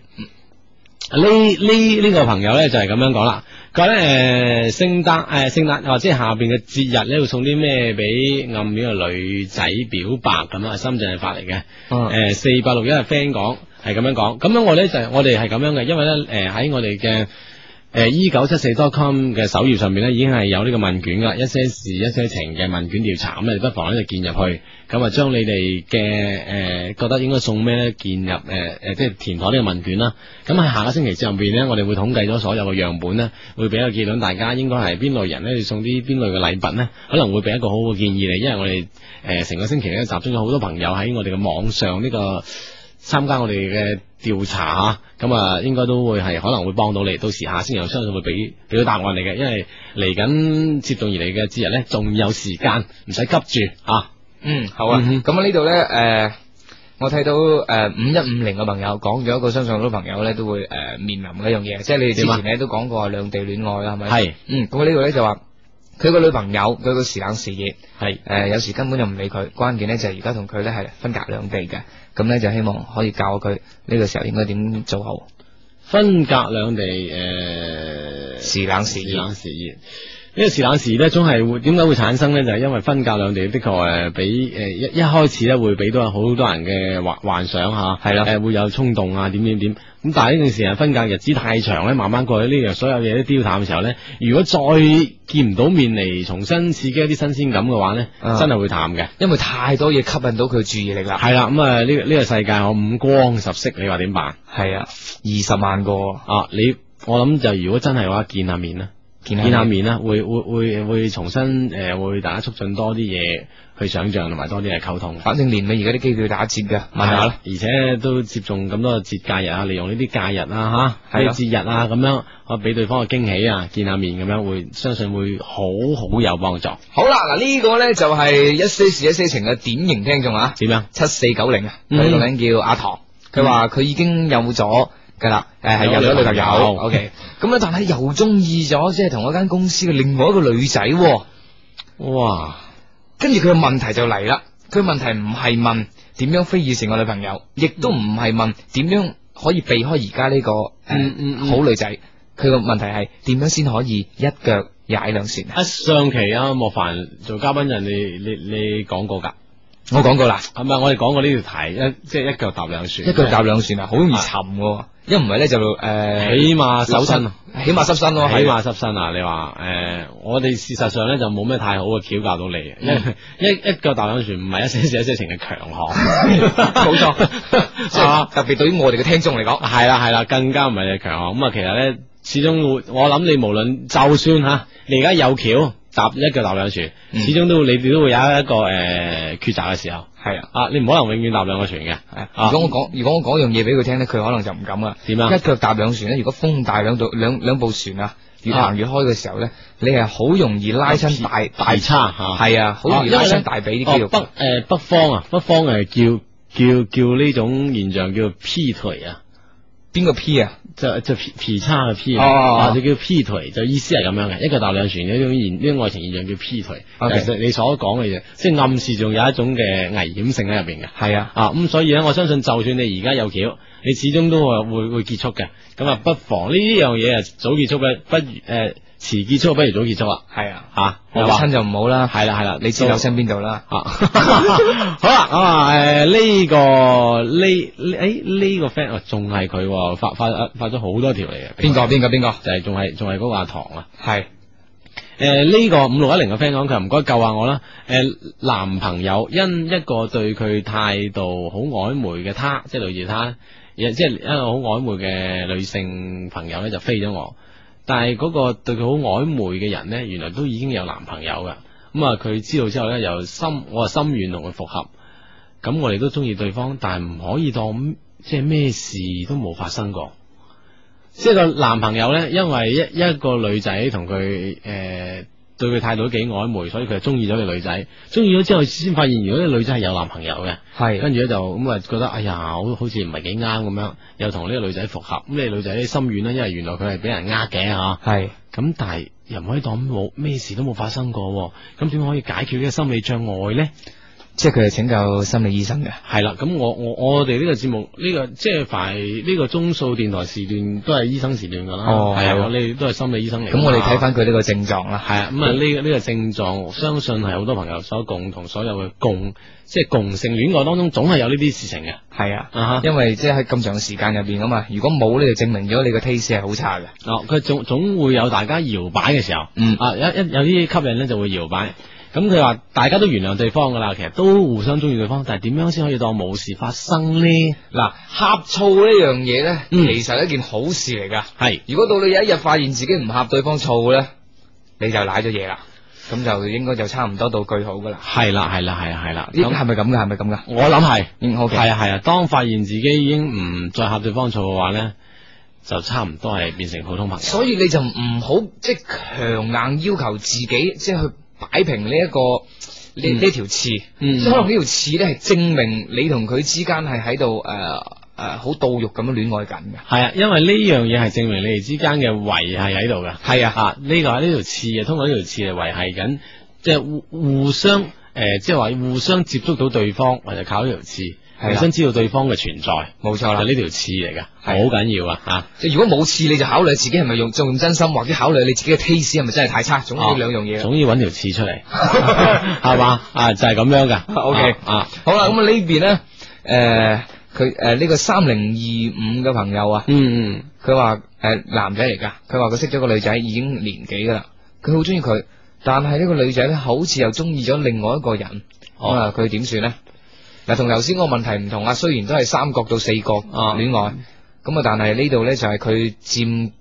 呢呢呢個朋友咧就係咁樣講啦，佢咧誒聖誕誒聖誕或者下邊嘅節日咧會送啲咩俾暗戀嘅女仔表白咁啊，深圳係發嚟嘅。嗯誒呃四八六一嘅 friend 講係咁樣講，咁樣我咧就係我哋係咁樣嘅，因為咧誒喺我哋嘅誒 e 九七四 .com 嘅首頁上面咧已經係有呢個問卷噶，一些事一些情嘅問卷調查，咁你不妨咧就建入去，咁啊將你哋嘅誒呃覺得應該送咩咧建入誒誒、呃即係填妥呢個問卷啦。咁喺下個星期上邊咧，我哋會統計咗所有嘅樣本咧，會俾一個結論，大家應該係邊類人咧，要送啲邊類嘅禮品咧，可能會俾一個好好嘅建議你，因為我哋誒呃成個星期咧集中咗好多朋友喺我哋嘅網上呢、個參加我哋嘅調查嚇，咁啊應該都會係可能會幫到你，到時下星期我相信會俾俾到答案你嘅，因為嚟緊接踵而嚟嘅節日咧，仲有時間，唔使急住嚇。啊嗯，好啊。嗯哼咁啊呢度咧，诶、我睇到诶五一五零嘅朋友講咗一個相信好多朋友咧都會诶、呃面臨嘅一樣嘢，即係你哋之前咧都講過兩地戀愛啊啦，係咪？係。嗯，咁啊呢度咧就話佢個女朋友佢個時冷時熱，係诶、呃有時根本就唔理佢，關鍵咧就係而家同佢咧係分隔兩地嘅，咁咧就希望可以教下佢呢個時候應該點做好。分隔兩地誒。時冷時時熱冷，時熱。呢個時冷時咧，總係會點解會產生咧？就係、因為分隔兩地，的確誒俾誒一一開始咧會俾到好多人嘅幻幻想嚇，係啦誒會有衝動啊點點點。咁但係呢段時間分隔日子太長咧，慢慢過去呢樣所有嘢都丟淡嘅時候咧，如果再見唔到面嚟重新刺激一啲新鮮感嘅話咧，啊真係會淡嘅。因為太多嘢吸引到佢注意力啦。係啦，咁啊呢個呢個世界我五光十色，你話點辦係啊，二十萬個啊？你我諗就如果真係話見下面啦。見見下面啦，會會會會重新誒、呃，會大家促進多啲嘢去想像同埋多啲嘅溝通。啊反正年尾而家啲機票打折嘅，問下啦。，而且都接中咁多節假日啊，利用呢啲假日啊嚇，係呢咯啲節日啊咁樣，可以俾對方嘅驚喜啊，見下面咁樣會相信會好好有幫助。好啦，嗱呢個呢就係一些事一些情嘅典型聽眾啊，點樣？七四九零啊，嗯佢個名叫阿唐，佢話佢已經有咗噶啦，誒係有嗯有咗女女朋朋友友，OK，咁啊咧但係又中意咗即係同一間公司嘅另外一個女仔喎，哇！跟住佢嘅問題就嚟啦，佢嘅問題唔係問點樣非議成我女朋友，亦都唔係問點樣可以避開而家呢個誒、嗯嗯嗯好女仔，佢個問題係點樣先可以一腳踩兩船啊？啊，上期啊，莫凡做嘉賓人，你你你講過㗎，啊我講過啦。係咪？我哋講過呢條題，一即係一腳踏兩船，一腳踏兩船啊，好容易沉嘅喎，一唔係咧就誒啊起碼手震啊，起起碼濕身咯，起係碼濕身啊！你話诶、誒我哋事實上咧就冇咩太好嘅橋教到你，因嗯為一一腳踏兩船唔係一些事一些情嘅強 (laughs) 項， (laughs) 冇錯，即係嘛係特別對於我哋嘅聽眾嚟講，係啦係啦，更加唔係你強項。咁啊，其實咧，始終會我諗你無論就算吓，你而家有橋搭一腳踏兩船，嗯始終都會你哋都會有一個诶、抉擇嘅時候。係啊。啊，你唔可能永遠搭兩個船嘅。係啊啊如果我講，如果我講樣嘢俾佢聽咧，佢可能就唔敢啦。點啊一腳踏兩船咧，如果風大兩度兩兩部船啊，越行越開嘅時候咧，你係好容易拉親大大大差吓，係啊，好容易拉親大髀啲肌哦肉。北诶北方啊，北方诶叫叫叫呢種現象叫劈腿啊。邊個 P 啊？就就劈劈叉嘅劈，啊哦哦或哦者叫劈腿，就意思係咁樣嘅，一個搭兩船呢種現呢種愛情現象叫劈腿，其 OK 實你所講嘅嘢，即係暗示仲有一種嘅危險性喺入邊嘅。係啊，啊，咁所以咧，我相信就算你而家有橋，你始終都會會會結束嘅。咁啊，不妨呢樣嘢啊，早結束嘅，不如誒遲結束，不如早結束啊！係啊，嚇，我係嘛親就唔好啦。係啦係啦，你知到道身邊度啦。啊，好啦，咁啊， (laughs) 诶呢個呢呢诶呢個 friend 哦仲係佢喎發發發咗好多條嚟嘅，邊個？邊個？邊個？就係仲係仲係嗰個阿唐啊。係诶、呃呢、個五六一零嘅 friend 講佢話唔該救下我啦。诶、男朋友因一個對佢態度好曖昧嘅他，即係類似他，亦即係一個好曖昧嘅女性朋友咧就飛咗我。但係嗰個對佢好曖昧嘅人呢，原來都已經有男朋友噶。咁啊，佢知道之後呢，又心我啊心軟同佢復合。咁我哋都中意對方，但係唔可以當即係咩事都冇發生過。即係個男朋友呢，因為一一個女仔同佢诶對佢態度都幾曖昧，所以佢就中意咗個女仔。中意咗之後，先發現原來呢個女仔係有男朋友嘅。係跟住咧就咁啊，覺得哎呀，好好似唔係幾啱咁樣，又同呢個女仔復合。咁你女仔呢心軟啦，因為原來佢係俾人呃嘅吓。係咁但係又唔可以當冇咩事都冇發生過喎，咁點可以解決呢個心理障礙呢？即係佢係拯救心理醫生嘅。係啦，咁我我我哋呢個節目呢、個即係凡係呢個鐘數電台時段都係醫生時段㗎啦，哦係係喎啊，你都係心理醫生嚟㗎嘛。咁我哋睇翻佢呢個症狀啦。係啊，咁啊呢個呢個症狀，相信係好多朋友所共同所有嘅共，即係共性戀愛當中總係有呢啲事情嘅。係啊。啊哈因為即係喺咁長嘅時間入邊啊嘛，如果冇咧就證明咗你個 taste 係好差嘅。哦，佢總總會有大家搖擺嘅時候，嗯啊，一一有啲吸引咧就會搖擺。咁佢話大家都原諒對方噶啦，其實都互相中意對方，但係點樣先可以當冇事發生呢？嗱，呷醋呢樣嘢咧，嗯其實係一件好事嚟噶。係如果到你有一日發現自己唔呷對方醋咧，你就舐咗嘢啦，咁就應該就差唔多到句號噶啦。係啦係啦係啦係啦，咦，咁係咪咁噶？係咪咁噶？我諗係嗯，OK，係啊係啊，當發現自己已經唔再合對方醋嘅話咧，就差唔多係變成普通朋友。所以你就唔好即係強硬要求自己，即係去擺平呢、一個呢嗯呢條刺。嗯即係可能呢條刺咧係證明你同佢之間係喺度诶诶好到肉咁樣戀愛緊嘅。係啊，因為呢樣嘢係證明你哋之間嘅維係喺度噶。係啊，啊，呢、個係呢條刺嘅，通過呢條刺嚟啊維係緊，即係互互相诶、呃即係話互相接觸到對方，或者靠呢條刺，係互啦相知道對方嘅存在，冇錯就啦係。呢條刺嚟噶，好係緊要啊吓。即係如果冇刺，你就考慮自己係咪用仲用真心，或者考慮你自己嘅 taste 係咪真係太差，總之呢兩樣嘢啦。啊總要揾條刺出嚟， (laughs) 係嘛啊，就係、咁樣噶。 OK 啊，好啦，咁啊呢邊咧，诶，佢诶呢個三零二五嘅朋友啊，嗯嗯，佢話诶男仔嚟㗎，佢話佢識咗個女仔已經年幾㗎啦，佢好中意佢，但係呢個女仔咧好似又中意咗另外一個人，哦咁啊佢點算咧？嗱，同頭先個問題唔同啊，雖然都係三角到四角啊戀愛，咁啊但係呢度咧就係佢佔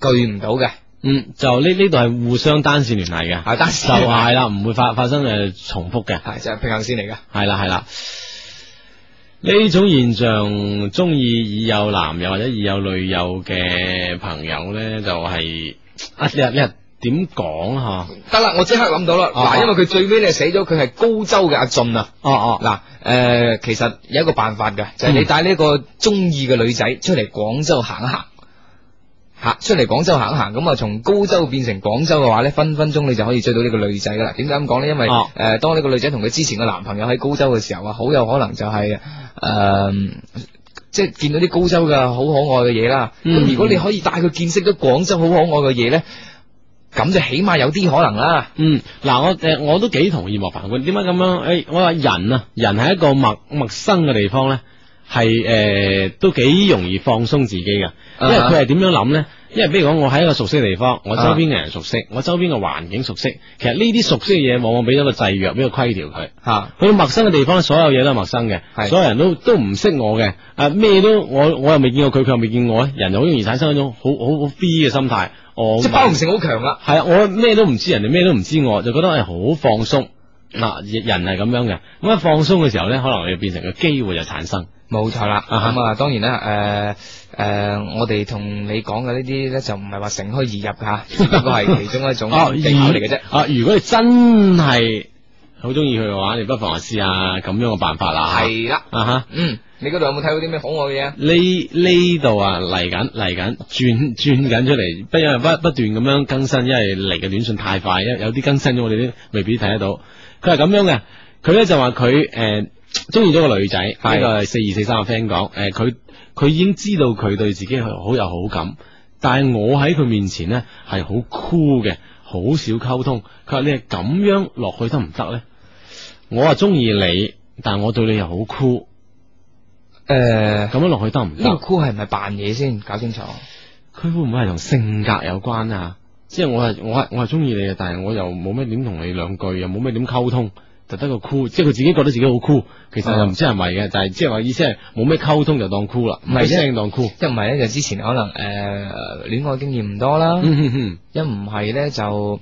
據唔到嘅，嗯，就呢呢度係互相單線聯繫嘅，啊單 (laughs) 就線聯繫係啦，唔會發發生诶重複嘅。係就係平衡線嚟㗎。系啦系啦，呢種現象，中意已有男友或者已有女友嘅朋友咧，就係啊你你係點講啊？得啦，我即刻諗到啦，啊嗱，因為佢最尾咧寫咗佢係高州嘅阿俊啊，哦哦，嗱，诶，其實有一個辦法嘅，就係你嗯帶呢個中意嘅女仔出嚟廣州行一行，吓出嚟廣州行一行，咁啊從高州變成廣州嘅話咧，分分鐘你就可以追到呢個女仔噶啦。點解咁講咧？因為哦诶，当呢個女仔同佢之前嘅男朋友喺高州嘅時候啊，好有可能就係诶。即係見到啲高州嘅好可愛嘅嘢啦，咁、嗯如果你可以帶佢見識到廣州好可愛嘅嘢咧，咁就起碼有啲可能啦。嗯，嗱我诶我都哎幾同意莫凡佢點解咁樣？诶、我話人啊，人係一個陌陌生嘅地方咧，係诶、呃都幾容易放鬆自己嘅，因為啊佢係點樣諗呢？因為比如講，我喺一個熟悉嘅地方，我周啊邊嘅人熟悉，我周邊嘅環境熟悉，其實呢啲熟悉嘅嘢往往俾咗個制約，俾個規條佢。吓去到陌生嘅地方，所有嘢都係陌生嘅，係所有人都都唔識我嘅，啊咩都我我又未見過佢，佢又未見我，人就好容易產生一種好好好 B 嘅心態，我即系包容性好強啦。系啊，我咩都唔知，人哋咩都唔知我，就覺得係好放鬆。嗱，人係咁樣嘅，咁一放鬆嘅時候咧，可能你變成個機會就產生。冇錯啦，啊哈咁啊，當然啦，誒、誒，我哋同你講嘅呢啲咧，就唔係話乘虛而入 (laughs) 嚇，只不過係其中一種技巧嚟嘅啫。而啊，如果你真係好中意佢嘅話，你不妨試下咁樣嘅辦法啦。係啦，啊哈，嗯，你嗰度有冇睇到啲咩可愛嘅嘢啊？呢呢度啊嚟緊嚟緊轉 (laughs) 轉緊出嚟，不因為不不斷咁樣更新，因為嚟嘅短信太快，有有啲更新咗我哋都未必睇得到。佢係咁樣嘅，佢咧就話佢诶中意咗個女仔，呢係個係四二四三嘅 friend 講，诶佢佢已經知道佢對自己係好有好感，但係我喺佢面前呢係好酷嘅，好少溝通。佢話你係咁樣落去得唔得呢？我啊中意你，但我對你又好酷，誒、咁樣落去得唔呢個得？箍係咪扮嘢先？搞清楚。佢會唔會係同性格有關啊？即係我係我係我係中意你嘅，但係我又冇咩點同你兩句，又冇咩點溝通，就得個酷，即係佢自己覺得自己好酷，其實又唔知係咪嘅，但係即係話意思係冇咩溝通就當酷啦，唔唔係係啫聲當酷。一唔係咧，就之前可能誒、戀愛經驗唔多啦。嗯哼哼一唔係咧就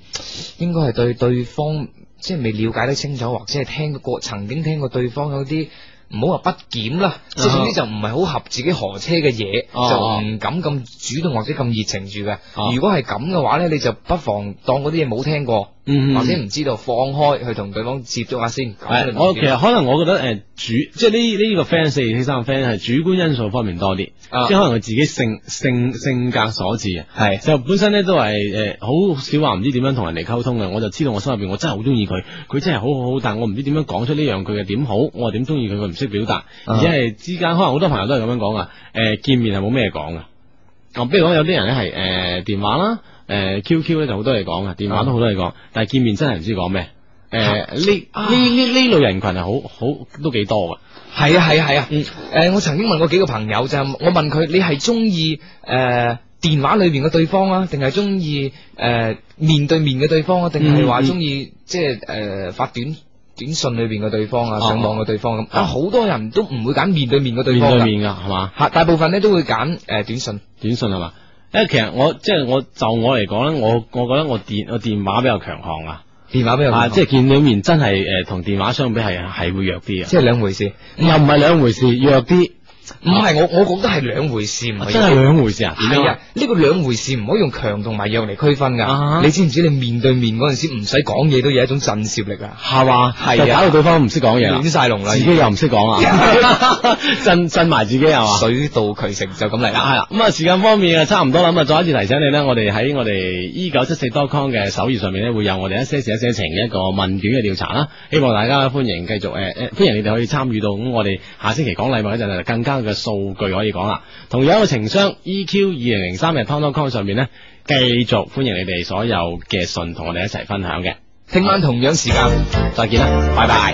應該係對對方即係未了解得清楚，或者係聽過曾經聽過對方有啲唔好話不檢啦，啊即係總之就唔係好合自己河車嘅嘢，哦就唔敢咁主動或者咁熱情住嘅。哦如果係咁嘅話咧，你就不妨當嗰啲嘢冇聽過，嗯或者唔知道，放開去同對方接觸下先。係，啊我其實可能我覺得誒、主，即係呢呢個 friend 四二四三 friend 係主觀因素方面多啲，啊即係可能佢自己性性性格所致啊嘅。係就本身咧都係誒好少話唔知點樣同人哋溝通嘅，我就知道我心入邊我真係好中意佢，佢真係好好好，但我唔知點樣講出呢樣佢嘅點好，我點中意佢，佢唔識表啊達，而且係之間可能好多朋友都係咁樣講啊，誒、見面係冇咩講噶。啊，比如講有啲人咧係誒呃電話啦，誒、QQ 呃咧就好多嘢講嘅，啊電話都好多嘢啊講，但係見面真係唔知講咩。誒呢呢呢呢類人群係好好都幾多嘅。係啊係啊係啊。嗯，誒、我曾經問過幾個朋友就係我問佢你係中意誒電話裏面嘅對方啊，定係中意誒面對面嘅對方啊，定係話嗯嗯中意即係誒發短短信裏邊嘅對方啊，哦上網嘅對方咁啊，好多人都唔會揀面對面嘅對面方對㗎，面㗎係嘛？嚇大部分咧都會揀誒、呃短信，短信係嘛？因為其實我即係我就我嚟講咧，我我覺得我電我電話比較強項啊，電話俾我啊即係係見到面真係誒同電話相比係係會弱啲啊嘅，即係兩回事，又唔係兩回事，弱啲唔係我我覺得係兩回事，唔係真係兩回事啊？點係樣啊啊？，呢個兩回事唔可以用強同埋弱嚟區分啊㗎。你知唔知你面對面嗰陣時唔使講嘢都有一種震懾力啊？係嘛？係啊就搞到對方唔識講嘢啦亂，晒龍啦 (laughs) 自，己又唔識講 (laughs) 啊，震震埋自己係嘛？水到渠成就咁嚟係啦。啦，咁啊時間方面啊差唔多啦，咁啊再一次提醒你咧，我哋喺我哋 e 九七四 .com 嘅首頁上面咧，會有我哋一些事一些情嘅一個問卷嘅調查啦，希望大家歡迎繼續誒誒、呃歡迎你哋可以參與到，咁我哋下星期講禮物嗰陣就更加嘅數據可以講啦。同樣嘅情商 EQ 二零零三嘅 tom.com 上面咧，繼續歡迎你哋所有嘅信同我哋一齊分享嘅，聽晚同樣時間。再見啦，拜拜。